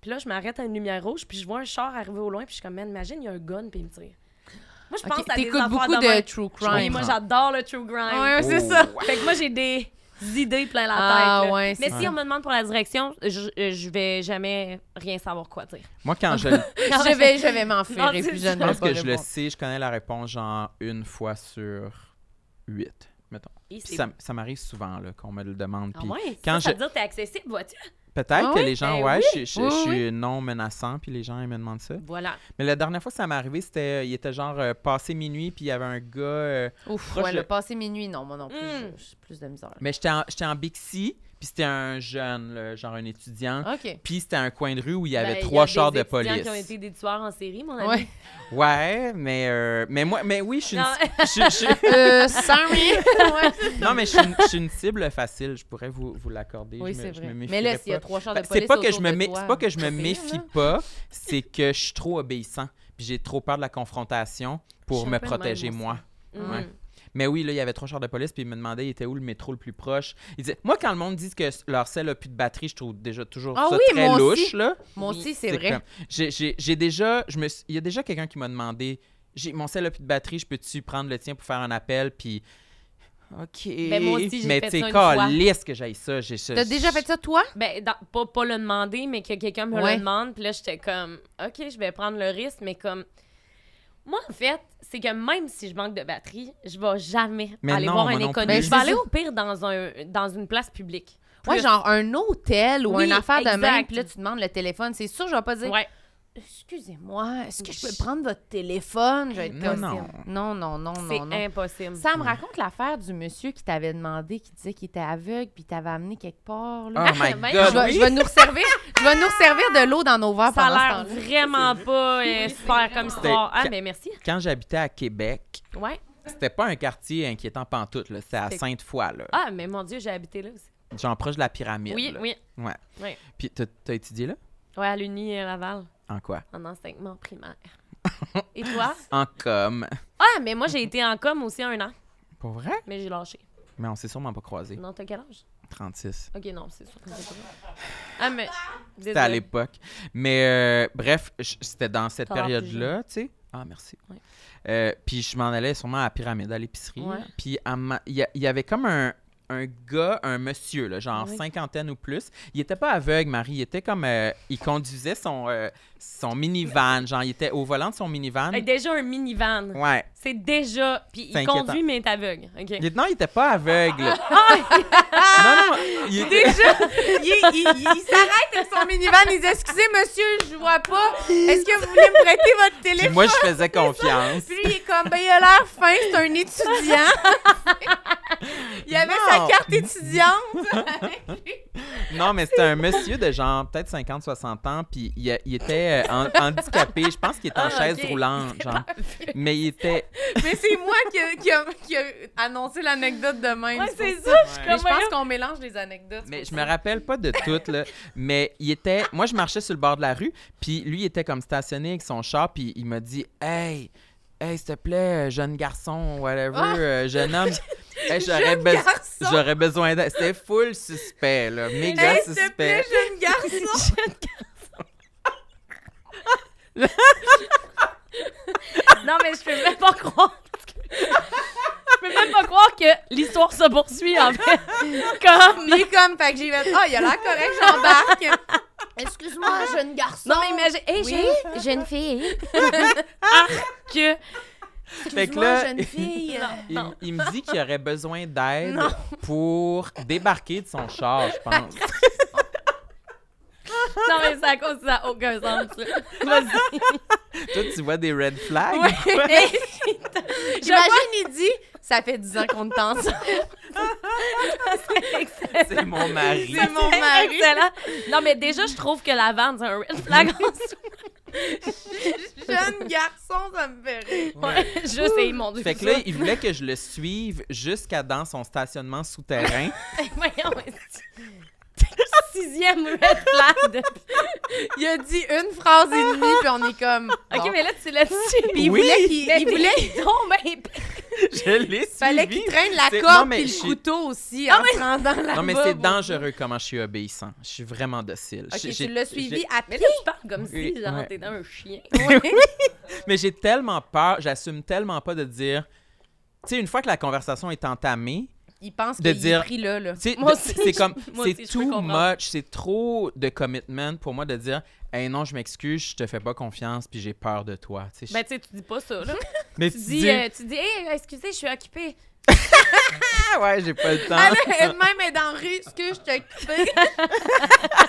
S4: Puis là, je m'arrête à une lumière rouge, puis je vois un char arriver au loin, puis je suis comme, man, imagine, il y a un gun, puis il me tire. Moi, je pense
S2: Ok,
S4: à des
S2: T'écoutes
S4: affaires
S2: beaucoup de
S4: même.
S2: true
S4: Oui,
S2: crime.
S4: moi, j'adore le true crime.
S2: Ouais, c'est
S1: Oh.
S2: ça.
S4: Fait que moi, j'ai des idées plein la tête.
S2: Ah,
S4: là.
S2: ouais, c'est
S4: mais
S2: vrai.
S4: si on me demande pour la direction, je, euh, je vais jamais rien savoir quoi dire.
S1: Moi, quand
S4: <laughs>
S1: je,
S2: <laughs> Je vais, je vais
S4: Non,
S2: m'enfuir et
S4: c'est
S2: puis je ne
S4: ça.
S1: je
S2: vais
S1: pense
S2: pas
S1: que je le
S2: répondre.
S1: sais, je connais la réponse genre une fois sur huit, mettons.
S4: <laughs> Et
S1: Puis
S4: c'est-
S1: ça, ça m'arrive souvent là, qu'on me le demande.
S4: Ah
S1: puis
S4: ouais?
S1: quand
S4: ça, ça
S1: je-
S4: veut dire que t'es accessible, vois-tu?
S1: Peut-être
S2: Ah
S1: que
S2: ouais?
S1: les gens,
S4: Ben
S1: ouais, je, je-
S2: Oui,
S1: je
S2: oui.
S1: suis non menaçant, puis les gens, ils me demandent ça.
S4: Voilà.
S1: Mais la dernière fois que ça m'est arrivé, c'était, il était genre euh, passé minuit, puis il y avait un gars. euh,
S2: Ouf,
S1: Proche
S2: ouais,
S1: de-
S2: le passé minuit, non, moi non plus,
S4: Mm.
S2: je- j'ai plus de misère.
S1: mais j'étais en, j'étais en Bixi, puis c'était un jeune, là, genre un étudiant.
S2: OK.
S1: Puis c'était un coin de rue où il y avait
S4: Ah. Ben, y a
S1: trois chars
S4: des
S1: de
S4: étudiants
S1: police.
S4: qui ont été des tueurs en série, mon ami.
S2: Ouais.
S1: Ouais, mais euh, mais moi, mais oui, je suis une,
S4: Non.
S1: <laughs> je suis- je suis-
S2: <laughs> Euh,
S4: <laughs>
S2: sorry. Ouais.
S1: Non, mais je suis, une, je suis une cible facile. Je pourrais vous, vous l'accorder.
S2: Oui,
S1: je me-
S2: c'est
S1: je
S2: vrai.
S1: me
S2: Mais
S1: méfierais
S2: là, s'il y a
S1: pas.
S2: trois chars de
S1: Ben,
S2: police.
S1: c'est pas que je
S2: autour
S1: me
S2: de
S1: mé-
S2: toi,
S1: c'est pas que je me
S2: c'est pire,
S1: méfie
S2: là.
S1: pas, c'est que je suis trop obéissant. Puis j'ai trop peur de la confrontation
S4: Je
S1: pour
S4: suis
S1: me
S4: un peu de même,
S1: protéger
S4: moi
S1: moi.
S4: Mm.
S1: Ouais. Mais oui, là, il y avait trois chars de police, puis il me demandait il était où le métro le plus proche. Il disait Moi, quand le monde dit que leur sel a plus de batterie, je trouve déjà toujours
S2: Ah
S1: ça
S2: oui,
S1: très
S2: moi
S1: louche.
S2: aussi.
S1: Là.
S2: Moi
S4: Oui,
S2: aussi, c'est vrai.
S1: comme- j'ai- J'ai j'ai déjà. je me suis- Il y a déjà quelqu'un qui m'a demandé J'ai- Mon sel a plus de batterie, je peux-tu prendre le tien pour faire un appel Puis. OK.
S4: Ben, moi aussi, j'ai
S1: Mais
S4: fait
S1: t'sais,
S4: ça une fois.
S1: calisse que j'aille ça. j'ai ça-
S2: T'as déjà fait ça, toi?
S4: Ben, dans- pas, pas le demander, mais que quelqu'un me
S2: Ouais.
S4: le demande. Puis là, j'étais comme, OK, je vais prendre le risque, mais comme. Moi, en fait, c'est que même si je manque de batterie, je vais jamais
S1: Mais
S4: aller
S1: non,
S4: voir
S1: moi
S4: un
S1: non
S4: inconnu.
S1: plus.
S4: je
S2: Ben,
S4: vais
S2: c'est
S4: aller
S2: ça.
S4: au pire dans, un, dans une place publique.
S2: Ouais,
S4: Plus.
S2: genre un hôtel ou
S4: Oui,
S2: une affaire de même.
S4: exact.
S2: Puis là, tu demandes le téléphone. C'est sûr, je vais pas dire.
S4: Ouais.
S2: Excusez-moi, est-ce que je peux prendre votre téléphone? Je vais être
S1: Non,
S2: comme-
S1: non.
S2: Non, euh, non, Oh, non,
S4: C'est
S2: non, non.
S4: impossible.
S2: Ça me raconte l'affaire du monsieur qui t'avait demandé, qui disait qu'il était aveugle, puis t'avait amené quelque part.
S1: Oh
S2: Là.
S1: my
S4: <laughs> ben,
S1: God.
S2: je, vais,
S1: oui.
S2: je vais nous resservir, je vais nous servir de l'eau dans nos verres
S4: Ça
S2: pendant ce
S4: a
S2: temps-là.
S4: l'air vraiment pas euh, super comme
S1: C'était-
S4: histoire. Ah, mais merci.
S1: Quand j'habitais à Québec,
S4: Ouais.
S1: c'était pas un quartier inquiétant pantoute. là, C'était à
S4: C'était-
S1: Sainte-Foy, là.
S4: Ah, mais mon Dieu, j'ai habité là aussi.
S1: Genre proche de la pyramide.
S4: Oui,
S1: là.
S4: oui.
S1: Ouais.
S4: Ouais.
S1: Puis t'as t'as étudié là?
S4: Ouais, à l'Uni euh, Laval,
S1: En quoi?
S4: en enseignement
S1: <laughs>
S4: primaire. Et toi?
S1: En com.
S4: Ah, mais moi, j'ai été en com aussi un an,
S1: Pas vrai?
S4: mais j'ai lâché.
S1: Mais on s'est sûrement pas croisés.
S4: Non, t'as quel âge?
S1: 36.
S4: Ok, non, c'est sûr. que c'est pas
S1: <laughs>
S4: vrai. Ah, mais.
S1: C'était à l'époque. Mais euh, bref, j- c'était dans cette
S4: T'as l'air plus
S1: période-là, tu sais. Ah, merci.
S4: Ouais.
S1: Euh, puis je m'en allais sûrement à la pyramide, à l'épicerie.
S4: Ouais.
S1: Puis à ma- il y, a- il y avait comme un, un gars, un monsieur, là, genre
S4: Oui.
S1: cinquantaine ou plus. Il était pas aveugle, Marie. Il était comme. euh, il conduisait son, euh, son minivan. Genre, il était au volant de son minivan.
S4: Hey, déjà un minivan.
S1: Ouais.
S4: C'est déjà. Puis
S1: C'est
S4: il
S1: inquiétant.
S4: conduit, mais il est aveugle. OK.
S1: Il- non, il était pas
S4: <laughs>
S1: aveugle. non, non, il était.
S2: Déjà, il, il- il- il s'arrête avec son minivan. Il dit Excusez, monsieur, je vois pas. Est-ce que vous voulez me prêter votre
S1: Puis
S2: téléphone
S1: moi, je faisais confiance.
S2: Puis lui, il est comme Ben, il a l'air fin, c'est un étudiant. <laughs> il avait
S1: Non.
S2: sa carte étudiante.
S1: Non, mais c'était un monsieur de genre peut-être 50, 60 ans, puis il, il était euh, han- handicapé. Je pense qu'il était en
S4: Ah,
S1: chaise
S4: ok.
S1: roulante, genre. Mais il était.
S2: Mais c'est moi qui a, qui a- qui a annoncé l'anecdote de même.
S4: Ouais, c'est ça. Je suis
S2: Mais <laughs> je
S4: comme,
S2: pense qu'on mélange les anecdotes.
S1: Mais
S2: c'est
S1: je
S2: pour
S1: me
S2: ça.
S1: rappelle pas de tout, là. Mais il était. Moi, je marchais sur le bord de la rue, puis lui, il était comme stationné avec son char, puis il m'a dit Hey, hey, s'il te plaît, euh, jeune garçon, whatever,
S2: Ah!
S1: euh, jeune
S2: <laughs>
S1: homme. Hey, j'aurais,
S2: Jeune
S1: bes-
S2: garçon.
S1: j'aurais besoin d'aide. C'était full suspect, là. Méga
S2: Hey, s'il te plaît,
S1: suspect.
S2: jeune garçon.
S4: <laughs> Non, mais je peux même pas croire. parce que- Je peux même pas croire que l'histoire se poursuit,
S1: <laughs>
S4: en fait. Comme.
S2: Il est comme, fait que j'ai fait, oh, il a l'air correct, j'embarque.
S3: Excuse-moi, jeune garçon.
S4: Non, mais imagine. Hey,
S3: Oui,
S4: j'ai
S3: jeune
S1: <laughs>
S3: fille.
S4: que.
S1: Fait que
S3: Excuse-moi,
S1: là-
S3: jeune fille.
S1: Il,
S4: Non.
S1: il me dit qu'il aurait besoin d'aide
S2: Non.
S1: pour débarquer de son char, je
S2: <laughs>
S1: pense.
S4: Non, mais c'est à cause ça n'a aucun sens. ça. Vas-y.
S1: Toi, tu vois des red flags?
S2: J'imagine, il dit, ça fait 10 ans qu'on est ensemble.
S1: <laughs> C'est mon mari.
S2: C'est mon mari.
S4: Excellent. Non, mais déjà, je trouve que la vente, c'est un red flag en dessous.
S2: Jeune garçon, ça me fait rire.
S1: Ouais.
S4: Je sais, mon Dieu.
S1: Fait que là, il voulait que je le suive jusqu'à dans son stationnement
S2: <laughs>
S1: souterrain.
S4: <laughs> Voyons, c'est- Sixième red flag. de-
S2: Il a dit une phrase et demie, puis on est <laughs> comme.
S4: Ok,
S2: bon.
S4: mais là, tu l'as dit.
S2: Puis il
S1: Oui.
S2: voulait qu'il
S4: Mais
S2: il voulait,
S4: <laughs> t'es- ben Non, mais.
S1: je l'ai suivi.
S2: fallait qu'il traîne la
S1: C'est- non,
S2: corde
S1: mais
S2: puis le
S1: je-
S2: couteau aussi en se rendant là
S1: Non, mais c'est dangereux comment je suis obéissant. Je suis vraiment docile.
S2: Ok,
S1: J'ai-
S2: tu
S1: j'ai-
S2: l'as suivi
S1: j'ai-
S2: à
S4: Mais
S2: pied.
S4: là, tu parles comme
S1: Oui,
S4: si, genre,
S1: ouais.
S4: t'es dans un chien.
S1: Mais j'ai tellement peur, j'assume tellement pas de dire... Tu sais, une fois que la conversation est entamée,
S2: Il pense
S1: De
S2: qu'il
S1: dire-
S2: est pris là, là.
S1: tu sais,
S4: Moi
S1: de-
S4: aussi,
S1: c'est
S4: je-
S1: comme,
S4: <laughs> moi aussi,
S1: c'est
S4: je peux
S1: too
S4: comprendre.
S1: much, c'est trop de commitment pour moi de dire, hey non, je m'excuse, je te fais pas confiance, puis j'ai peur de toi. Tu sais, je-
S4: Ben, tu sais, tu dis pas ça, là.
S1: mais
S4: Tu dis, euh, tu dis, hey, excusez, je suis occupée. <laughs>
S1: Ah ouais, j'ai pas le temps.
S2: Ah, là, elle-même est dans la rue, est-ce que je te coupe?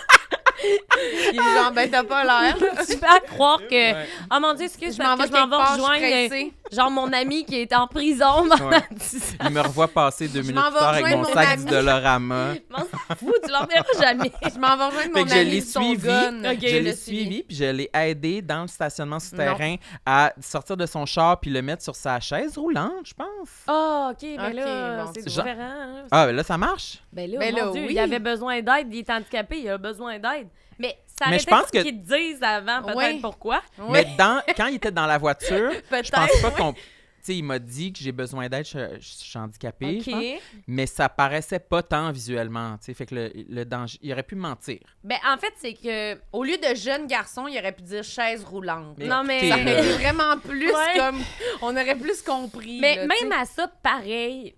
S2: Il est genre, ben t'as pas l'air.
S4: tu vas croire que.
S1: Ouais.
S4: Oh mon Dieu, excuse,
S2: Je m'en vais
S4: parce que je m'en
S2: quelque
S4: vais
S2: part, je
S4: rejoindre
S2: suis
S4: euh,
S2: pressée.
S4: genre mon ami qui est en prison <laughs> pendant
S1: Ouais.
S4: 10 ans.
S1: Il me revoit passer deux
S2: Je
S1: minutes
S2: m'en
S1: plus
S2: vais
S1: tard avec
S2: rejoindre
S1: mon
S2: mon
S1: sac
S2: ami.
S1: du
S4: <laughs>
S1: Dollarama.
S4: Je m'en fous, tu l'enverras jamais.
S2: Je m'en vais rejoindre
S1: Fait
S2: mon
S1: que je
S2: ami
S1: l'ai
S2: de son
S1: suivi.
S2: gun.
S4: Ok,
S1: Je
S4: je
S1: l'ai
S4: le suis.
S1: suivi, puis je l'ai aidé dans le stationnement souterrain à sortir de son char puis le mettre sur sa chaise roulante, je pense.
S4: <laughs> Ah, OK, mais
S2: Ok,
S4: là,
S2: bon,
S4: c'est
S1: c'est-
S4: différent. hein.
S1: Ah, ben là, ça marche.
S4: Ben là,
S2: Ben
S4: mon
S2: là,
S4: Dieu,
S2: oui.
S4: il avait besoin d'aide, il est handicapé, il a besoin d'aide. Mais
S1: Mais
S4: ça arrêtait
S1: je pense
S4: pas
S1: que-
S4: qu'ils te disent avant peut-être
S2: Ouais.
S4: pourquoi.
S1: Mais
S2: Oui,
S1: dans, quand il était dans la
S4: <laughs>
S1: voiture, je pense
S2: peut-être.
S1: pas qu'on... Tu sais, il m'a dit que j'ai besoin d'aide, je, je suis handicapée, je pense.
S4: OK.
S1: mais ça paraissait pas tant visuellement, tu sais, fait que le, le danger... Il aurait pu mentir.
S4: Ben en fait, c'est que...
S2: Au lieu de jeune garçon, il aurait pu dire chaise roulante.
S1: Mais euh,
S4: Non, mais-
S2: Ça
S1: écoutez,
S2: aurait été
S1: là,
S2: vraiment plus
S4: Ouais.
S2: comme. On aurait plus compris.
S4: Mais
S2: là, tu
S4: ben, même
S2: sais.
S4: à ça, pareil...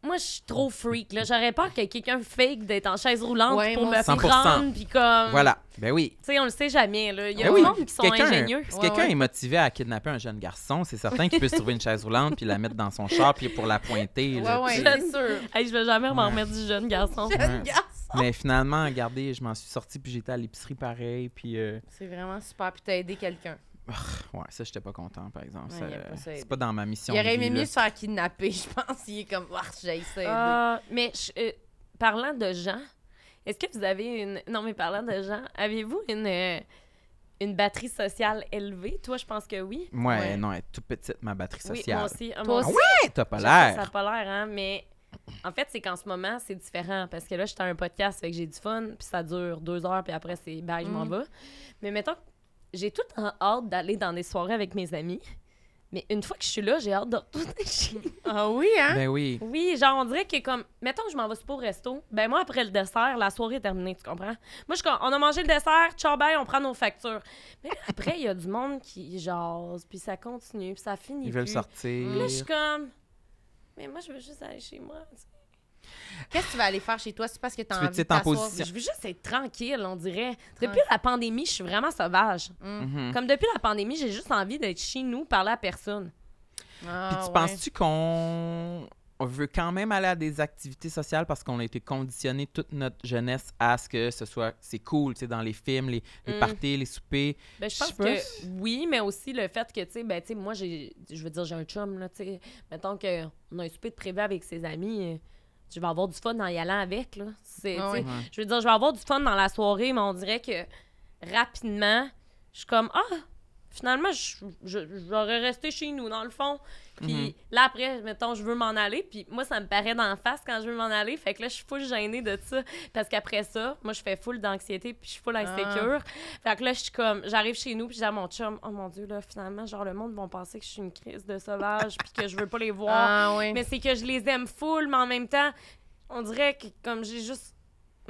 S4: Moi, je suis trop freak, là. J'aurais peur que quelqu'un fake d'être en chaise roulante
S2: Ouais,
S4: pour
S2: moi
S4: me
S1: aussi. 100%.
S4: prendre, puis comme...
S1: Voilà. Ben oui.
S4: Tu sais, on le sait jamais, là. Il y a
S1: Ben
S4: des
S1: oui.
S4: monde qui sont
S1: Quelqu'un- hein.
S4: ingénieux.
S1: Si
S2: Ouais,
S1: quelqu'un
S2: ouais.
S1: est motivé à kidnapper un jeune garçon, c'est certain qu'il peut se trouver une chaise roulante puis la mettre dans son char puis pour la pointer. là,
S2: Ouais,
S1: tu
S2: ouais.
S1: sais.
S4: Bien sûr. Hey, je vais jamais m'en remettre du jeune garçon.
S2: Jeune
S1: Ouais.
S2: garçon.
S1: Mais finalement, regardez, je m'en suis sortie puis j'étais à l'épicerie pareil puis euh,
S2: C'est vraiment super. Puis t'as aidé quelqu'un.
S1: ouais, ça j'étais pas content par exemple.
S2: Ouais,
S1: Ça,
S2: y a pas ça aidé.
S1: c'est pas dans ma mission.
S2: Il aurait
S1: de
S2: aimé
S1: vie, là.
S2: mieux se faire kidnapper, <laughs> je pense. Il est comme, ah, j'ai essayé.
S4: Ah, mais je- euh, parlant de gens, est-ce que vous avez une. Non, mais parlant de gens, avez-vous une, euh, une batterie sociale élevée? Toi, je pense que oui.
S1: Ouais,
S2: Ouais.
S1: non, elle est toute petite ma batterie
S4: Oui, moi
S1: sociale.
S4: aussi. Ah,
S2: Toi
S4: moi
S2: aussi?
S1: Hey, T'as pas
S4: Je sais que Ça n'a
S1: l'air.
S4: pas l'air, hein, mais en fait, c'est qu'en ce moment, c'est différent parce que là, j'étais à un podcast, fait que j'ai du fun, puis ça dure deux heures, puis après, c'est bye, je m'en
S2: Mm.
S4: vais. Mais mettons, que j'ai tout en hâte d'aller dans des soirées avec mes amis, mais une fois que je suis là, j'ai hâte de retourner <laughs> chez nous.
S2: Ah oui, hein?
S1: Ben oui.
S4: Oui, genre, on dirait que comme, mettons que je m'en vais super au resto, ben moi, après le dessert, la soirée est terminée, tu comprends? Moi, je suis comme, on a mangé le dessert, ciao, bye, on prend nos factures. Mais là, après, il y a du monde qui jase, puis ça continue, puis ça finit
S1: Ils veulent
S4: plus.
S1: sortir.
S4: Puis là, je suis comme, mais moi, je veux juste aller chez moi. tu sais.
S2: Qu'est-ce que tu vas aller faire chez toi? C'est parce que t'as
S1: Tu
S2: envie
S1: veux-tu
S2: de
S1: être en
S2: t'asseoir.
S1: position?
S4: Je veux juste être tranquille, on dirait. Depuis
S2: Tranquille.
S4: la pandémie, je suis vraiment sauvage.
S2: Mm.
S1: Mhm.
S4: Comme depuis la pandémie, j'ai juste envie d'être chez nous, parler à personne.
S2: Ah,
S1: Puis tu
S2: ouais.
S1: penses-tu qu'on on veut quand même aller à des activités sociales parce qu'on a été conditionné toute notre jeunesse à ce que ce soit c'est cool, tu sais dans les films, les, les
S4: Mm.
S1: parties, les soupers.
S4: Ben, je
S1: Je
S4: pense
S1: sais pas si-
S4: que oui, mais aussi le fait que, tu sais, ben, tu sais, moi, j'ai, je veux dire, j'ai un chum, là, tu sais. Mettons qu'on a un souper de prévu avec ses amis, euh, je vais avoir du fun en y allant avec, là. C'est,
S2: Ah
S4: tu sais,
S2: oui.
S1: Ouais.
S4: Je veux dire, je vais avoir du fun dans la soirée, mais on dirait que rapidement, je suis comme, ah, finalement, je- je- j'aurais resté chez nous, dans le fond. Puis
S1: Mhm.
S4: là, après, mettons, je veux m'en aller, puis moi, ça me paraît d'en face quand je veux m'en aller. Fait que là, je suis full gênée de ça. Parce qu'après ça, moi, je fais full d'anxiété, puis je suis full insécure. Fait que là, je suis comme, j'arrive chez nous, puis j'ai à mon chum, oh mon Dieu, là, finalement, genre, le monde vont penser que je suis une crise de sauvage, puis que je veux pas les voir.
S2: Ah, oui.
S4: Mais c'est que je les aime full, mais en même temps, on dirait que comme j'ai juste.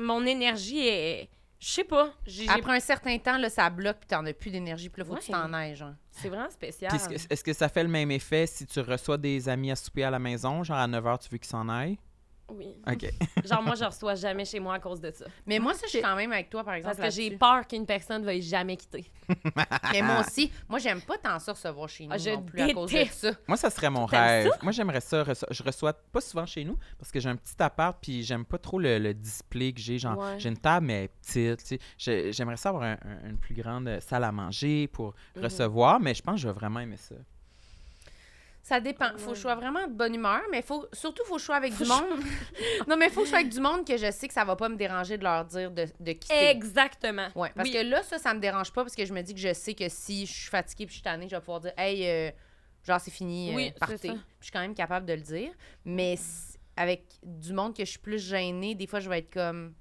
S4: Mon énergie est. Je sais pas. j'ai- j'ai-
S2: Après un certain temps, là, ça bloque, puis t'en as plus d'énergie, puis là, faut que tu
S4: Ouais.
S2: t'en hein. ailles, genre.
S4: C'est vraiment spécial.
S1: Puis Est-ce que, est-ce que ça fait le même effet si tu reçois des amis à souper à la maison, genre à 9h tu veux qu'ils s'en aillent
S4: Oui.
S2: Mm.
S1: OK.
S4: Genre, moi, je reçois jamais chez moi à cause de ça.
S2: Mais moi, ça, je suis quand même avec toi, par exemple.
S4: Ah, Parce que j'ai
S2: là-dessus.
S4: peur qu'une personne veuille jamais quitter.
S2: Mais moi aussi, moi, j'aime pas tant ça recevoir chez nous
S4: Ah, je
S2: non plus à cause de
S4: déteste.
S2: ça.
S1: Moi ça serait mon
S4: T'aimes
S1: rêve.
S4: ça?
S1: Moi j'aimerais ça reço- je reçois pas souvent chez nous parce que j'ai un petit appart puis j'aime pas trop le, le display que j'ai genre
S4: Ouais.
S1: j'ai une table mais elle est petite, tu sais. J'ai- j'aimerais ça avoir un- un- une plus grande euh, salle à manger pour
S4: Mhm.
S1: recevoir mais je pense que je vais vraiment aimer ça.
S2: Ça
S4: Ah,
S2: dépend. Faut que je sois vraiment de bonne humeur, mais faut surtout faut que je sois avec du monde. <laughs> non, mais faut que je sois avec du monde que je sais que ça va pas me déranger de leur dire de, de quitter.
S4: Exactement.
S2: Ouais, parce
S4: Oui.
S2: que là, ça, ça me dérange pas parce que je me dis que je sais que si je suis fatiguée puis je suis tannée, je vais pouvoir dire Hey, euh, genre, c'est fini, euh,
S4: Oui, c'est
S2: partez.
S4: ça.
S2: Puis je suis quand même capable de le dire. Mais s- avec du monde que je suis plus gênée, des fois, je vais être comme.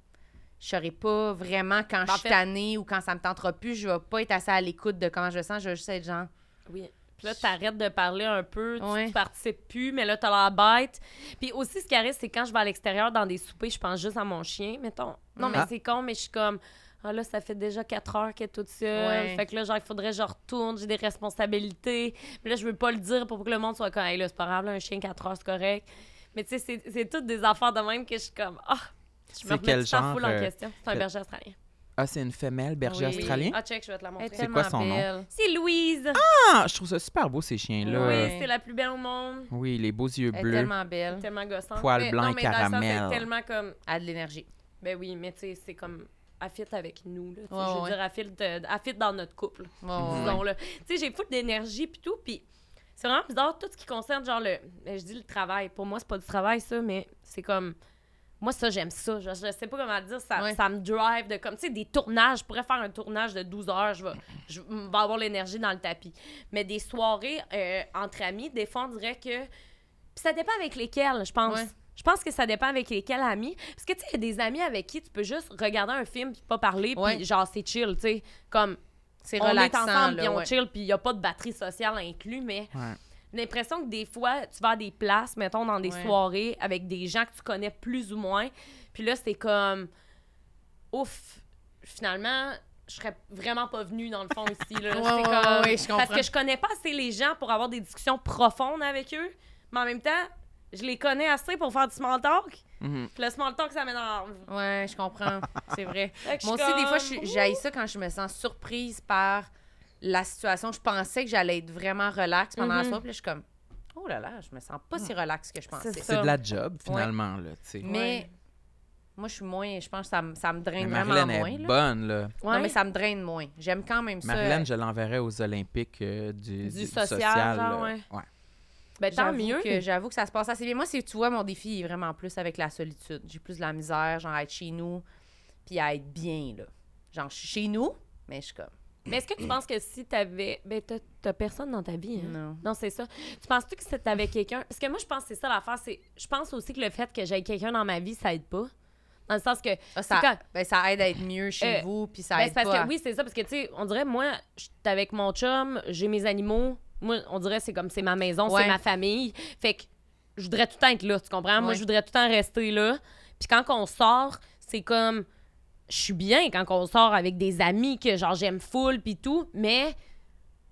S2: Je saurais pas vraiment quand
S4: Ben, en
S2: je suis
S4: fait-
S2: tannée ou quand ça me tentera plus, je vais pas être assez à l'écoute de comment je sens, je vais juste être genre.
S4: Oui. Puis là, t'arrêtes de parler un peu, tu
S2: Ouais.
S4: participes plus, mais là, t'as l'air bête. Puis aussi, ce qui arrive, c'est quand je vais à l'extérieur dans des soupers, je pense juste à mon chien, mettons. Non, mais
S1: Ah.
S4: c'est con, mais je suis comme, ah là, ça fait déjà quatre heures qu'elle est toute seule.
S2: Ouais.
S4: Fait que là, genre, il faudrait que je retourne, j'ai des responsabilités. Mais là, je veux pas le dire pour pas que le monde soit comme, hey, là, c'est pas grave, là, un chien quatre heures, c'est correct. Mais tu sais, c'est- c'est toutes des affaires de même que je suis comme, ah, je me
S1: C'est
S4: remets
S1: quel
S4: tout le temps
S1: genre,
S4: full en
S1: euh,
S4: question. C'est un
S1: quel-
S4: berger australien.
S1: Ah, c'est une femelle berger
S2: Oui.
S1: australien.
S4: Ah, check, je vais te la
S2: Elle est
S4: montrer.
S1: C'est quoi
S2: tellement
S1: son nom?
S2: belle.
S4: C'est Louise.
S1: Ah, euh, je trouve ça super beau ces chiens-là.
S2: Ouais.
S4: oui, c'est la plus belle au monde.
S1: Oui, les beaux yeux
S2: Elle est
S1: bleus,
S2: tellement belle.
S4: tellement gossante.
S1: poils
S4: Mais-
S1: blancs
S4: non,
S1: et
S4: mais dans le sens,
S1: caramel.
S4: c'est tellement comme.
S2: Elle a de l'énergie.
S4: Ben oui, mais tu sais, c'est comme. Affite avec nous. Là, tu sais,
S2: Ouais,
S4: je veux
S2: ouais.
S4: dire, affite, euh, affite dans notre couple.
S2: Ouais, ouais, ouais.
S4: Disons-le. Tu sais, j'ai foutu d'énergie puis tout. Puis c'est vraiment bizarre, tout ce qui concerne, genre, le. ben, je dis le travail. Pour moi, c'est pas du travail, ça, mais c'est comme. Moi, ça, j'aime ça. Je, je sais pas comment le dire. Ça,
S2: Ouais.
S4: ça me drive de comme, tu sais, des tournages. Je pourrais faire un tournage de 12 heures. Je vais, je vais avoir l'énergie dans le tapis. Mais des soirées euh, entre amis, des fois, on dirait que. Puis ça dépend avec lesquels, je pense.
S2: Ouais.
S4: Je pense que ça dépend avec lesquels amis. Parce que, tu sais, il y a des amis avec qui tu peux juste regarder un film puis pas parler,
S2: Ouais.
S4: puis genre, c'est chill, tu sais. Comme,
S2: C'est
S4: on
S2: relaxant.
S4: est ensemble,
S2: là,
S4: puis on
S2: ouais.
S4: chill, puis il n'y a pas de batterie sociale inclue, mais
S1: Ouais.
S4: j'ai l'impression que des fois, tu vas à des places, mettons, dans des
S2: Ouais.
S4: soirées avec des gens que tu connais plus ou moins, puis là, c'est comme, ouf, finalement, je serais vraiment pas venue, dans le fond,
S2: <laughs>
S4: ici. Là.
S2: Ouais,
S4: C'est
S2: ouais,
S4: comme-
S2: ouais, je comprends.
S4: Parce que je connais pas assez les gens pour avoir des discussions profondes avec eux, mais en même temps, je les connais assez pour faire du small talk,
S1: Mhm.
S4: puis le small talk, ça m'énerve.
S2: Ouais, je <laughs> comprends. C'est vrai.
S4: Fait que
S2: Moi
S4: je
S2: aussi,
S4: suis
S2: des fois,
S4: comme,
S2: je- j'haïs ça quand je me sens surprise par la situation. Je pensais que j'allais être vraiment relax pendant la
S4: Mhm.
S2: soirée, puis là, je suis comme, oh là là, je me sens pas si relax que je pensais.
S4: ça.
S1: C'est de la job, finalement, là, tu sais.
S2: Mais
S4: Ouais.
S2: moi, je suis moins, je pense que ça, me- ça me
S1: Mais
S2: draine vraiment
S1: Marilyn
S2: moins.
S1: est
S2: là.
S1: bonne, là.
S2: Non,
S4: Ouais.
S2: mais ça me draine moins. J'aime quand même ça.
S1: Marilyn, je l'enverrais aux Olympiques euh, du,
S4: Du social, genre,
S1: là.
S4: ouais.
S1: Ouais.
S4: Ben, tant
S2: J'avoue
S4: mieux.
S2: que- J'avoue que ça se passe assez bien. Moi, c'est, tu vois, mon défi est vraiment plus avec la solitude. J'ai plus de la misère, genre, à être chez nous, puis à être bien, là. Genre, je suis chez nous, mais je suis comme,
S4: Mais est-ce que tu penses que si t'avais. Ben, t'as- t'as personne dans ta vie, hein?
S2: non.
S4: Non, c'est ça. Tu penses-tu que si t'avais quelqu'un. Parce que moi, je pense que c'est ça l'affaire. c'est- Je pense aussi que le fait que j'ai quelqu'un dans ma vie, ça aide pas. Dans le sens que.
S2: Ah, ça,
S4: C'est quand-
S2: ben, ça aide à être mieux chez
S4: Euh,
S2: vous, puis ça
S4: Ben,
S2: aide
S4: c'est parce
S2: pas à-
S4: que oui, c'est ça. Parce que, tu sais, on dirait, moi, j'étais avec mon chum, j'ai mes animaux. Moi, on dirait, c'est comme c'est ma maison,
S2: Ouais.
S4: c'est ma famille. Fait que je voudrais tout le temps être là, tu comprends? Moi,
S2: Ouais.
S4: je voudrais tout le temps rester là. Puis quand on sort, c'est comme. Je suis bien quand on sort avec des amis que, genre, j'aime full, puis tout. Mais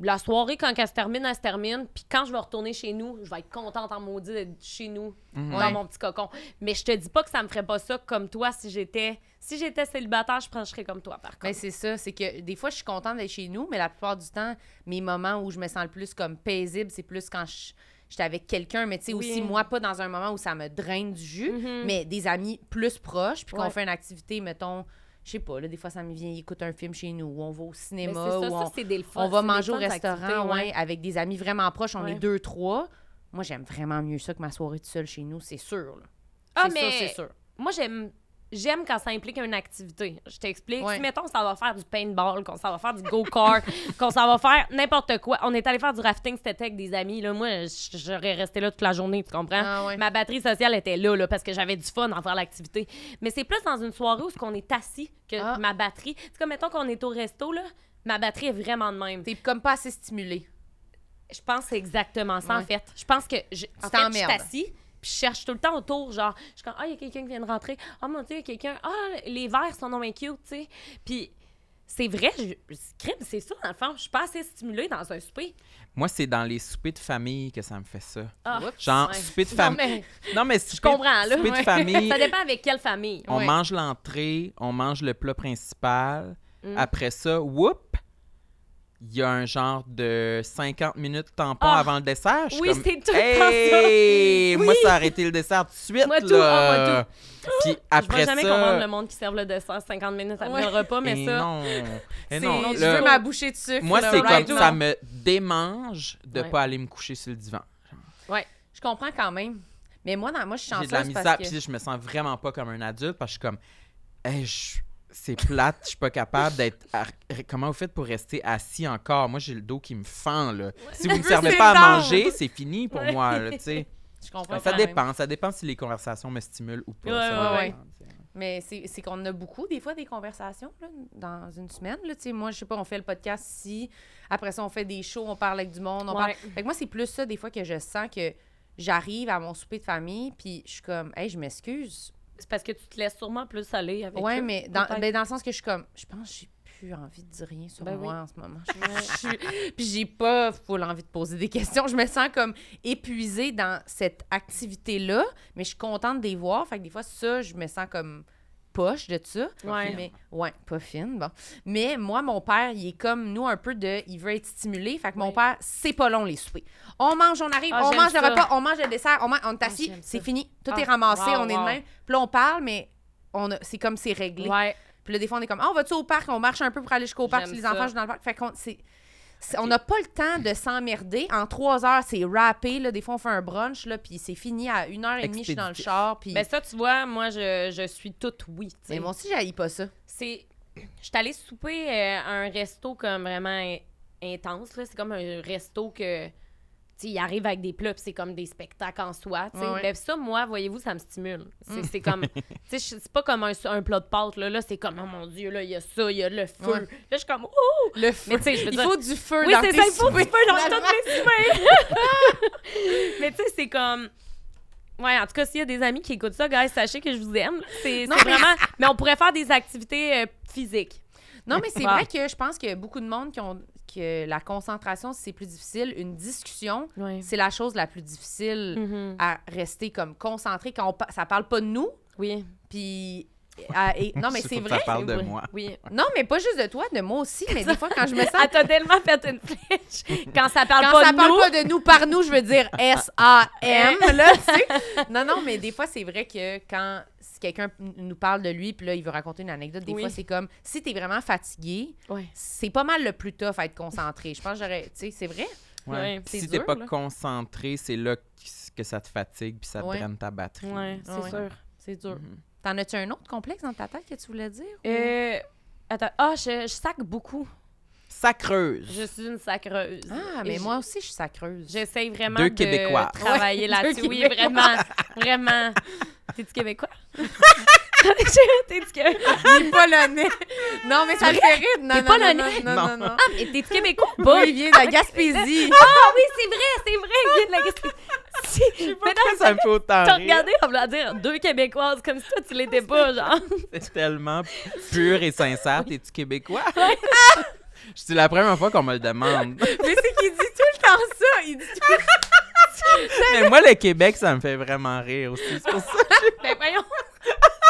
S4: La soirée, quand elle se termine, elle se termine. Puis quand je vais retourner chez nous, je vais être contente en maudit d'être chez nous,
S1: Mhm.
S4: dans
S2: Ouais.
S4: mon petit cocon. Mais je te dis pas que ça me ferait pas ça comme toi si j'étais si j'étais célibataire, je pencherais comme toi, par
S2: Ben,
S4: contre.
S2: c'est ça, c'est que des fois, je suis contente d'être chez nous, mais la plupart du temps, mes moments où je me sens le plus comme paisible, c'est plus quand je j'étais avec quelqu'un, mais tu sais,
S4: Oui.
S2: aussi, moi, pas dans un moment où ça me draine du jus,
S4: Mhm.
S2: mais des amis plus proches, puis qu'on
S4: Ouais.
S2: fait une activité, mettons, je sais pas, là, des fois, ça me vient, écoute un film chez nous, ou on va au
S4: Mais
S2: cinéma,
S4: Ben, c'est
S2: ou
S4: ça,
S2: on,
S4: ça, c'est des le fun.
S2: on va
S4: c'est des
S2: manger au
S4: fun
S2: restaurant,
S4: activités,
S2: ouais, avec des amis vraiment proches, on
S4: Ouais.
S2: est deux, trois. Moi, j'aime vraiment mieux ça que ma soirée toute seule chez nous, c'est sûr, là.
S4: Ah,
S2: c'est
S4: mais
S2: sûr, c'est sûr.
S4: moi, j'aime. J'aime quand ça implique une activité. Je t'explique.
S2: Ouais.
S4: Si, mettons, ça va faire du paintball, qu'on s'en va faire du <laughs> go-kart, qu'on s'en va faire n'importe quoi. On est allé faire du rafting cet été avec des amis. Là. Moi, j- j'aurais resté là toute la journée, tu comprends?
S2: Ah ouais.
S4: Ma batterie sociale était là, là parce que j'avais du fun en faire l'activité. Mais c'est plus dans une soirée où on est assis que
S2: Ah.
S4: ma batterie. C'est comme, mettons qu'on est au resto, là, ma batterie est vraiment de même.
S2: T'es comme pas assez stimulé.
S4: Je pense que c'est exactement ça, en
S2: Ouais.
S4: fait. Je pense que je, en fait, je suis
S2: t'emmerdes.
S4: assis, puis je cherche tout le temps autour, genre, je suis comme, ah, il y a quelqu'un qui vient de rentrer, ah, mon Dieu, il y a quelqu'un, ah, les verres sont non bien cute, tu sais. Puis c'est vrai, je, c'est- crime, c'est ça, dans le fond, je suis pas assez stimulée dans un souper.
S1: Moi, c'est dans les soupers de famille que ça me fait ça.
S4: Ah,
S2: Oups.
S1: Genre,
S2: Ouais.
S1: souper de
S4: Non,
S1: famille.
S4: mais
S1: Non, mais souper,
S4: je comprends, là.
S1: souper de
S2: ouais.
S1: famille,
S4: <laughs> ça dépend avec quelle famille.
S1: on
S2: Ouais.
S1: mange l'entrée, on mange le plat principal.
S4: Mm.
S1: Après ça, whoop, il y a un genre de 50 minutes tampon
S4: Ah.
S1: avant le dessert. Je suis
S4: Oui,
S1: comme,
S4: c'est tout le temps ça.
S1: hey! Moi,
S4: Oui.
S1: ça a arrêté le dessert tout de suite.
S4: Moi, tout,
S1: là.
S4: ah, moi,
S1: Puis
S4: Je vois
S1: après
S4: jamais comprendre le
S1: ça...
S4: monde qui serve le dessert 50 minutes après
S2: Ouais.
S4: le repas, mais
S1: Eh
S4: ça. <laughs>
S1: non, eh
S2: C'est-
S1: non,
S2: je
S1: le-
S2: veux ma bouchée de sucre.
S1: Moi,
S2: là,
S1: c'est
S2: right
S1: comme
S2: now.
S1: ça me démange de
S4: Ouais.
S1: pas aller me coucher sur le divan.
S2: Je comprends quand même. Mais moi, dans, moi je suis
S1: J'ai
S2: chanceuse
S1: de la misère,
S2: parce que...
S1: puis je me sens vraiment pas comme un adulte parce que je suis comme, Hey, je- c'est plate, je suis pas capable d'être. ar- Comment vous faites pour rester assis encore Moi, j'ai le dos qui me fend là. Si
S2: <laughs>
S1: vous me
S2: Plus
S1: servez
S2: c'est
S1: pas à
S2: tendre.
S1: manger, c'est fini pour
S4: Ouais.
S1: moi. Là, tu
S2: <laughs>
S1: sais.
S2: Je comprends
S1: ça
S2: quand même.
S1: dépend, ça dépend si les conversations me stimulent ou pas.
S4: Ouais,
S1: ça
S2: ouais,
S1: dépend, tu sais.
S2: Mais c'est c'est qu'on a beaucoup, des fois, des conversations là, dans une semaine. Là, Tu sais, moi, je sais pas, on fait le podcast ici. Après ça, on fait des shows, on parle avec du monde. On parle...
S4: Ouais.
S2: Fait que moi, c'est plus ça, des fois, que je sens que j'arrive à mon souper de famille, puis je suis comme, hey, je m'excuse.
S4: C'est parce que tu te laisses sûrement plus aller avec
S2: Ouais,
S4: eux,
S2: mais dans,
S4: peut-être.
S2: ben, dans le sens que je suis comme, je pense que j'ai plus envie de dire rien sur
S4: Ben
S2: moi
S4: oui.
S2: en ce moment. Je- je- Puis j'ai pas full envie de poser des <laughs> questions. Je me sens comme épuisée dans cette activité-là, mais je suis contente de les voir. Fait que des fois, ça, je me sens comme poche de ça.
S4: Ouais.
S2: Mais, ouais, pas fine, bon. Mais moi, mon père, il est comme nous un peu de. Il veut être stimulé. Fait que mon
S4: Ouais.
S2: père, c'est pas long les soupers. On mange, on arrive,
S4: Ah,
S2: on
S4: j'aime
S2: mange le
S4: ça.
S2: repas, on mange le dessert, on, mange, on est
S4: Ah,
S2: assis,
S4: j'aime ça.
S2: c'est fini. Tout
S4: Ah,
S2: est ramassé,
S4: wow,
S2: on est de
S4: wow.
S2: même. Puis là, on parle, mais on a- c'est comme c'est réglé.
S4: Ouais.
S2: Puis là, des fois, on est comme, ah, on va-tu au parc? On marche un peu pour aller jusqu'au parc.
S4: J'aime
S2: Si les
S4: ça.
S2: enfants jouent dans le parc. Fait qu'on, c'est. c'est- On n'a pas le temps de s'emmerder. En trois heures, c'est rappé. Là. Des fois, on fait un brunch, là, puis c'est fini à une heure et demie, je suis dans le
S1: Expéditif.
S2: char. Puis...
S4: Ben ça, tu vois, moi, je, je suis toute oui. tu sais.
S2: mais moi aussi, j'haïs pas
S4: <laughs>
S2: ça.
S4: c'est j'étais allée souper euh, à un resto comme vraiment in- intense là c'est comme un resto que tu sais, ils arrivent avec des plats puis c'est comme des spectacles en soi tu sais
S2: Ouais, ouais.
S4: Ben, ça moi voyez-vous ça me stimule c'est c'est comme tu sais je- c'est pas comme un, un plat de pâtes là là c'est comme oh mon dieu là il y a ça il y a le feu
S2: Ouais.
S4: là je suis comme ouh
S2: Le feu.
S4: mais tu sais je veux
S2: il
S4: dire
S2: faut du feu
S4: oui,
S2: dans
S4: c'est
S2: tes
S4: ça, il faut
S2: soupers.
S4: du feu dans
S2: Finalement.
S4: toutes
S2: <laughs>
S4: mes soupers. Mais tu sais, c'est comme... Ouais, en tout cas, s'il y a des amis qui écoutent ça, guys, sachez que je vous aime. C'est
S2: Non,
S4: c'est
S2: mais- <laughs>
S4: vraiment... Mais on pourrait faire des activités euh, physiques.
S2: Non, mais c'est
S4: Wow.
S2: vrai que je pense qu'il y a beaucoup de monde qui ont que la concentration, c'est plus difficile. Une discussion,
S4: Oui.
S2: c'est la chose la plus difficile
S4: Mhm.
S2: à rester comme concentré quand on pa- ça parle pas de nous.
S4: Oui.
S2: Puis à-
S1: <laughs>
S2: et- non, mais
S1: Faut
S2: c'est
S1: que
S2: vrai.
S1: Ça parle de
S4: oui.
S1: moi.
S4: Oui.
S2: Non, mais pas juste de toi, de moi aussi. Mais des fois, quand <laughs> je me sens
S4: Elle t'a tellement fait une
S2: <laughs>
S4: flèche. Quand ça parle
S2: quand
S4: pas
S2: ça
S4: de
S2: parle
S4: nous...
S2: pas de nous par nous, je veux <laughs> dire <laughs> S-A-M, là, tu sais. Non, non, mais des fois, c'est vrai que quand si quelqu'un n- nous parle de lui, puis là, il veut raconter une anecdote, des
S4: Oui.
S2: fois, c'est comme, si t'es vraiment fatigué,
S4: Ouais.
S2: c'est pas mal le plus tough à être concentré. Je pense que j'aurais, tu sais, c'est vrai.
S1: Ouais.
S4: Ouais,
S1: Puis
S2: c'est
S1: si t'es
S2: dur,
S1: pas
S2: là.
S1: concentré, c'est là que- que ça te fatigue puis ça te
S2: Ouais.
S1: draine ta batterie.
S4: Ouais, c'est
S2: Ouais.
S4: sûr.
S2: C'est dur.
S1: Mhm.
S2: T'en as-tu un autre complexe dans ta tête que tu voulais dire? ou-
S4: Euh, Attends. Ah, je, je sac beaucoup.
S1: Ça creuse.
S4: Je suis une sacreuse.
S2: Ah,
S4: Et
S2: mais
S4: je-
S2: moi aussi, je suis sacreuse.
S4: J'essaie vraiment
S1: Deux
S4: de
S1: Québécois.
S4: travailler
S2: Ouais,
S4: là-dessus.
S2: deux
S4: Oui,
S2: Québécois.
S4: vraiment, vraiment.
S2: <laughs>
S4: T'es-tu Québécois? T'es-tu Québécois?
S2: suis <laughs> polonais. Non, mais ça me fait rire. Non,
S4: T'es
S2: non, non,
S4: polonais?
S2: non, non, non, non. Ah,
S4: Ah, mais t'es-tu Québécois ou
S2: Bon,
S4: pas?
S2: il vient <laughs> de la Gaspésie.
S4: Ah oui, c'est vrai, c'est vrai, il vient de la question. Si, mais
S1: <laughs>
S4: non,
S1: Ça me fait autant
S4: t'as
S1: rire.
S4: regardé, on va dire deux Québécoises, comme si toi tu l'étais pas, genre.
S1: <laughs> C'est tellement pur et sincère. T'es-tu québécois? C'est la première fois qu'on me le
S2: <laughs>
S1: demande.
S2: <laughs> Mais c'est qu'il dit tout le temps ça. Il dit tout
S1: Mais moi, le Québec, ça me fait vraiment rire aussi. C'est pour ça.
S4: Ben voyons.
S2: <laughs>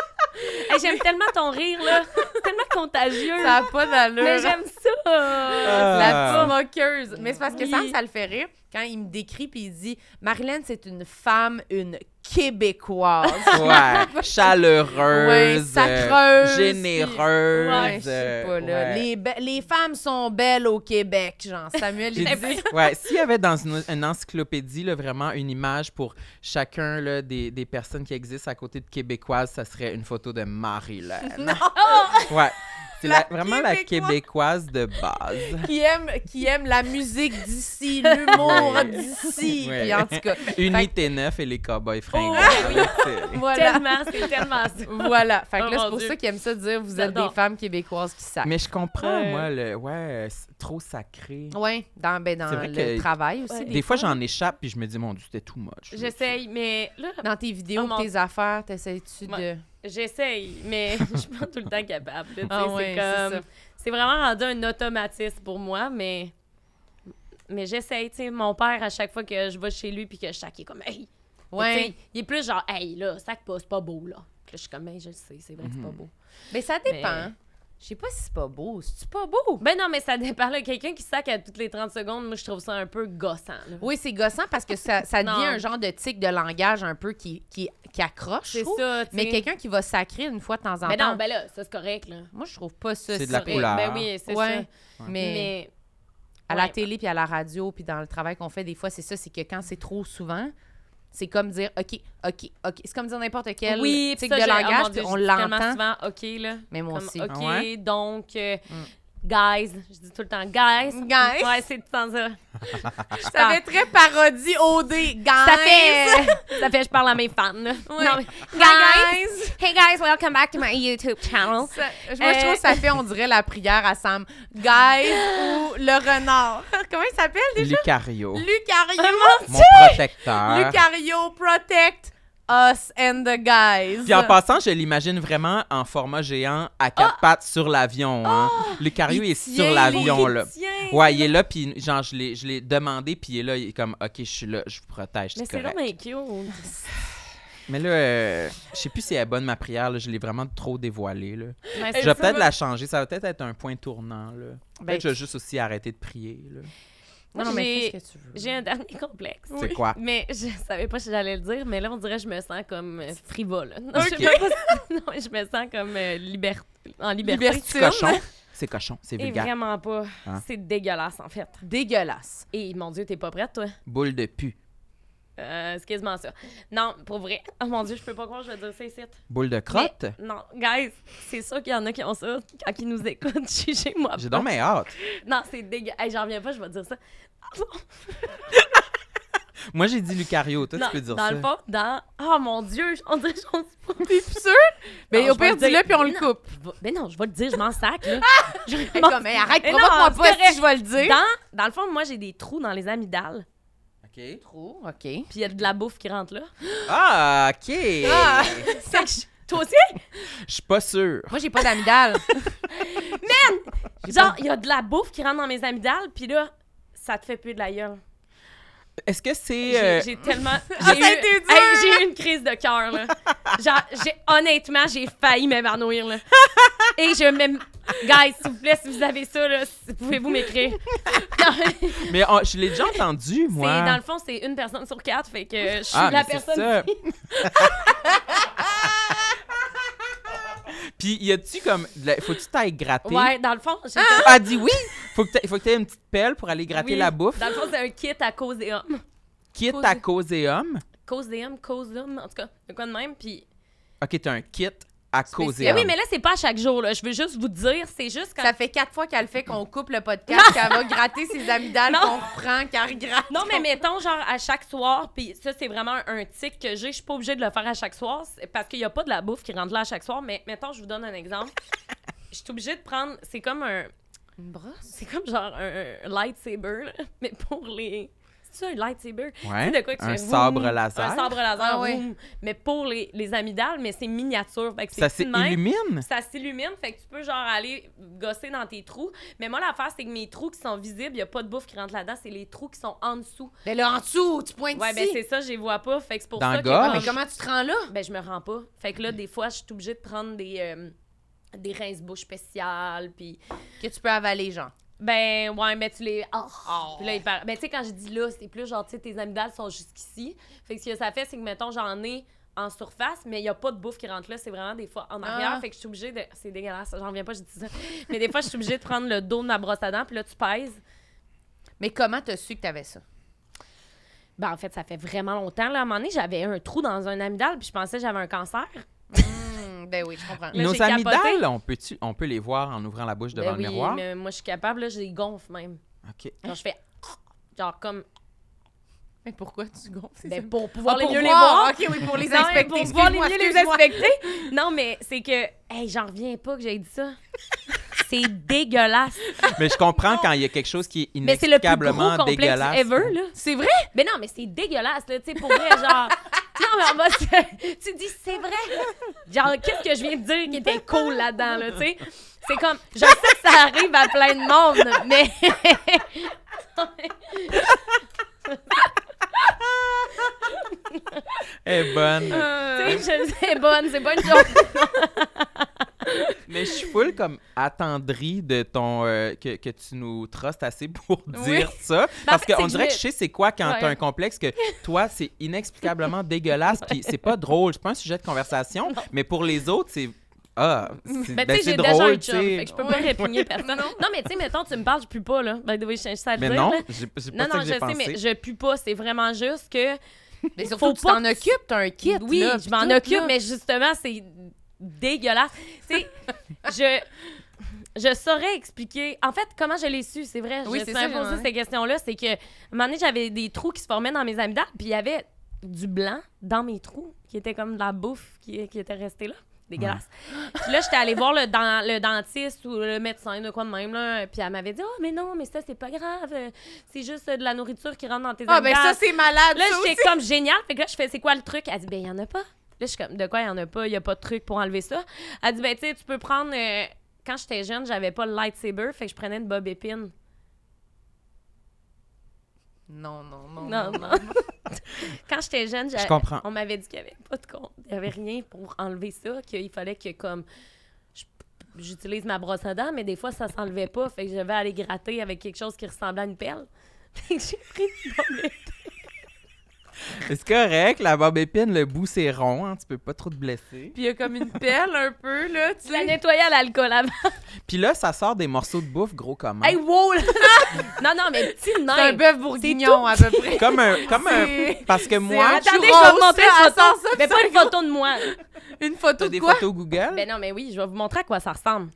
S4: Hey, j'aime tellement ton rire, là. C'est tellement contagieux.
S2: ça n'a pas d'allure.
S4: mais j'aime ça.
S1: Ah.
S2: Ah. La petite moqueuse. Mais c'est parce que
S4: Oui.
S2: ça, ça le fait rire quand il me décrit puis il dit Marilyn, c'est une femme, une Québécoise.
S1: <laughs> Ouais. Chaleureuse.
S2: Ouais, sacreuse,
S1: euh, Généreuse.
S2: Ouais, je sais pas, là.
S1: euh, ouais.
S2: Les, be- les femmes sont belles au Québec, genre. Samuel,
S1: J'ai
S2: il dit. <laughs>
S1: dit- ouais, s'il y avait dans une, une encyclopédie là, vraiment une image pour chacun là, des, des personnes qui existent à côté de Québécoises, ça serait une photo de Marie-Laine.
S2: <laughs>
S1: Ouais. C'est
S2: La
S1: la- vraiment la Québécoise de base.
S2: Qui aime, qui aime la musique d'ici, l'humour
S1: Ouais.
S2: d'ici.
S1: Ouais.
S2: Puis en tout cas,
S1: Une
S2: Fait
S1: IT9 et les cowboys fringants.
S4: oui.
S1: là, c'est-
S2: voilà.
S4: Tellement, c'est tellement ça.
S2: Voilà. Fait que
S4: Oh
S2: là, c'est
S4: mon
S2: pour
S4: Dieu.
S2: ça qu'il aime ça dire vous êtes des
S4: J'adore.
S2: femmes québécoises qui
S1: <laughs>
S2: savent.
S1: Mais je comprends,
S4: Ouais.
S1: moi, le. Ouais, c'est trop sacré.
S2: Oui, dans, ben, dans
S1: C'est vrai
S2: le
S1: que-
S2: travail aussi.
S4: Ouais.
S1: Des fois, j'en échappe puis je me dis, mon Dieu, c'était too much. là,
S4: J'essaye, mais là,
S2: Dans tes vidéos,
S4: Oh mon-
S2: tes affaires, t'essayes-tu
S4: Ouais.
S2: de.
S4: j'essaye, mais <laughs> je suis pas tout le temps capable. là, tu sais,
S2: Ah ouais,
S4: c'est
S2: c'est ça.
S4: comme. C'est vraiment rendu un automatisme pour moi, mais. Mais j'essaye, tu sais. Mon père, à chaque fois que je vais chez lui puis que je sac, il est comme, hey. Tu sais,
S2: Ouais.
S4: Il est plus genre, hey, là, sac pas, c'est pas beau, là. Puis là, je suis comme, hey, je le sais, c'est vrai que c'est
S1: Mhm.
S4: pas beau.
S2: Mais ça dépend.
S4: Mais-
S2: Je sais pas si c'est pas beau. C'est-tu pas beau?
S4: Ben non, mais ça dépend. là. Quelqu'un qui sac à toutes les 30 secondes, moi, je trouve ça un peu gossant. là.
S2: Oui, c'est gossant parce que ça, ça devient
S4: Non.
S2: un genre de tic de langage un peu qui, qui, qui accroche. je
S4: C'est
S2: trouve.
S4: ça, tu sais.
S2: Mais quelqu'un qui va sacrer une fois de temps en
S4: Mais
S2: temps.
S4: non, ben là, ça, c'est correct, là.
S2: Moi, je trouve pas ça.
S1: C'est de la
S2: correct.
S1: couleur.
S4: Ben oui, c'est
S2: Ouais.
S4: ça.
S2: Mais,
S4: Mais,
S2: à la
S4: ouais.
S2: télé puis à la radio puis dans le travail qu'on fait, des fois, c'est ça, c'est que quand c'est trop souvent, c'est comme dire OK, OK, OK. C'est comme dire n'importe quel
S4: oui,
S2: tic
S4: puis ça,
S2: de
S4: je- oh mon
S2: langage,
S4: Dieu,
S2: puis on
S4: je dis tellement
S2: l'entend.
S4: souvent, OK, là.
S2: Mais moi
S4: Comme,
S2: aussi.
S4: OK,
S1: Ah ouais?
S4: donc, euh, guys. Je dis tout le temps, guys.
S2: Guys.
S4: Ouais, c'est tout le temps ça.
S2: Ça fait très parodie OD. Guys.
S4: Ça fait, <laughs> ça fait, je parle à mes fans, là. Non, mais, guys. Hey, guys, welcome back to my YouTube channel.
S2: Ça- moi, je
S4: Euh,
S2: trouve que ça fait, on dirait, la prière à Sam. Guys ou le
S4: <laughs>
S2: renard. Comment il s'appelle déjà?
S1: Lucario.
S2: Lucario.
S1: Mon protecteur.
S2: Lucario, protect us and the guys.
S1: Puis en passant, je l'imagine vraiment en format géant à quatre pattes sur l'avion. Hein. Lucario
S2: Il
S1: est
S2: tient,
S1: sur l'avion
S2: il
S1: là.
S4: Tiens.
S1: Ouais, il est là puis genre je l'ai je l'ai demandé puis il est là, il est comme OK, je suis là, je vous protège,
S4: Mais
S1: c'est
S4: c'est
S1: correct.
S4: vraiment cute. Euh,
S1: Mais là euh, je sais plus si elle est bonne ma prière, là, je l'ai vraiment trop dévoilée là.
S4: Mais
S1: Je
S4: c'est
S1: vais
S4: ça.
S1: peut-être la changer, ça va peut-être être un point tournant là.
S2: Ben,
S1: Peut-être que je vais juste aussi arrêter de prier là.
S2: Non, non,
S4: Moi,
S2: mais
S4: j'ai-
S2: fais ce que tu veux.
S4: J'ai un dernier complexe.
S1: C'est quoi
S4: Mais je savais pas si j'allais le dire, mais là, on dirait que je me sens comme euh, frivole. Non, je,
S1: Ok.
S4: sais pas si- <laughs> non, je me sens comme euh, liber- en liberté.
S1: C'est cochon. C'est cochon, c'est
S4: Et
S1: vulgaire.
S4: vraiment pas.
S1: Hein?
S4: C'est dégueulasse, en fait.
S2: Dégueulasse.
S4: Et mon Dieu, t'es pas prête, toi?
S1: Boule de pu,
S4: Euh, c'est quasiment ça. Non, pour vrai. Oh mon Dieu, je peux pas croire que je vais dire ça ici.
S1: boule de crotte.
S4: Mais- non, guys, c'est sûr qu'il y en a qui ont ça quand ils nous écoutent. <laughs> Je suis chez moi.
S1: J'ai donc mes hâte.
S4: Non, c'est dégueulasse. Hey, J'en reviens pas, je vais dire ça.
S1: Moi j'ai dit Lucario, toi
S4: non,
S1: tu peux dire
S4: dans
S1: ça.
S4: le fond, dans. Oh mon Dieu, on dirait que j'en suis pas.
S2: T'es sûr? Mais
S4: Non,
S2: au
S4: je vais
S2: pire,
S4: le dire.
S2: dis-le puis on le
S4: Non. <laughs>
S2: coupe.
S4: Je vais- Ben non, je vais le dire, je m'en sac, là. Je-
S2: Hey,
S4: Bon,
S2: comme, hey, arrête,
S4: Mais non,
S2: provoque-moi
S4: c'est
S2: pas si
S4: correct.
S2: je vais le dire.
S4: dans, dans le fond, moi, j'ai des trous dans les amygdales.
S1: OK.
S2: Trop, OK.
S4: Puis il y a de la bouffe
S2: <laughs>
S4: qui rentre là.
S1: Ah, OK.
S2: Ah.
S4: Fait que je- toi aussi,
S1: Je suis pas sûre.
S2: Moi, j'ai pas
S4: <laughs>
S2: d'amidale.
S4: genre, il y a de la bouffe qui rentre dans mes amygdales, puis là, ça te fait puer de la gueule.
S1: Est-ce que c'est.
S4: J'ai
S1: euh, <laughs>
S4: j'ai tellement.
S2: Ah,
S4: J'ai
S2: ça a
S4: eu,
S2: été dur!
S4: Hey, j'ai eu une crise de
S2: <laughs>
S4: cœur, là. Genre, j'ai- honnêtement, j'ai failli m'évanouir,
S2: <laughs>
S4: là. Et je m'aime. Guys, s'il vous plaît, si vous avez ça, là, si- pouvez-vous
S2: <laughs>
S4: m'écrire? Non,
S1: Mais on- je l'ai déjà entendu,
S4: c'est-
S1: moi.
S4: dans le fond, c'est une personne sur quatre, fait que je suis
S1: Ah,
S4: la
S1: mais c'est
S4: personne.
S1: ça. <laughs> Puis y a-tu comme. de la- Faut-tu t'ailles gratter?
S4: Ouais, dans le fond, j'ai
S1: <laughs> Ah, dis oui! Faut que t'a- faut que t'aies une petite pelle pour aller gratter
S4: Oui.
S1: la bouffe.
S4: Dans le fond, c'est un kit à cause des hommes.
S1: Kit
S4: Cause-
S1: à causéum.
S4: Cause des hommes, cause d'hommes, en tout cas, de quoi de même. Puis.
S1: Ok, t'as un kit à
S4: Mais
S1: causéum.
S4: oui, mais là, c'est pas à chaque jour, là. Je veux juste vous dire, c'est juste quand.
S2: Ça fait quatre fois qu'elle fait qu'on coupe le podcast, qu'elle va gratter ses amygdales,
S4: Non.
S2: qu'on reprend, qu'elle gratte.
S4: Non, mais mettons, genre, à chaque soir, puis ça, c'est vraiment un tic que j'ai. Je suis pas obligée de le faire à chaque soir c'est- parce qu'il y a pas de la bouffe qui rentre là à chaque soir. Mais mettons, je vous donne un exemple. Je suis obligée de prendre. C'est comme un.
S2: Une brosse?
S4: C'est comme genre un, un lightsaber, là, mais pour les. c'est un lightsaber?
S1: Ouais,
S4: Tu sais de quoi que tu
S1: Hein? un
S4: fais,
S1: sabre
S4: vroom,
S1: laser.
S4: Un sabre laser,
S2: Ah ouais.
S4: vroom. Mais pour les, les amygdales, mais c'est miniature. Fait que c'est
S1: Ça
S4: petit de même.
S1: s'illumine?
S4: Ça s'illumine, fait que tu peux genre aller gosser dans tes trous. Mais moi, l'affaire, c'est que mes trous qui sont visibles, il n'y a pas de bouffe qui rentre là-dedans, c'est les trous qui sont en dessous.
S2: Mais Ben là, en dessous, tu pointes
S4: Ouais, ben
S2: ici.
S4: c'est ça, je les vois pas. Fait que c'est pour
S1: Dans
S4: ça
S1: la
S4: que.
S1: gorge?
S2: Ah, mais
S4: comme-
S2: comment tu te rends là?
S4: Ben, je me rends pas. Fait que là, des fois, je suis obligée de prendre des, euh, des rince-bouches spéciales, puis
S2: Que tu peux avaler, genre.
S4: Ben, ouais, mais tu les. Oh.
S2: Oh.
S4: Puis là, il parle. Ben, tu sais, quand je dis là, c'est plus genre, tu sais, tes amygdales sont jusqu'ici. Fait que ce que ça fait, c'est que, mettons, j'en ai en surface, mais il n'y a pas de bouffe qui rentre là. C'est vraiment des fois en arrière.
S2: Ah.
S4: Fait que je suis obligée de. C'est dégueulasse, j'en reviens pas, je dis ça. mais des fois, je suis obligée de prendre le dos de ma brosse à dents, puis là, tu pèses.
S2: Mais comment t'as su que t'avais ça?
S4: Ben, en fait, ça fait vraiment longtemps. Là, à un moment donné, j'avais un trou dans un amygdale, puis je pensais que j'avais un cancer.
S2: Hmm, ben oui, je comprends.
S4: Là,
S1: Nos
S4: j'ai capoté.
S1: amygdales, on peut, on peut les voir en ouvrant la bouche devant
S4: ben
S1: le miroir.
S4: mais moi, je suis capable, là, je les gonfle même.
S1: OK.
S2: Hein?
S4: Genre, je fais. <laughs> Genre, comme.
S2: Mais pourquoi tu gonfles?
S4: Ben,
S2: ça?
S4: pour pouvoir
S2: Ah,
S4: les
S2: pour
S4: mieux les
S2: voir.
S4: voir.
S2: OK, oui, pour les
S4: Non, mais
S2: inspecter.
S4: Pour pouvoir les
S2: Excuse-moi,
S4: mieux les
S2: excuse-moi.
S4: inspecter. Non, mais c'est que. Hey, j'en reviens pas que j'ai dit
S2: <laughs>
S4: ça. C'est dégueulasse.
S1: Mais je comprends quand il y a quelque chose qui est
S4: Mais c'est le plus
S1: inexplicablement
S4: gros complexe
S1: dégueulasse.
S4: ever, là.
S2: C'est vrai?
S4: Mais non, mais c'est dégueulasse, là. Tu sais, pour vrai, <laughs> genre. Non, mais en mode, <laughs> tu- tu dis, c'est vrai. Genre, qu'est-ce que je viens de dire qui était cool là-dedans, là, tu sais? C'est comme, je sais que ça arrive à plein de monde, mais. <laughs>
S1: Eh, bonne.
S4: Euh, tu sais, je c'est bonne, c'est <laughs> bonne chose.
S1: Mais je suis full comme attendrie de ton euh, que, que tu nous trustes assez pour dire ça. Parce
S4: fait, c'est
S1: qu'on
S4: que
S1: dirait
S4: je
S1: que je sais c'est quoi quand
S4: Ouais.
S1: t'as un complexe que toi, c'est
S4: <laughs>
S1: inexplicablement dégueulasse, puis c'est pas drôle. C'est pas un sujet de conversation, mais pour les autres, c'est. Ah, c'est
S4: Ben,
S1: ben,
S4: tu sais,
S1: c'est
S4: j'ai déjà un
S1: drôle, tu
S4: chum,
S1: sais.
S4: fait que je peux pas
S1: <laughs>
S4: répugner personne. Non, mais tu sais, mettons, tu me parles, je pue pas, là. Ben, oui, je suis à le
S1: Mais
S4: dire,
S1: non,
S4: là.
S1: j'ai c'est pas
S4: Non,
S1: ça
S4: non,
S1: que
S4: je
S1: j'ai
S4: sais,
S1: pensé.
S4: mais je pue pas. C'est vraiment juste que.
S2: Mais surtout,
S4: Faut
S2: tu
S4: pas
S2: t'en
S4: que tu-
S2: occupes, t'as un kit.
S4: oui,
S2: là,
S4: je
S2: puis
S4: m'en
S2: tout,
S4: occupe,
S2: là.
S4: mais justement, c'est dégueulasse. tu sais, je. Je saurais expliquer. En fait, comment je l'ai su, c'est vrai.
S2: Oui,
S4: je me
S2: c'est
S4: suis
S2: ça,
S4: imposé
S2: ouais.
S4: ces questions-là. C'est que, à un moment donné, j'avais des trous qui se formaient dans mes amygdales, puis il y avait du blanc dans mes trous, qui était comme de la bouffe qui, qui était restée là. Dégueulasse. Puis là, j'étais allée voir le, dent- le dentiste ou le médecin, de quoi de même, là. Puis elle m'avait dit Oh, mais non, mais ça, c'est pas grave. euh, C'est juste euh, de la nourriture qui rentre dans tes
S2: Ah, ben ça,
S4: amygdales.
S2: c'est
S4: <laughs>
S2: malade.
S4: Là,
S2: ça aussi.
S4: j'étais comme génial. Fait que là, je fais, c'est quoi le truc? Elle dit, ben, il y en a pas. Là, je suis comme, de quoi il y en a pas? Il y a pas de truc pour enlever ça. Elle dit, ben, tu sais, tu peux prendre. euh, Quand j'étais jeune, j'avais pas le lightsaber, fait que je prenais une bob épine.
S2: Non, non, non.
S4: Oh Non, non. <laughs> Quand j'étais jeune, j'avais-
S1: Je comprends.
S4: on m'avait dit qu'il y avait pas de compte. Il y avait rien pour enlever ça, qu'il fallait que, comme. je- J'utilise ma brosse à dents, mais des fois, ça s'enlevait pas. Fait que je vais aller gratter avec quelque chose qui ressemblait à une pelle. <laughs> Fait que j'ai pris une bob épine.
S1: C'est correct, la barbe épine, le bout, c'est rond, hein, tu peux pas trop te blesser.
S2: Puis il y a comme une pelle un peu, là. Tu
S4: Je la
S2: sais.
S4: nettoyais à l'alcool avant.
S1: Puis là, ça sort des morceaux de bouffe gros comment.
S4: Hey, wow! <laughs> là. non, non, mais petit de
S2: C'est un
S4: même.
S2: bœuf bourguignon, à peu
S4: <laughs>
S2: près.
S1: Comme un. Comme un
S2: C'est-
S1: parce que moi,
S2: un-
S4: Attendez,
S2: churros,
S4: je vais vous montrer
S2: ça,
S4: une
S2: elle sort
S4: photo.
S2: ça,
S4: mais
S2: ça.
S4: pas une photo de moi.
S2: Une
S1: t'as
S2: photo de
S1: des
S2: quoi?
S1: photos Google.
S4: Ben non, mais oui, je vais vous montrer à quoi ça ressemble.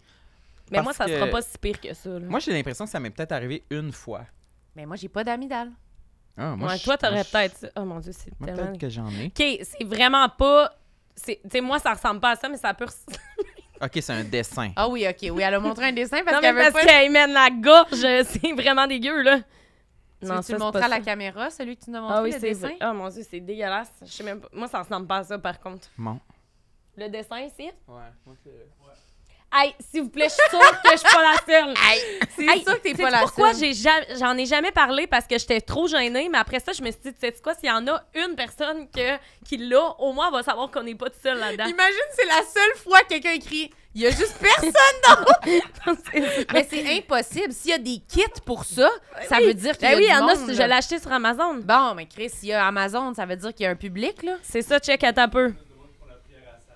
S4: Mais
S1: Parce
S4: moi, ça
S1: que-
S4: sera pas si pire que ça. là.
S1: Moi, j'ai l'impression que ça m'est peut-être arrivé une fois.
S2: Mais moi, j'ai pas d'amidale.
S1: Ah,
S4: Ouais,
S1: je-
S4: toi, t'aurais
S1: moi, je-
S4: peut-être. ça. Oh mon Dieu, c'est
S1: Moi,
S4: tellement.
S1: peut-être que j'en ai.
S4: Ok, c'est vraiment pas. c'est- Tu sais, moi, ça ressemble pas à ça, mais ça peut. res-
S1: OK, c'est un dessin.
S2: Ah oui, OK. Oui, elle a montré un dessin parce
S4: non, mais
S2: qu'elle veut
S4: parce
S2: pas...
S4: qu'elle mène la gorge, euh, c'est vraiment dégueu, là.
S2: Tu veux
S4: ça,
S2: tu le
S4: c'est
S2: montrer
S4: pas
S2: à la
S4: ça.
S2: caméra, celui que tu nous as montré,
S4: Ah oui,
S2: le
S4: c'est
S2: dessin?
S4: vrai. Oh mon Dieu, c'est dégueulasse. Je sais même pas. Moi, ça ressemble pas à ça, par contre.
S1: Bon.
S4: Le dessin ici?
S1: Ouais, moi, c'est...
S4: Hey, s'il vous plaît, je suis sûre que je suis pas la seule.
S2: C'est
S4: Hey,
S2: sûr que t'es
S4: sais-tu
S2: pas la
S4: Ah. pourquoi
S2: seule.
S4: j'ai ja- j'en ai jamais parlé parce que j'étais trop gênée, mais après ça, je me suis dit, tu sais quoi, s'il y en a une personne que, qui l'a, au moins, on va savoir qu'on n'est pas tout seul là-dedans.
S2: Imagine, c'est la seule fois que quelqu'un crie « Il y a juste personne d'autre! »
S4: <laughs>
S2: Mais c'est impossible. S'il y a des kits pour ça, ça
S4: Oui.
S2: veut dire qu'il y a
S4: Ben oui,
S2: du
S4: il y en a,
S2: monde,
S4: je
S2: là. Ben.
S4: l'ai acheté sur Amazon.
S2: Bon, mais Chris, s'il y a Amazon, ça veut dire qu'il y a un public, là.
S4: C'est ça, check à ta peu.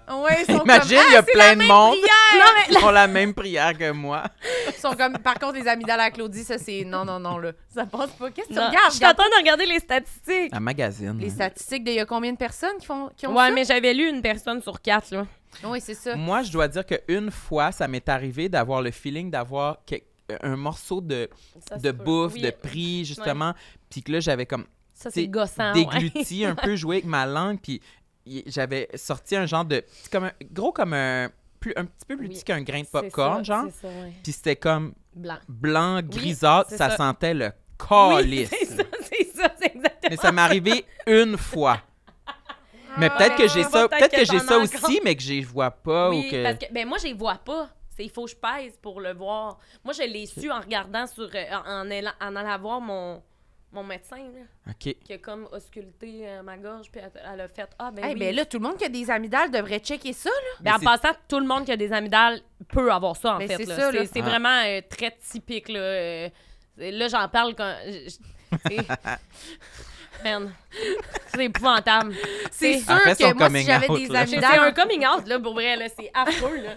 S2: Ouais, ils sont
S1: Imagine,
S2: comme,
S1: il y a
S2: Ah, c'est
S1: plein
S2: la
S1: de
S2: même
S1: monde.
S2: prière!
S1: Ils font la même prière que moi.
S2: Ils sont comme, par contre, les amygdales à Claudie, ça, c'est... Non, non, non, là. Ça passe pas. Qu'est-ce que tu
S4: Non,
S2: regardes?
S4: Je suis en train de regarder les statistiques.
S1: La magazine.
S2: Les statistiques de il y a combien de personnes qui, font, qui ont
S4: Ouais, mais j'avais lu une personne sur quatre, là.
S2: ça? Oui, c'est ça.
S1: Moi, je dois dire qu'une fois, ça m'est arrivé d'avoir le feeling d'avoir que- euh, un morceau de, de bouffe, de prix, justement. Puis que là, j'avais comme
S4: Ça,
S1: c'est
S4: c'est gossant,
S2: <laughs>
S1: dégluti un peu, joué avec ma langue. Puis y- j'avais sorti un genre de... petit- Comme un, gros comme un... Plus, un petit peu plus
S4: Oui,
S1: petit qu'un grain de popcorn, genre.
S4: C'est ça,
S1: Puis c'était comme
S4: Blanc.
S1: blanc, grisâtre,
S4: c'est
S1: ça,
S4: ça.
S1: sentait le
S4: Oui,
S2: <laughs>
S4: <laughs>
S1: calice.
S4: c'est ça, c'est ça, c'est
S1: mais ça m'est arrivé une fois.
S4: Ah
S1: Mais peut-être que j'ai ça,
S4: Peut-être
S1: peut-être que
S4: que
S1: j'ai
S4: t'en
S1: ça
S4: as encore.
S1: aussi, mais que je vois pas
S4: oui,
S1: ou que.
S4: parce que ben moi je les vois pas. C'est il faut que je pèse pour le voir. Moi je l'ai su en regardant sur euh, en, allant- en allant voir mon mon médecin là,
S1: Ok.
S4: qui a comme ausculté euh, ma gorge puis elle, elle a fait ah ben
S2: Eh
S4: oui.
S2: ben là, tout le monde qui a des amygdales devrait checker ça, là.
S4: Ben, en
S1: c'est-
S4: passant, tout le monde qui a des amygdales peut avoir ça, en
S2: Ben,
S4: fait.
S2: c'est
S4: là.
S2: ça,
S4: C'est
S2: là.
S4: c'est
S1: Ah.
S4: vraiment euh, très typique. Là, euh, c'est- là j'en parle quand. je- je- c'est- Man, c'est épouvantable.
S2: C'est
S4: C'est-
S2: sûr
S1: En fait, son
S2: que moi, si
S1: coming
S2: j'avais
S1: out,
S2: des
S1: là.
S4: C'est un
S2: amygdales,
S4: coming out, là, pour vrai. là, C'est affreux, là.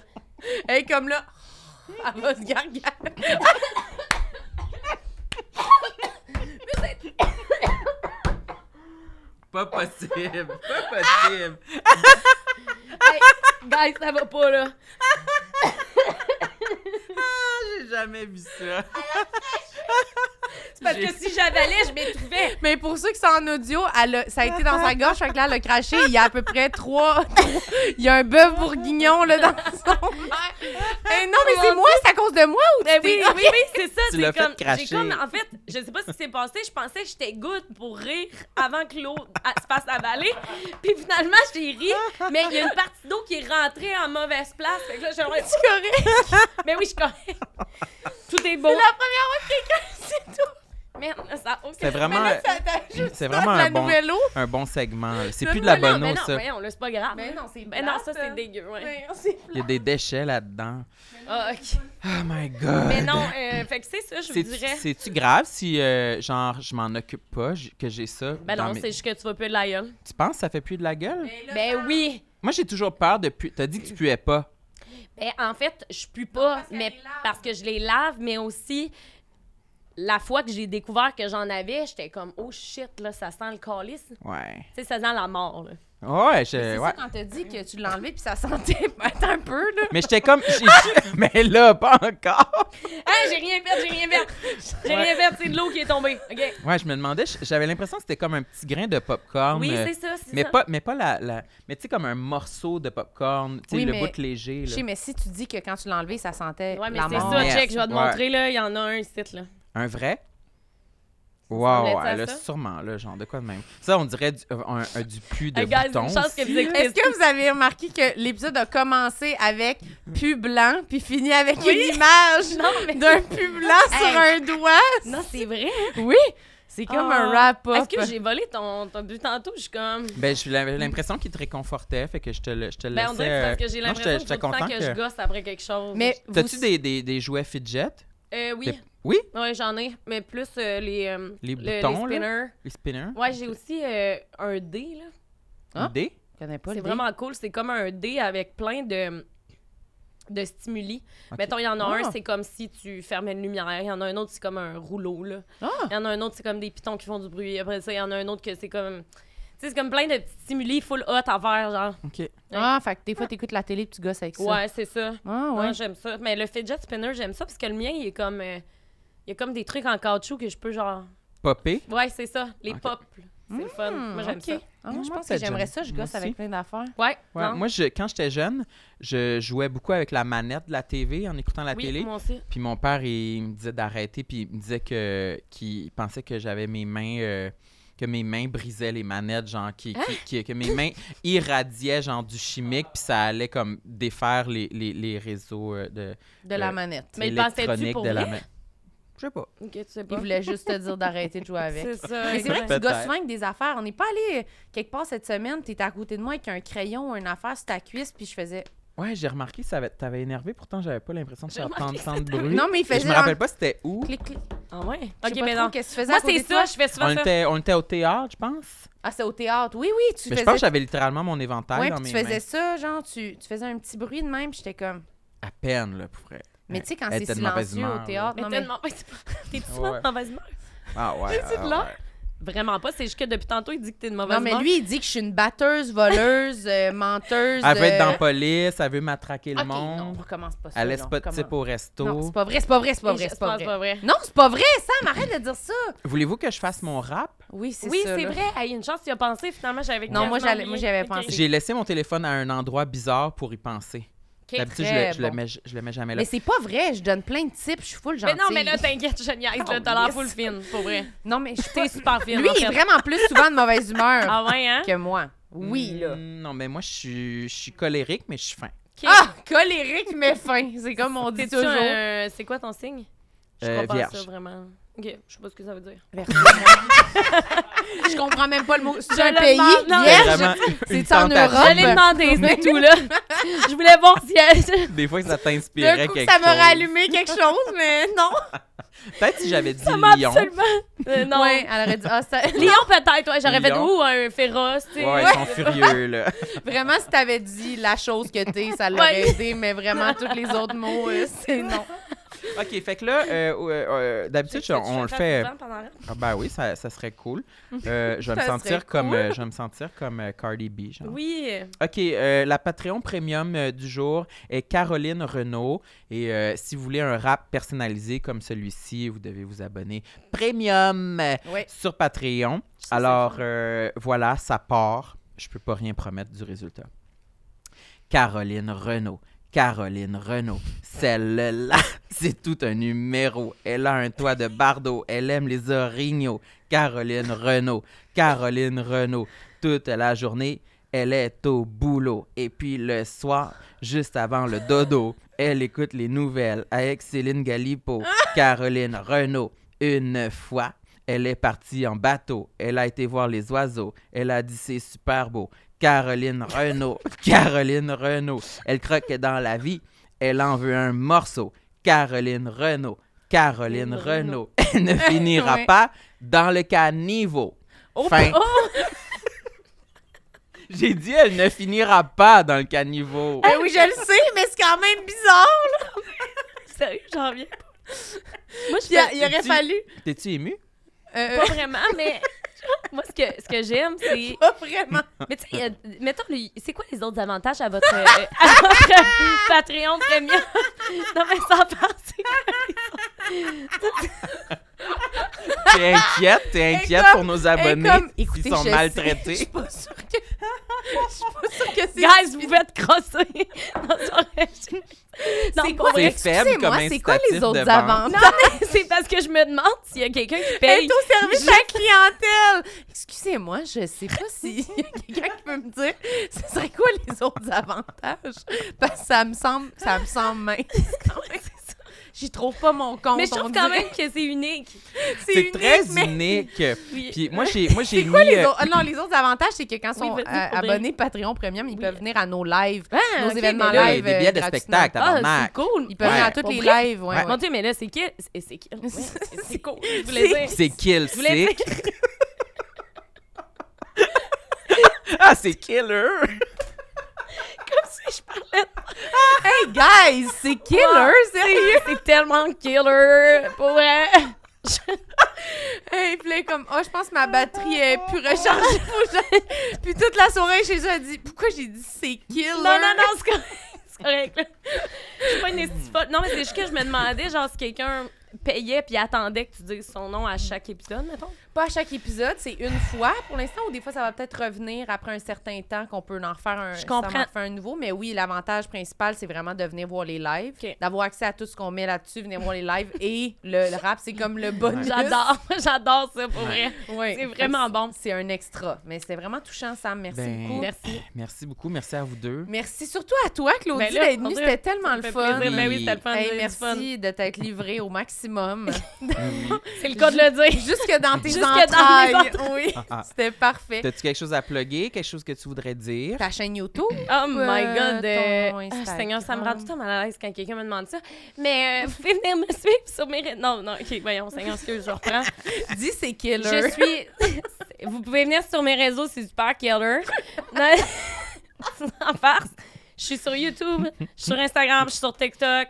S2: elle est comme là, elle va se gargarer.
S1: Pas possible. <laughs> Pas possible.
S4: Hey, guys, ça va pas, là. Ah,
S1: J'ai jamais vu ça.
S4: C'est Parce que si j'avalais, je m'étouffais.
S2: Mais pour ceux qui sont en audio, elle a- ça a été dans sa gorge, fait que là, elle a craché. Il y a à peu près trois. trois- il y a un bœuf bourguignon, là, dans son verre. Eh non, mais c'est moi, c'est à cause de moi ou
S4: Ben oui,
S2: t'es-
S4: oui, oui, c'est ça.
S1: Tu
S4: c'est
S1: l'as fait
S4: comme, j'ai
S1: cracher.
S4: Comme, en fait, je sais pas ce qui s'est passé. Je pensais que j'étais good pour rire avant que l'eau a- se fasse avaler. Puis finalement, j'ai ri, mais il y a une partie d'eau qui est rentrée en mauvaise place. Fait que là, j'ai vraiment-
S2: C'est correct.
S4: Mais oui, je connais. Tout est
S2: <laughs>
S4: beau.
S2: La première fois que quelqu'un, c'est tout.
S4: Merde, ça a aucun-
S1: C'est vraiment,
S2: Mais là, ça t'a juste
S1: c'est
S2: de
S1: vraiment
S2: la
S1: un bon,
S2: nouvelle eau.
S1: un bon segment. là. C'est
S2: Non,
S1: plus de la
S4: Mais non,
S1: bonne
S4: mais
S1: eau,
S4: non,
S1: ça.
S4: voyons, là, c'est pas grave.
S2: Mais Ben non, c'est
S4: Mais Ben non, ça, Ben,
S2: plate.
S4: c'est dégueu, ouais.
S2: Ouais, c'est
S1: Il y a des déchets là-dedans.
S4: Ah, ok.
S1: Oh my god. <laughs>
S4: Mais non, euh, fait que c'est ça, je vous
S1: C'est-tu-
S4: dirais.
S1: C'est-tu grave si, euh, genre, je m'en occupe pas, j- que j'ai ça?
S4: Ben
S1: dans
S4: non,
S1: mes-
S4: c'est juste que tu vas plus de la gueule.
S1: Tu penses que ça fait plus de la gueule?
S4: Ben oui.
S1: Moi, j'ai toujours peur de pu... T'as dit que tu puais pas.
S4: Ben, en fait, je pue pas,
S2: qu'elle
S4: mais
S2: les lave.
S4: parce que je les lave, mais aussi la fois que j'ai découvert que j'en avais, j'étais comme oh shit là, ça sent le calice. Tu
S1: Ouais.
S4: sais, ça sent la mort. Là.
S1: Ouais,
S2: C'est
S1: je...
S2: ça
S1: Ben ouais.
S2: quand t'as dit que tu l'as enlevé puis ça sentait <laughs> Attends un peu, là.
S1: Mais j'étais
S4: <laughs>
S1: comme... j'ai- Mais là, pas encore!
S4: Hey, j'ai rien fait, j'ai rien fait. J'ai rien fait, c'est de l'eau qui est tombée. OK.
S1: Ouais, je me demandais... j- J'avais l'impression que c'était comme un petit grain de popcorn.
S4: Oui,
S1: euh,
S4: c'est ça, c'est
S1: Mais
S4: ça.
S1: pas, mais pas la, la- Mais tu sais, comme un morceau de popcorn, tu sais,
S2: Oui,
S1: le
S2: mais-
S1: bout léger,
S2: Je sais,
S1: là.
S2: mais si tu dis que quand tu l'as enlevé, ça sentait
S4: Ouais, mais
S2: la
S4: c'est
S2: mort.
S4: ça,
S1: Mais
S4: check, je vais te
S1: ouais.
S4: montrer là, il y en a un ici là.
S1: Un vrai?
S4: ressemblait
S1: Wow,
S4: à
S1: elle a
S4: ça?
S1: sûrement, là, genre, de quoi de même. Ça, on dirait du, euh, un, un- du pu de
S4: Hey, guys,
S1: bouton.
S4: une chance que vous
S2: Est-ce
S4: écoutez.
S2: que vous avez remarqué que l'épisode a commencé avec pu blanc puis fini avec une image
S4: Non, mais
S2: d'un pu blanc sur un doigt?
S4: non, c'est vrai.
S2: Oui, c'est comme
S4: Ah.
S2: un wrap up.
S4: Est-ce que j'ai volé ton ton but tantôt, je suis comme
S1: Ben, j'ai l'im- l'impression qu'il te réconfortait, fait que je te le, je te le
S4: ben on
S1: laissais,
S4: dirait que c'est parce
S1: euh,
S4: que j'ai
S1: non, j'étais-
S4: l'impression que,
S1: j'étais
S4: faut tout le temps
S1: content
S4: que je
S1: que-
S4: gosse après quelque chose.
S2: Mais
S1: T'as-tu
S2: vous-
S1: des, des, des jouets fidget?
S4: Euh, oui.
S1: Des- Oui?
S4: Ouais, j'en ai, mais plus euh, les, euh,
S1: Les
S4: le-
S1: boutons, là?
S4: les spinners.
S1: Les spinners?
S4: Ouais, j'ai aussi euh, un dé là.
S2: Ah.
S1: Des?
S2: Je connais pas
S4: C'est
S2: le dé.
S4: vraiment cool, c'est comme un dé avec plein de de stimuli.
S1: Ok.
S4: Mettons, il y en a
S2: Ah.
S4: un, c'est comme si tu fermais une lumière. Il y en a un autre, c'est comme un rouleau, là.
S2: Ah.
S4: Il y en a un autre, c'est comme des pitons qui font du bruit. Après ça, il y en a un autre que c'est comme... Tu sais, c'est comme plein de petits stimuli full hot à faire, genre.
S1: OK.
S2: Ah, fait que des fois, t'écoutes la télé puis tu gosses avec ça.
S4: Ouais, c'est ça.
S2: Ah,
S4: Non,
S2: ouais.
S4: j'aime ça. Mais le fidget spinner, j'aime ça parce que le mien, il est comme... euh, il y a comme des trucs en caoutchouc que je peux, genre...
S1: Popé?
S4: Ouais, c'est ça. Les
S1: Ok.
S4: pops. là. C'est le fun. Moi, j'aime
S2: Ok.
S4: ça.
S2: Ah,
S1: Moi,
S2: je
S1: je
S2: pense
S1: pense
S2: que
S1: que
S2: j'aimerais
S1: j'aime.
S2: ça, je
S1: Moi
S2: gosse avec
S1: aussi.
S2: plein d'affaires.
S4: Ouais,
S1: Ouais,
S4: non?
S1: Moi, je, quand j'étais jeune, je jouais beaucoup avec la manette de la TV en écoutant la
S4: oui,
S1: télé.
S4: moi aussi.
S1: Puis mon père, il me disait d'arrêter, puis il me disait que qu'il pensait que j'avais mes mains euh, que mes mains brisaient les manettes, genre qui, qui-
S4: Hein?
S1: qui- que mes
S4: <laughs>
S1: mains irradiaient genre du chimique, puis ça allait comme défaire les, les, les réseaux euh, de
S2: De la
S1: Euh,
S2: manette.
S4: Mais il pensait-tu
S1: électroniques
S4: pour
S1: de la
S4: vrai?
S1: main. Je sais pas.
S4: Ok, tu sais pas.
S2: Il voulait juste te dire d'arrêter de jouer avec.
S4: C'est ça.
S2: Mais c'est vrai que tu
S1: Peut-être.
S2: gosses souvent avec des affaires. On n'est pas allé euh, quelque part cette semaine, t'étais à côté de moi avec un crayon ou une affaire sur ta cuisse, puis je faisais.
S1: Ouais, j'ai remarqué que ça avait- t'avait énervé, pourtant j'avais pas l'impression de
S4: J'ai
S1: faire tant
S4: remarqué
S1: de,
S4: que
S1: de bruit.
S2: Non, mais il
S1: Et je
S2: faisait.
S1: me
S2: un
S1: rappelle pas c'était où.
S2: Clic, clic.
S4: Ah ouais?
S2: Je sais
S4: Ok,
S2: pas
S4: mais
S2: trop
S4: non.
S2: Qu'est-ce que tu faisais
S4: Moi,
S2: à côté
S4: c'est
S2: de toi?
S4: ça, je fais souvent
S1: On
S4: ça.
S1: était, on était au théâtre, je pense.
S2: Ah, c'est au théâtre. Oui, oui, tu
S1: Mais je pense que
S2: faisais.
S1: j'avais littéralement mon éventail
S2: Ouais,
S1: dans
S2: puis
S1: mes
S2: tu faisais
S1: mains.
S2: ça, genre, tu, tu faisais un petit bruit de même, puis j'étais comme.
S1: À peine, là, pour vrai.
S2: Mais tu sais, quand
S1: Elle
S2: c'est
S1: était de mauvaise
S2: silencieux
S1: humeur,
S2: au
S1: là.
S2: théâtre,
S4: Mais
S2: non, mais.
S4: tellement pas. T'es-tu souvent
S1: Ouais.
S4: de mauvaise humeur?
S1: Ah ouais.
S4: J'ai-tu de
S1: ah
S4: l'air?
S1: ouais.
S4: Vraiment pas, c'est juste que depuis tantôt, il dit que t'es de mauvaise
S2: Non, mais
S4: humeur.
S2: lui, il dit que je suis une batteuse, voleuse, euh, menteuse.
S1: Elle veut être dans
S2: euh,
S1: la police, elle veut matraquer le
S2: OK, non,
S1: monde.
S2: on recommence pas ça.
S1: Elle laisse
S2: là, on
S1: pas de
S2: recommence.
S1: type au resto.
S2: Non, c'est pas vrai, c'est pas vrai, c'est pas vrai, c'est pas vrai. Non, c'est pas vrai, Sam, arrête de dire ça.
S1: Voulez-vous que je fasse mon rap?
S2: Oui, c'est
S4: Oui,
S2: ça.
S4: c'est
S2: là.
S4: vrai. Hey, une chance, tu y as pensé. Finalement, j'avais
S2: Non, moi,
S4: quasiment
S2: j'allais- moi,
S4: oublié.
S2: j'avais
S4: Ok.
S2: pensé.
S1: J'ai laissé mon téléphone à un endroit bizarre pour y penser.
S2: Ok,
S1: D'habitude, je,
S2: très
S1: le- je le
S2: bon.
S1: mets- je le mets jamais là.
S2: Mais c'est pas vrai, je donne plein de types, je suis full
S4: Mais
S2: gentille.
S4: non, mais là, t'inquiète, je niaise. là, T'as l'air full fine, pour vrai.
S2: Non, mais je suis
S4: <laughs> T'es
S2: pas...
S4: super fine.
S2: Lui,
S4: en
S2: il est
S4: fait.
S2: vraiment plus souvent de mauvaise humeur
S4: Ah ouais, hein?
S2: que moi. Oui,
S1: Mm,
S2: là.
S1: Non, mais moi, je suis, je suis colérique, mais je suis fin.
S4: Ok.
S2: Ah! Colérique, mais fin. C'est comme on dit
S4: T'es-tu
S2: toujours.
S4: un- euh, C'est quoi ton signe? Je
S1: Euh,
S4: crois pas à ça,
S1: vierge.
S4: vraiment. Ok, je sais pas ce que ça veut dire.
S2: Verso, moi. je comprends même pas le mot. C'est
S4: Je
S2: un
S4: le
S2: pays.
S4: demande- non,
S1: C'est
S2: vierge?
S1: vraiment une
S2: c'est en
S1: tentative.
S2: Europe.
S4: J'allais demander, c'est tout, <laughs> là. Je voulais voir si elle...
S1: Des fois, ça
S2: D'un
S1: t'inspirait
S2: coup,
S1: quelque
S2: ça
S1: chose.
S2: m'aurait allumé quelque chose, mais non.
S1: Peut-être si j'avais dit
S4: Ça m'a
S1: lion.
S4: absolument... Euh, non.
S2: Ouais, elle aurait dit, ah, ça... <laughs>
S4: Lion, peut-être, ouais. J'aurais fait,
S1: Lion.
S4: ouh, un féroce, tu sais.
S1: Ouais, ils sont furieux, là.
S2: Vraiment, si t'avais dit la chose que t'es, ça l'aurait
S4: Ouais.
S2: aidé, mais vraiment, tous les autres mots, euh, c'est non.
S1: OK, fait que là, euh, euh, euh, d'habitude,
S4: J'ai-
S1: on, on le
S4: j'ai
S1: fait...
S4: souvent pendant la-
S1: Ah, ben oui, ça, ça serait cool. Euh, je, vais me
S2: Ça serait
S1: sentir comme, euh, je vais me sentir comme euh, Cardi B, genre.
S4: Oui.
S1: OK, euh, la Patreon Premium euh, du jour est Caroline Renault. Et euh, si vous voulez un rap personnalisé comme celui-ci, vous devez vous abonner Premium euh,
S2: Oui.
S1: sur Patreon. Alors, euh, voilà, ça part. Je peux pas rien promettre du résultat. Caroline Renault. Caroline Renault, celle-là, c'est tout un numéro. Elle a un toit de bardeau, elle aime les orignaux. Caroline Renault, Caroline Renault, toute la journée, elle est au boulot. Et puis le soir, juste avant le dodo, elle écoute les nouvelles avec Céline Galipo. Caroline Renault, une fois, elle est partie en bateau. Elle a été voir les oiseaux. Elle a dit c'est super beau. Caroline Renault. Caroline Renault. Elle croque dans la vie. Elle en veut un morceau. Caroline Renault. Caroline Renault. Elle ne finira
S2: Ouais.
S1: pas dans le caniveau.
S4: Oh,
S1: Fin.
S4: oh,
S1: <laughs> J'ai dit elle ne finira pas dans le caniveau.
S2: Ben oui, je le sais, mais c'est quand même bizarre.
S4: sérieux, j'en reviens pas. Moi, je
S2: Puis, il
S4: fais...
S2: il aurait
S1: tu-
S2: fallu.
S1: Eh, T'es-tu ému?
S2: euh,
S4: Pas vraiment, mais... <laughs> Moi, ce que, ce que j'aime, c'est...
S2: pas vraiment.
S4: Mais tu sais, euh, mettons, le- c'est quoi les autres avantages à votre, euh, à votre Patreon Premium? <laughs> non, mais sans partir.
S1: T'es inquiète? T'es
S2: Et
S1: inquiète
S2: comme-
S1: pour nos
S2: Et
S1: abonnés
S2: comme-
S1: qui
S2: écoutez,
S1: sont
S2: je sais, Je
S1: maltraités?
S2: suis pas sûre que. <laughs> Je suis pas sûre que c'est.
S4: Guys, vous pouvez être crossés. <laughs> non, c'est vrai, je- non,
S2: C'est
S4: pour
S2: quoi,
S4: vrai,
S1: C'est faible
S2: excusez-moi,
S1: comme
S2: c'est quoi les
S1: incitatif
S2: autres
S1: de vente.
S2: avantages?
S4: c'est parce que je me demande s'il y a quelqu'un qui
S2: Elle
S4: paye.
S2: est au service de la clientèle. Excusez-moi, je sais pas s'il <laughs> y a quelqu'un qui peut me dire ce serait quoi les autres avantages parce que ça me semble ça me semble mince.
S4: <laughs>
S2: J'y trouve pas mon compte.
S4: Mais je trouve
S2: on
S4: quand
S2: dirait.
S4: même que c'est unique.
S1: C'est
S2: unique,
S1: très
S2: mais-
S1: unique.
S4: Oui.
S1: Puis moi, j'ai, moi, j'ai
S2: C'est quoi
S1: mis,
S2: les
S1: euh,
S2: autres? ah Non, les autres avantages, c'est que quand ils
S4: Oui,
S2: sont
S4: vas-y,
S2: euh,
S4: pour vrai.
S2: abonnés Patreon Premium, ils
S4: Oui. Ah,
S2: peuvent venir à nos lives. nos
S4: ok, mais
S2: événements
S4: là,
S2: live.
S1: des billets de
S2: euh, gratuitement.
S1: spectacle,
S4: Ah,
S1: tabarnak.
S4: c'est cool.
S2: Ils peuvent venir à
S1: Ouais.
S2: toutes
S4: Pour
S2: les
S4: vrai?
S2: lives. Ouais,
S4: Mon
S2: ouais.
S4: Dieu, mais là, c'est qui? C'est c'est qui? Ouais, c'est- c'est cool. Je voulais
S2: C'est-
S4: dire.
S1: C'est kill
S4: Je voulais
S1: sick.
S4: dire.
S1: Ah, c'est
S2: <laughs>
S1: killer.
S4: Comme si je parlais de
S2: Hey guys, c'est killer, sérieux!
S4: <laughs> C'est tellement killer. Pour vrai.
S2: Hey, puis là, comme, oh, je pense que ma batterie est plus rechargée. Faut que j'aille. puis toute la soirée chez eux, elle dit, pourquoi j'ai dit c'est killer?
S4: Non, non, non, c'est correct. C'est correct. là. Je suis pas une esti folle. Non, mais c'est juste que je me demandais, genre, si quelqu'un payait puis attendait que tu dises son nom à chaque épisode, mettons.
S2: Pas à chaque épisode, c'est une fois pour l'instant, ou des fois, ça va peut-être revenir après un certain temps qu'on peut en refaire un,
S4: Je
S2: ça va en
S4: comprends.
S2: refaire un nouveau. Mais oui, l'avantage principal, c'est vraiment de venir voir les lives,
S4: Ok.
S2: d'avoir accès à tout ce qu'on met là-dessus, venir voir les lives et le, le rap, c'est comme le bonus.
S4: J'adore, <laughs> j'adore ça pour vrai.
S2: Ouais.
S4: C'est vraiment bon.
S2: C'est un extra. Mais c'est vraiment touchant, Sam. Merci
S1: Ben,
S2: beaucoup.
S4: Merci.
S1: Merci beaucoup. Merci à vous deux.
S2: <laughs> Merci surtout à toi, Claudie,
S4: Ben là,
S2: d'être venue.
S4: Andrea,
S2: C'était
S4: Ça
S2: tellement
S4: me
S2: le
S4: fait
S2: fun.
S4: plaisir. Ben oui, c'était le fun.
S2: Hey,
S4: c'était du fun.
S2: merci de t'être livré au
S4: <laughs>
S2: maximum.
S4: C'est le cas de le
S2: <laughs>
S4: dire.
S2: Jusque dans tes
S4: Jusque dans mes
S2: entrailles.
S4: entrailles.
S2: oui,
S1: ah.
S2: c'était parfait.
S1: T'as-tu quelque chose à plugger? Quelque chose que tu voudrais dire?
S2: Ta chaîne YouTube.
S4: Oh my god. euh,
S2: ton
S4: ah,
S2: Instagram.
S4: Seigneur, ça me rend tout le temps mal à l'aise quand quelqu'un me demande ça. Mais euh, vous pouvez venir me suivre sur mes. ré- Non, non, ok, voyons, Seigneur, excuse, je reprends.
S2: Dis c'est <laughs> killer.
S4: Je suis. <laughs> Vous pouvez venir sur mes réseaux, c'est
S2: <laughs>
S4: super killer. Non, <laughs> en farce. Je suis sur YouTube, je suis sur Instagram, je suis sur TikTok.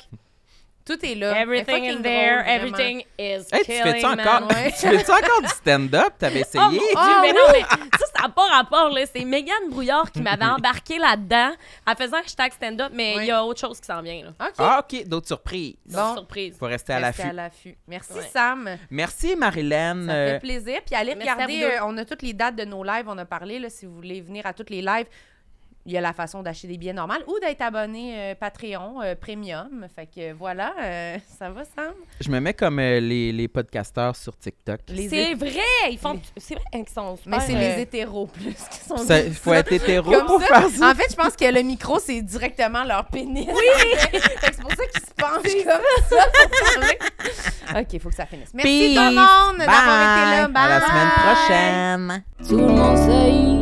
S2: Tout est là. Euh, Elle est
S4: Everything is
S2: fucking
S4: there,
S2: drôle,
S4: everything is
S1: Hey, tu
S4: killing,
S1: fais-tu
S4: man.
S1: encore,
S2: ouais.
S1: <laughs> tu fais-tu encore du stand-up? T'avais essayé?
S4: Oh mon Dieu,
S2: Ah
S4: mais
S2: oui!
S4: non, mais ça, ça n'a pas rapport. là. C'est Mégane Brouillard
S1: <laughs>
S4: qui m'avait embarqué là-dedans en faisant hashtag stand-up, mais il
S2: Oui.
S4: y a autre chose qui s'en vient. Là.
S2: vraiment. OK.
S1: Ah, OK. D'autres surprises.
S4: Donc,
S2: Bon.
S4: surprise.
S1: Faut rester à
S2: Restez
S1: l'affût.
S2: Merci,
S4: Ouais.
S2: Sam.
S1: Merci, Marilyn.
S2: Ça
S1: Euh,
S2: fait plaisir. Puis allez
S4: Merci à vous
S2: regarder,
S4: deux.
S2: euh, on a toutes les dates de nos lives, on a parlé, là, si vous voulez venir à toutes les lives. Il y a la façon d'acheter des billets normales ou d'être abonné euh, Patreon euh, Premium. Fait que euh, voilà, euh, ça va, Sam?
S1: Je me mets comme euh, les, les podcasteurs sur TikTok.
S2: Les
S4: C'est
S2: hét-
S4: vrai! Ils font. C'est vrai qu'ils sont
S2: Mais
S4: super,
S2: c'est
S4: euh,
S2: les hétéros plus qui sont
S1: Ça-
S2: <laughs> comme
S1: faut
S2: ça.
S1: être hétéro
S2: Comme
S1: pour
S2: ça.
S1: faire ça.
S2: En fait, je pense que le micro, c'est directement leur pénis. <laughs> Oui! c'est pour ça qu'ils se penchent comme ça. pour parler. OK, il faut que ça finisse. Merci tout le
S1: Peace.
S2: monde
S1: Bye.
S2: d'avoir été là. Bye!
S1: À la semaine prochaine.
S3: Tout le monde sait